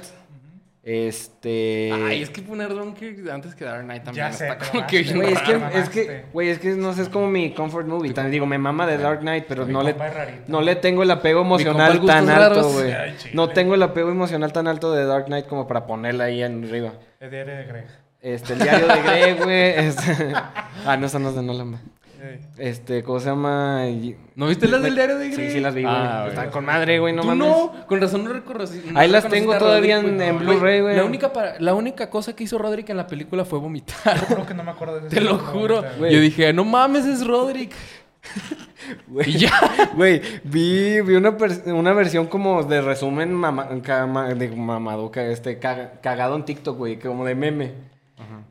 [SPEAKER 2] Este.
[SPEAKER 3] Ay, es que poner Dunkirk antes que Dark Knight también
[SPEAKER 1] Ya sé,
[SPEAKER 3] está
[SPEAKER 1] te
[SPEAKER 3] como que
[SPEAKER 1] mamaste,
[SPEAKER 3] bien
[SPEAKER 2] Güey, es
[SPEAKER 3] raro.
[SPEAKER 1] Raro, este.
[SPEAKER 2] que, es que,
[SPEAKER 1] mamaste.
[SPEAKER 2] güey, es que no sé, es como mi comfort movie. También digo, me mama de Dark Knight, pero
[SPEAKER 1] Mi
[SPEAKER 2] no le,
[SPEAKER 1] compa es rarito.
[SPEAKER 2] no le tengo el apego
[SPEAKER 3] Mi
[SPEAKER 2] emocional
[SPEAKER 3] compa,
[SPEAKER 2] tan
[SPEAKER 3] gustos
[SPEAKER 2] alto,
[SPEAKER 3] raros.
[SPEAKER 2] güey.
[SPEAKER 1] Ay, chile.
[SPEAKER 2] No tengo el apego emocional tan alto de Dark Knight como para ponerla ahí en arriba.
[SPEAKER 1] El diario de Greg.
[SPEAKER 2] Este, el diario de Grey, güey. este- Ah, no, esa no es de Nolan. va.
[SPEAKER 1] Eh,
[SPEAKER 2] Este, ¿cómo se llama? Y-
[SPEAKER 3] ¿No viste las del diario de Grey?
[SPEAKER 2] Sí, sí las vi, güey.
[SPEAKER 3] Ah, güey.
[SPEAKER 2] Están con madre, güey, no
[SPEAKER 3] Tú
[SPEAKER 2] mames.
[SPEAKER 3] no, con razón no reconocí. no
[SPEAKER 2] Ahí las
[SPEAKER 3] reconociste
[SPEAKER 2] tengo
[SPEAKER 3] a
[SPEAKER 2] todavía
[SPEAKER 3] Roderick,
[SPEAKER 2] en-
[SPEAKER 3] güey.
[SPEAKER 2] en Blu-ray, güey.
[SPEAKER 3] La única, para- la única cosa que hizo Roderick en la película fue vomitar.
[SPEAKER 1] Juro que no me acuerdo de ese
[SPEAKER 3] Te lo
[SPEAKER 1] momento,
[SPEAKER 3] juro.
[SPEAKER 1] güey.
[SPEAKER 2] güey.
[SPEAKER 3] Yo dije, no mames, es Roderick.
[SPEAKER 2] Güey,
[SPEAKER 3] Y ya.
[SPEAKER 2] Güey, vi, vi una, pers- una versión como de resumen mama- cama- de mamaduca, este, caga- cagado en TikTok, güey, como de meme.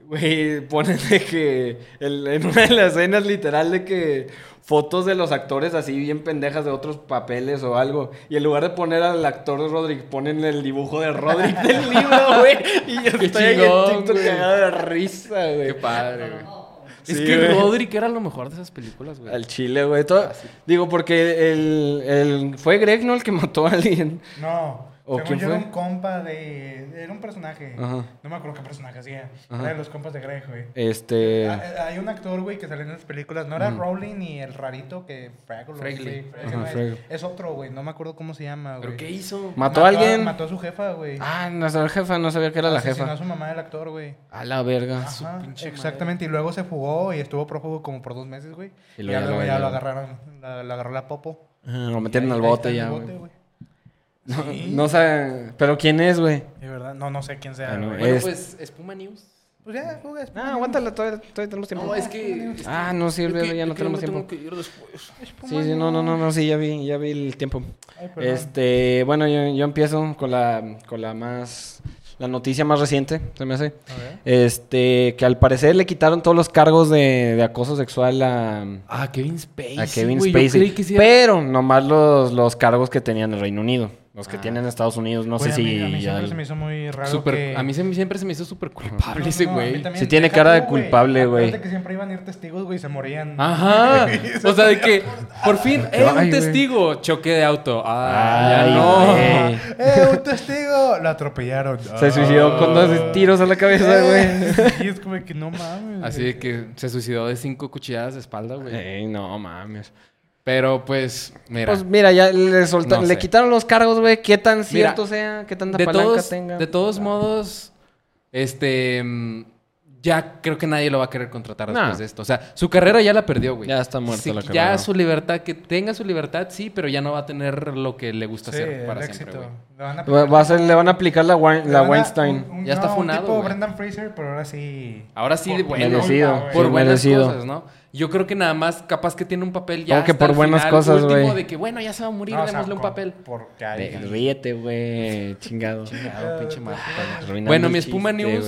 [SPEAKER 2] Güey, ponen de que el- en una de las escenas literal de que fotos de los actores así bien pendejas de otros papeles o algo. Y en lugar de poner al actor de Roderick, ponen el dibujo de Roderick del libro, güey. Y yo
[SPEAKER 3] Qué
[SPEAKER 2] estoy ahí en
[SPEAKER 3] chingón,
[SPEAKER 2] TikTok
[SPEAKER 3] güey.
[SPEAKER 2] cagado de risa,
[SPEAKER 3] Qué
[SPEAKER 2] güey.
[SPEAKER 3] padre, güey. es
[SPEAKER 2] Sí,
[SPEAKER 3] que
[SPEAKER 2] güey.
[SPEAKER 3] Roderick era lo mejor de esas películas, güey.
[SPEAKER 2] Al chile, güey.
[SPEAKER 3] Ah,
[SPEAKER 2] Todo- Digo, porque el, el- Fue Greg, ¿no? El que mató a alguien.
[SPEAKER 1] No.
[SPEAKER 2] ¿O
[SPEAKER 1] según
[SPEAKER 2] quién
[SPEAKER 1] yo
[SPEAKER 2] fue?
[SPEAKER 1] era un compa de. Era un personaje.
[SPEAKER 2] Ajá.
[SPEAKER 1] No me acuerdo qué personaje hacía.
[SPEAKER 2] Ajá.
[SPEAKER 1] Era de los compas de Greg, güey.
[SPEAKER 2] Este.
[SPEAKER 1] Ah, eh, Hay un actor, güey, que salió en las películas. No era Rowling ni el rarito que Fraggle. o
[SPEAKER 3] Fragley.
[SPEAKER 1] sí,
[SPEAKER 2] Ajá,
[SPEAKER 1] es-
[SPEAKER 2] Fraggle.
[SPEAKER 1] Es otro, güey. No me acuerdo cómo se llama, güey.
[SPEAKER 3] ¿Pero qué hizo?
[SPEAKER 2] ¿Mató a alguien?
[SPEAKER 1] Mató a su jefa, güey.
[SPEAKER 2] Ah, no sabía jefa, no sabía que era la
[SPEAKER 1] Asesinó a
[SPEAKER 2] jefa.
[SPEAKER 1] su mamá del actor, güey.
[SPEAKER 2] A la verga.
[SPEAKER 1] Ajá,
[SPEAKER 3] pinche
[SPEAKER 1] exactamente. Y luego se fugó y estuvo prófugo como por dos meses, güey.
[SPEAKER 2] Y
[SPEAKER 1] Y,
[SPEAKER 2] luego ya
[SPEAKER 1] ya
[SPEAKER 2] lo
[SPEAKER 1] luego ya lo
[SPEAKER 2] bailaron.
[SPEAKER 1] agarraron. La, la agarró la popo.
[SPEAKER 2] Ah, Lo metieron
[SPEAKER 1] Y ahí-
[SPEAKER 2] al
[SPEAKER 1] ahí
[SPEAKER 2] bote
[SPEAKER 1] está en
[SPEAKER 2] ya,
[SPEAKER 1] el
[SPEAKER 2] güey.
[SPEAKER 1] bote, güey.
[SPEAKER 2] No,
[SPEAKER 1] Sí.
[SPEAKER 2] no sabe. ¿Pero quién es, güey?
[SPEAKER 1] De verdad, no, no sé quién sea.
[SPEAKER 2] Ah, no,
[SPEAKER 1] güey.
[SPEAKER 2] eh.
[SPEAKER 3] Bueno,
[SPEAKER 2] Es-
[SPEAKER 3] pues, Espuma News.
[SPEAKER 1] Pues ya, fugas.
[SPEAKER 2] Ah, aguántala, todavía, todavía tenemos tiempo.
[SPEAKER 3] No, es que...
[SPEAKER 2] Ah, no sirve,
[SPEAKER 3] es que-
[SPEAKER 2] ya no
[SPEAKER 3] es que yo
[SPEAKER 2] tenemos
[SPEAKER 3] me
[SPEAKER 2] tiempo.
[SPEAKER 3] tengo que ir después.
[SPEAKER 2] Sí, sí, no, no, no, no, sí, ya vi, ya vi el tiempo.
[SPEAKER 1] Ay, perdón.
[SPEAKER 2] Este, bueno, yo, yo empiezo con la, con la más, la noticia más reciente, se me hace.
[SPEAKER 1] A ver.
[SPEAKER 2] Este, que al parecer le quitaron todos los cargos de, de acoso sexual a, a
[SPEAKER 3] Ah, Kevin Spacey.
[SPEAKER 2] Kevin
[SPEAKER 3] güey,
[SPEAKER 2] Spacey.
[SPEAKER 3] Yo creí que sí era-
[SPEAKER 2] Pero nomás los, los cargos que tenían en el Reino Unido. Los que
[SPEAKER 3] Ah.
[SPEAKER 2] tienen en Estados Unidos, no
[SPEAKER 1] Güey,
[SPEAKER 2] sé
[SPEAKER 1] a mí-
[SPEAKER 2] si.
[SPEAKER 1] A mí
[SPEAKER 2] ya-
[SPEAKER 1] siempre se me hizo muy raro
[SPEAKER 3] Súper-
[SPEAKER 1] que...
[SPEAKER 3] A mí se me- siempre se me hizo súper culpable ese
[SPEAKER 1] No, no, no, a mí
[SPEAKER 3] güey.
[SPEAKER 1] también.
[SPEAKER 2] Sí tiene
[SPEAKER 1] Deja
[SPEAKER 2] cara de
[SPEAKER 1] tú,
[SPEAKER 2] culpable, güey. Ah,
[SPEAKER 1] Acuérdate que siempre iban a ir testigos, güey, y se morían.
[SPEAKER 3] Ajá. O sea, de que por fin,
[SPEAKER 2] Ay,
[SPEAKER 3] eh,
[SPEAKER 2] güey.
[SPEAKER 3] un testigo, choque de auto. Ah,
[SPEAKER 2] Ay,
[SPEAKER 3] ya no.
[SPEAKER 2] güey.
[SPEAKER 1] ¡Eh, un testigo! Lo atropellaron.
[SPEAKER 2] Se suicidó con dos tiros a la cabeza, güey.
[SPEAKER 1] Y Eh, es como que no mames.
[SPEAKER 3] Así de que se suicidó de cinco cuchilladas de espalda, güey.
[SPEAKER 2] Ey, no mames.
[SPEAKER 3] Pero pues, mira.
[SPEAKER 2] Pues mira, ya le, solta-
[SPEAKER 3] No
[SPEAKER 2] le
[SPEAKER 3] sé.
[SPEAKER 2] quitaron los cargos, güey. Qué tan cierto sea, qué tanta
[SPEAKER 3] de
[SPEAKER 2] palanca
[SPEAKER 3] todos,
[SPEAKER 2] tenga.
[SPEAKER 3] de todos modos, este. mm, Ya creo que nadie lo va a querer contratar
[SPEAKER 2] Nah.
[SPEAKER 3] después de esto. O sea, su carrera ya la perdió, güey.
[SPEAKER 2] Ya está muerta
[SPEAKER 3] Sí,
[SPEAKER 2] la
[SPEAKER 3] Ya
[SPEAKER 2] carrera.
[SPEAKER 3] su libertad, que tenga su libertad, sí, pero ya no va a tener lo que le gusta
[SPEAKER 1] Sí,
[SPEAKER 3] hacer
[SPEAKER 1] el
[SPEAKER 3] para siempre,
[SPEAKER 1] éxito.
[SPEAKER 3] güey.
[SPEAKER 1] Le van a
[SPEAKER 2] Va- va a ser- le van a aplicar la, Wein-
[SPEAKER 1] le
[SPEAKER 2] la
[SPEAKER 1] van a-
[SPEAKER 2] Weinstein.
[SPEAKER 1] un- un-
[SPEAKER 3] Ya está
[SPEAKER 1] no, un
[SPEAKER 3] funado,
[SPEAKER 1] Tipo
[SPEAKER 3] güey.
[SPEAKER 1] Brendan Fraser, pero ahora sí.
[SPEAKER 3] Ahora sí,
[SPEAKER 1] Por-
[SPEAKER 3] de
[SPEAKER 1] por
[SPEAKER 3] buenas.
[SPEAKER 2] Merecido.
[SPEAKER 1] culpa, güey.
[SPEAKER 3] por
[SPEAKER 2] Sí,
[SPEAKER 3] buenas
[SPEAKER 2] merecido.
[SPEAKER 3] cosas, ¿no? Yo creo que nada más capaz que tiene un papel ya
[SPEAKER 2] Como que
[SPEAKER 3] hasta
[SPEAKER 2] por
[SPEAKER 3] el
[SPEAKER 2] buenas
[SPEAKER 3] final
[SPEAKER 2] cosas,
[SPEAKER 3] último
[SPEAKER 2] güey.
[SPEAKER 3] de que bueno, ya se va a morir,
[SPEAKER 1] No, o sea,
[SPEAKER 3] démosle un
[SPEAKER 1] con-
[SPEAKER 3] papel.
[SPEAKER 1] Porque ahí.
[SPEAKER 2] De- ríete, güey. Chingado. Chingado,
[SPEAKER 1] pinche
[SPEAKER 2] madre.
[SPEAKER 3] Bueno, mi espuma news,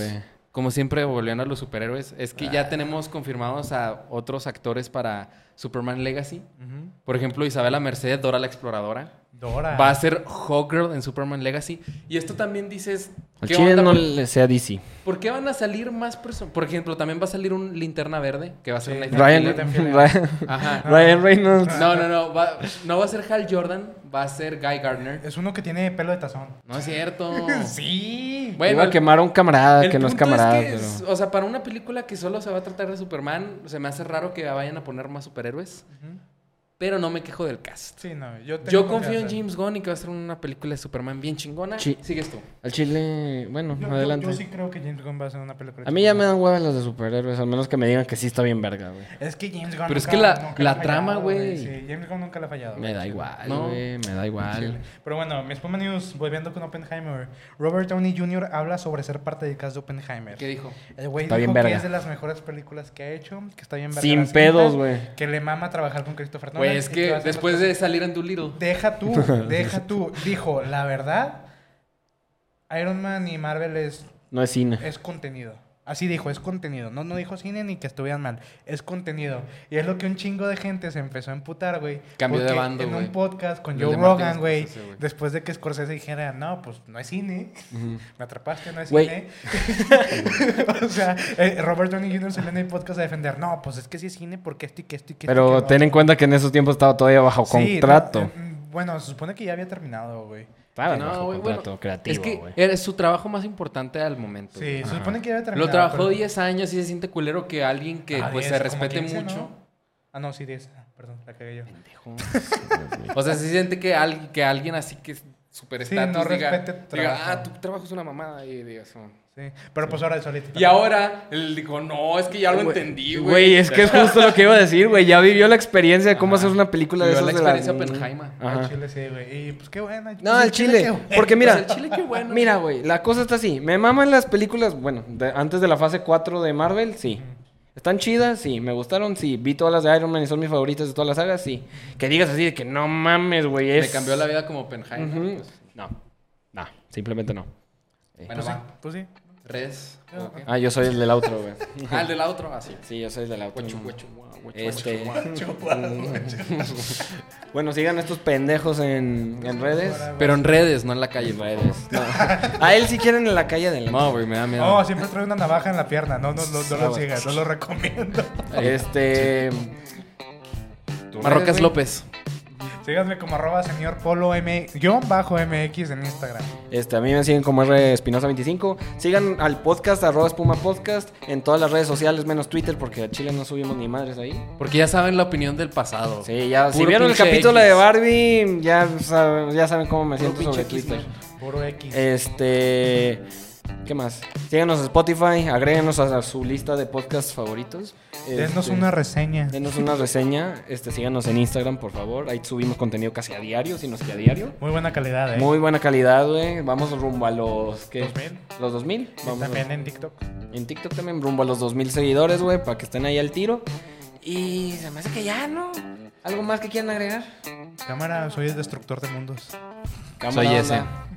[SPEAKER 3] como siempre volviendo a los superhéroes, es que
[SPEAKER 1] Ah.
[SPEAKER 3] ya tenemos confirmados a otros actores para Superman Legacy.
[SPEAKER 1] Ujú.
[SPEAKER 3] Por ejemplo, Isabela Mercedes, Dora la exploradora,
[SPEAKER 1] Dora.
[SPEAKER 3] va a ser Hawkgirl en Superman Legacy y esto también dices,
[SPEAKER 2] Al
[SPEAKER 3] ¿qué
[SPEAKER 2] chile
[SPEAKER 3] onda,
[SPEAKER 2] no
[SPEAKER 3] güey?
[SPEAKER 2] le sea DC.
[SPEAKER 3] ¿Por qué van a salir más personas? Por ejemplo, también va a salir un linterna verde que va a ser
[SPEAKER 1] Sí.
[SPEAKER 3] una
[SPEAKER 2] Ryan,
[SPEAKER 1] no te enfieles.
[SPEAKER 2] Ryan,
[SPEAKER 3] Ajá.
[SPEAKER 2] Ryan Reynolds.
[SPEAKER 3] No, no, no. Va, no va a ser Hal Jordan, va a ser Guy Gardner.
[SPEAKER 1] Es uno que tiene pelo de tazón.
[SPEAKER 3] No es cierto.
[SPEAKER 1] Sí.
[SPEAKER 2] Iba a quemar a un camarada ah, que no es
[SPEAKER 3] punto
[SPEAKER 2] camarada.
[SPEAKER 3] que
[SPEAKER 2] pero-
[SPEAKER 3] es- o sea, para una película que solo se va a tratar de Superman, se me hace raro que vayan a poner más superhéroes.
[SPEAKER 1] Ujú.
[SPEAKER 3] Pero no me quejo del cast.
[SPEAKER 1] Sí, no. Yo, tengo
[SPEAKER 3] Yo confío en
[SPEAKER 1] confianza.
[SPEAKER 3] James Gunn y que va a ser una película de Superman bien chingona.
[SPEAKER 2] Sí.
[SPEAKER 3] Sigues tú.
[SPEAKER 2] Al chile, bueno,
[SPEAKER 1] Yo- yo-
[SPEAKER 2] adelante.
[SPEAKER 1] Yo, sí creo que James Gunn va a hacer una película.
[SPEAKER 2] A mí ya me dan hueva los de superhéroes, al menos que me digan que sí está bien verga, güey.
[SPEAKER 1] Es que James Gunn.
[SPEAKER 3] Pero es
[SPEAKER 1] nunca-
[SPEAKER 3] que la-
[SPEAKER 1] nunca
[SPEAKER 3] la
[SPEAKER 1] le ha fallado,
[SPEAKER 3] trama, güey.
[SPEAKER 1] Sí, James Gunn nunca la ha fallado.
[SPEAKER 2] Me
[SPEAKER 1] güey.
[SPEAKER 2] da igual,
[SPEAKER 3] No.
[SPEAKER 2] güey, me da igual.
[SPEAKER 1] Pero bueno, mi espuma news, volviendo con Oppenheimer. Robert Downey Jr. habla sobre ser parte del cast de Oppenheimer.
[SPEAKER 3] ¿Qué dijo?
[SPEAKER 1] El güey
[SPEAKER 2] Está
[SPEAKER 1] dijo
[SPEAKER 2] bien
[SPEAKER 1] que
[SPEAKER 2] verga.
[SPEAKER 1] es de las mejores películas que ha hecho, que está bien verga
[SPEAKER 2] Sin
[SPEAKER 1] la cinta,
[SPEAKER 2] pedos, güey.
[SPEAKER 1] Que le mama trabajar con Christopher Nolan.
[SPEAKER 3] Pues es
[SPEAKER 1] y va
[SPEAKER 3] que
[SPEAKER 1] a hacer
[SPEAKER 3] después
[SPEAKER 1] las
[SPEAKER 3] de salir en Doolittle.
[SPEAKER 1] cosas- Deja tú, deja tú. Dijo, la verdad, Iron Man y Marvel es,
[SPEAKER 2] No es cine.
[SPEAKER 1] es contenido. Así dijo, es contenido. No, no dijo cine ni que estuvieran mal. Es contenido. Y es lo que un chingo de gente se empezó a emputar, güey.
[SPEAKER 3] Cambió de
[SPEAKER 1] porque
[SPEAKER 3] bando,
[SPEAKER 1] En
[SPEAKER 3] güey.
[SPEAKER 1] un podcast con
[SPEAKER 3] El
[SPEAKER 1] Joe
[SPEAKER 3] de Martin
[SPEAKER 1] Rogan, güey.
[SPEAKER 3] Scorsese, güey.
[SPEAKER 1] Después de que Scorsese dijera, no, pues no es cine.
[SPEAKER 2] Ujú.
[SPEAKER 1] Me atrapaste, no es
[SPEAKER 2] Güey.
[SPEAKER 1] cine. o sea, eh, Robert Downey Jr. salió en el podcast a defender. No, pues es que sí es cine porque esto y que esto y que esto y
[SPEAKER 2] Pero
[SPEAKER 1] que lo
[SPEAKER 2] ten en
[SPEAKER 1] otro".
[SPEAKER 2] cuenta que en esos tiempos estaba todavía bajo
[SPEAKER 1] Sí, no,
[SPEAKER 2] contrato.
[SPEAKER 1] eh, mm, bueno, se supone que ya había terminado, güey.
[SPEAKER 2] Estaba
[SPEAKER 3] No,
[SPEAKER 2] bajo
[SPEAKER 3] güey, bueno,
[SPEAKER 2] contrato creativo,
[SPEAKER 3] es que
[SPEAKER 2] güey.
[SPEAKER 3] era su trabajo más importante al momento. güey.
[SPEAKER 1] Sí, se
[SPEAKER 2] Ajá.
[SPEAKER 1] supone que ya había terminado.
[SPEAKER 3] Lo trabajó
[SPEAKER 1] pero-
[SPEAKER 3] 10 años y se siente culero que alguien que
[SPEAKER 1] Ah,
[SPEAKER 3] pues
[SPEAKER 1] 10,
[SPEAKER 3] se
[SPEAKER 1] como
[SPEAKER 3] respete
[SPEAKER 1] 15, ¿no?
[SPEAKER 3] mucho.
[SPEAKER 1] Ah, no, sí, 10. Ah, Perdón, la cagué yo.
[SPEAKER 2] Pendejo.
[SPEAKER 3] O sea, se siente que, al- que alguien así que es super
[SPEAKER 1] Sí,
[SPEAKER 3] estatus
[SPEAKER 1] no
[SPEAKER 3] diga,
[SPEAKER 1] respete tu
[SPEAKER 3] diga,
[SPEAKER 1] trabajo.
[SPEAKER 3] ah, tu trabajo es una mamada. Y, digas, "Oh".
[SPEAKER 1] Sí. Pero pues ahora de solito.
[SPEAKER 3] Y ahora él dijo, no, es que ya lo
[SPEAKER 2] Güey,
[SPEAKER 3] entendí, güey.
[SPEAKER 2] Güey, es que es justo lo que iba a decir, güey. Ya vivió la experiencia de cómo
[SPEAKER 3] Ajá.
[SPEAKER 2] hacer una película de
[SPEAKER 3] Vivió
[SPEAKER 2] esas
[SPEAKER 3] la
[SPEAKER 2] de las-
[SPEAKER 3] experiencia Oppenheimer.
[SPEAKER 1] Al
[SPEAKER 2] Ajá.
[SPEAKER 1] Chile sí, güey. Y pues qué bueno.
[SPEAKER 2] No, al chile. Porque
[SPEAKER 3] Pues
[SPEAKER 2] mira,
[SPEAKER 3] el chile qué bueno.
[SPEAKER 2] mira, güey, la cosa está así. Me maman las películas, bueno, de- antes de la fase 4 de Marvel, sí. ¿Están chidas? Sí. ¿Me gustaron? Sí. Vi todas las de Iron Man y son mis favoritas de todas las sagas, sí. Que digas así de que no mames, güey.
[SPEAKER 3] Me
[SPEAKER 2] es-
[SPEAKER 3] cambió la vida como Oppenheimer.
[SPEAKER 2] Ujú.
[SPEAKER 3] pues.
[SPEAKER 2] No, no, simplemente no.
[SPEAKER 3] Bueno,
[SPEAKER 1] sí,
[SPEAKER 3] va.
[SPEAKER 1] pues sí.
[SPEAKER 3] Tres. ¿o qué?
[SPEAKER 2] Ah, yo soy el del outro, güey.
[SPEAKER 3] Ah, el de la otra, así.
[SPEAKER 2] Sí, yo soy el del outro.
[SPEAKER 3] Guachu, guachu, guau, guachu,
[SPEAKER 2] Este-
[SPEAKER 3] guachu, guau.
[SPEAKER 2] Bueno, sigan a estos pendejos en, en redes.
[SPEAKER 3] Pero en redes, Pues no en la calle.
[SPEAKER 2] En
[SPEAKER 3] por
[SPEAKER 2] redes. no. A él si quieren en la calle
[SPEAKER 3] favor.
[SPEAKER 2] adelante.
[SPEAKER 3] No, güey, me da miedo.
[SPEAKER 1] Oh, siempre trae una navaja en la pierna. No, no, no, no
[SPEAKER 2] Ah,
[SPEAKER 1] lo
[SPEAKER 2] bueno.
[SPEAKER 1] sigas, no lo recomiendo.
[SPEAKER 2] Este.
[SPEAKER 3] Marrocas
[SPEAKER 2] Redes, güey.
[SPEAKER 3] López.
[SPEAKER 1] Síganme como arroba señor polo m guión bajo mx en Instagram.
[SPEAKER 2] Este, a mí me siguen como R Espinosa25. Sigan al podcast, arroba espuma podcast, en todas las redes sociales, menos Twitter, porque a Chile no subimos ni madres ahí.
[SPEAKER 3] Porque ya saben la opinión del pasado.
[SPEAKER 2] Sí, ya, si
[SPEAKER 3] Puro
[SPEAKER 2] vieron el
[SPEAKER 3] pinche
[SPEAKER 2] capítulo
[SPEAKER 3] X.
[SPEAKER 2] de Barbie, ya, sab- ya saben cómo me
[SPEAKER 3] Puro
[SPEAKER 2] siento sobre
[SPEAKER 3] pinche X,
[SPEAKER 2] Twitter.
[SPEAKER 1] Puro X.
[SPEAKER 2] Este. ¿Qué más? Síganos a Spotify, agréguenos a, a su lista de podcasts favoritos.
[SPEAKER 1] Denos
[SPEAKER 2] Este,
[SPEAKER 1] una reseña.
[SPEAKER 2] Denos una reseña, este, síganos en Instagram, por favor. Ahí subimos contenido casi a diario, si no es que a diario.
[SPEAKER 1] Muy buena calidad, eh.
[SPEAKER 2] Muy buena calidad, güey. Vamos rumbo a los... ¿qué?
[SPEAKER 1] 2000.
[SPEAKER 2] Los 2000.
[SPEAKER 1] Y
[SPEAKER 2] Vamos
[SPEAKER 1] También en TikTok.
[SPEAKER 2] En TikTok también rumbo a los 2000 seguidores, güey, para que estén ahí al tiro. Y se me hace que ya, ¿no? ¿Algo más que quieran agregar?
[SPEAKER 1] Cámara, soy el destructor de mundos.
[SPEAKER 2] Cámara,
[SPEAKER 3] Soy ese.
[SPEAKER 2] onda.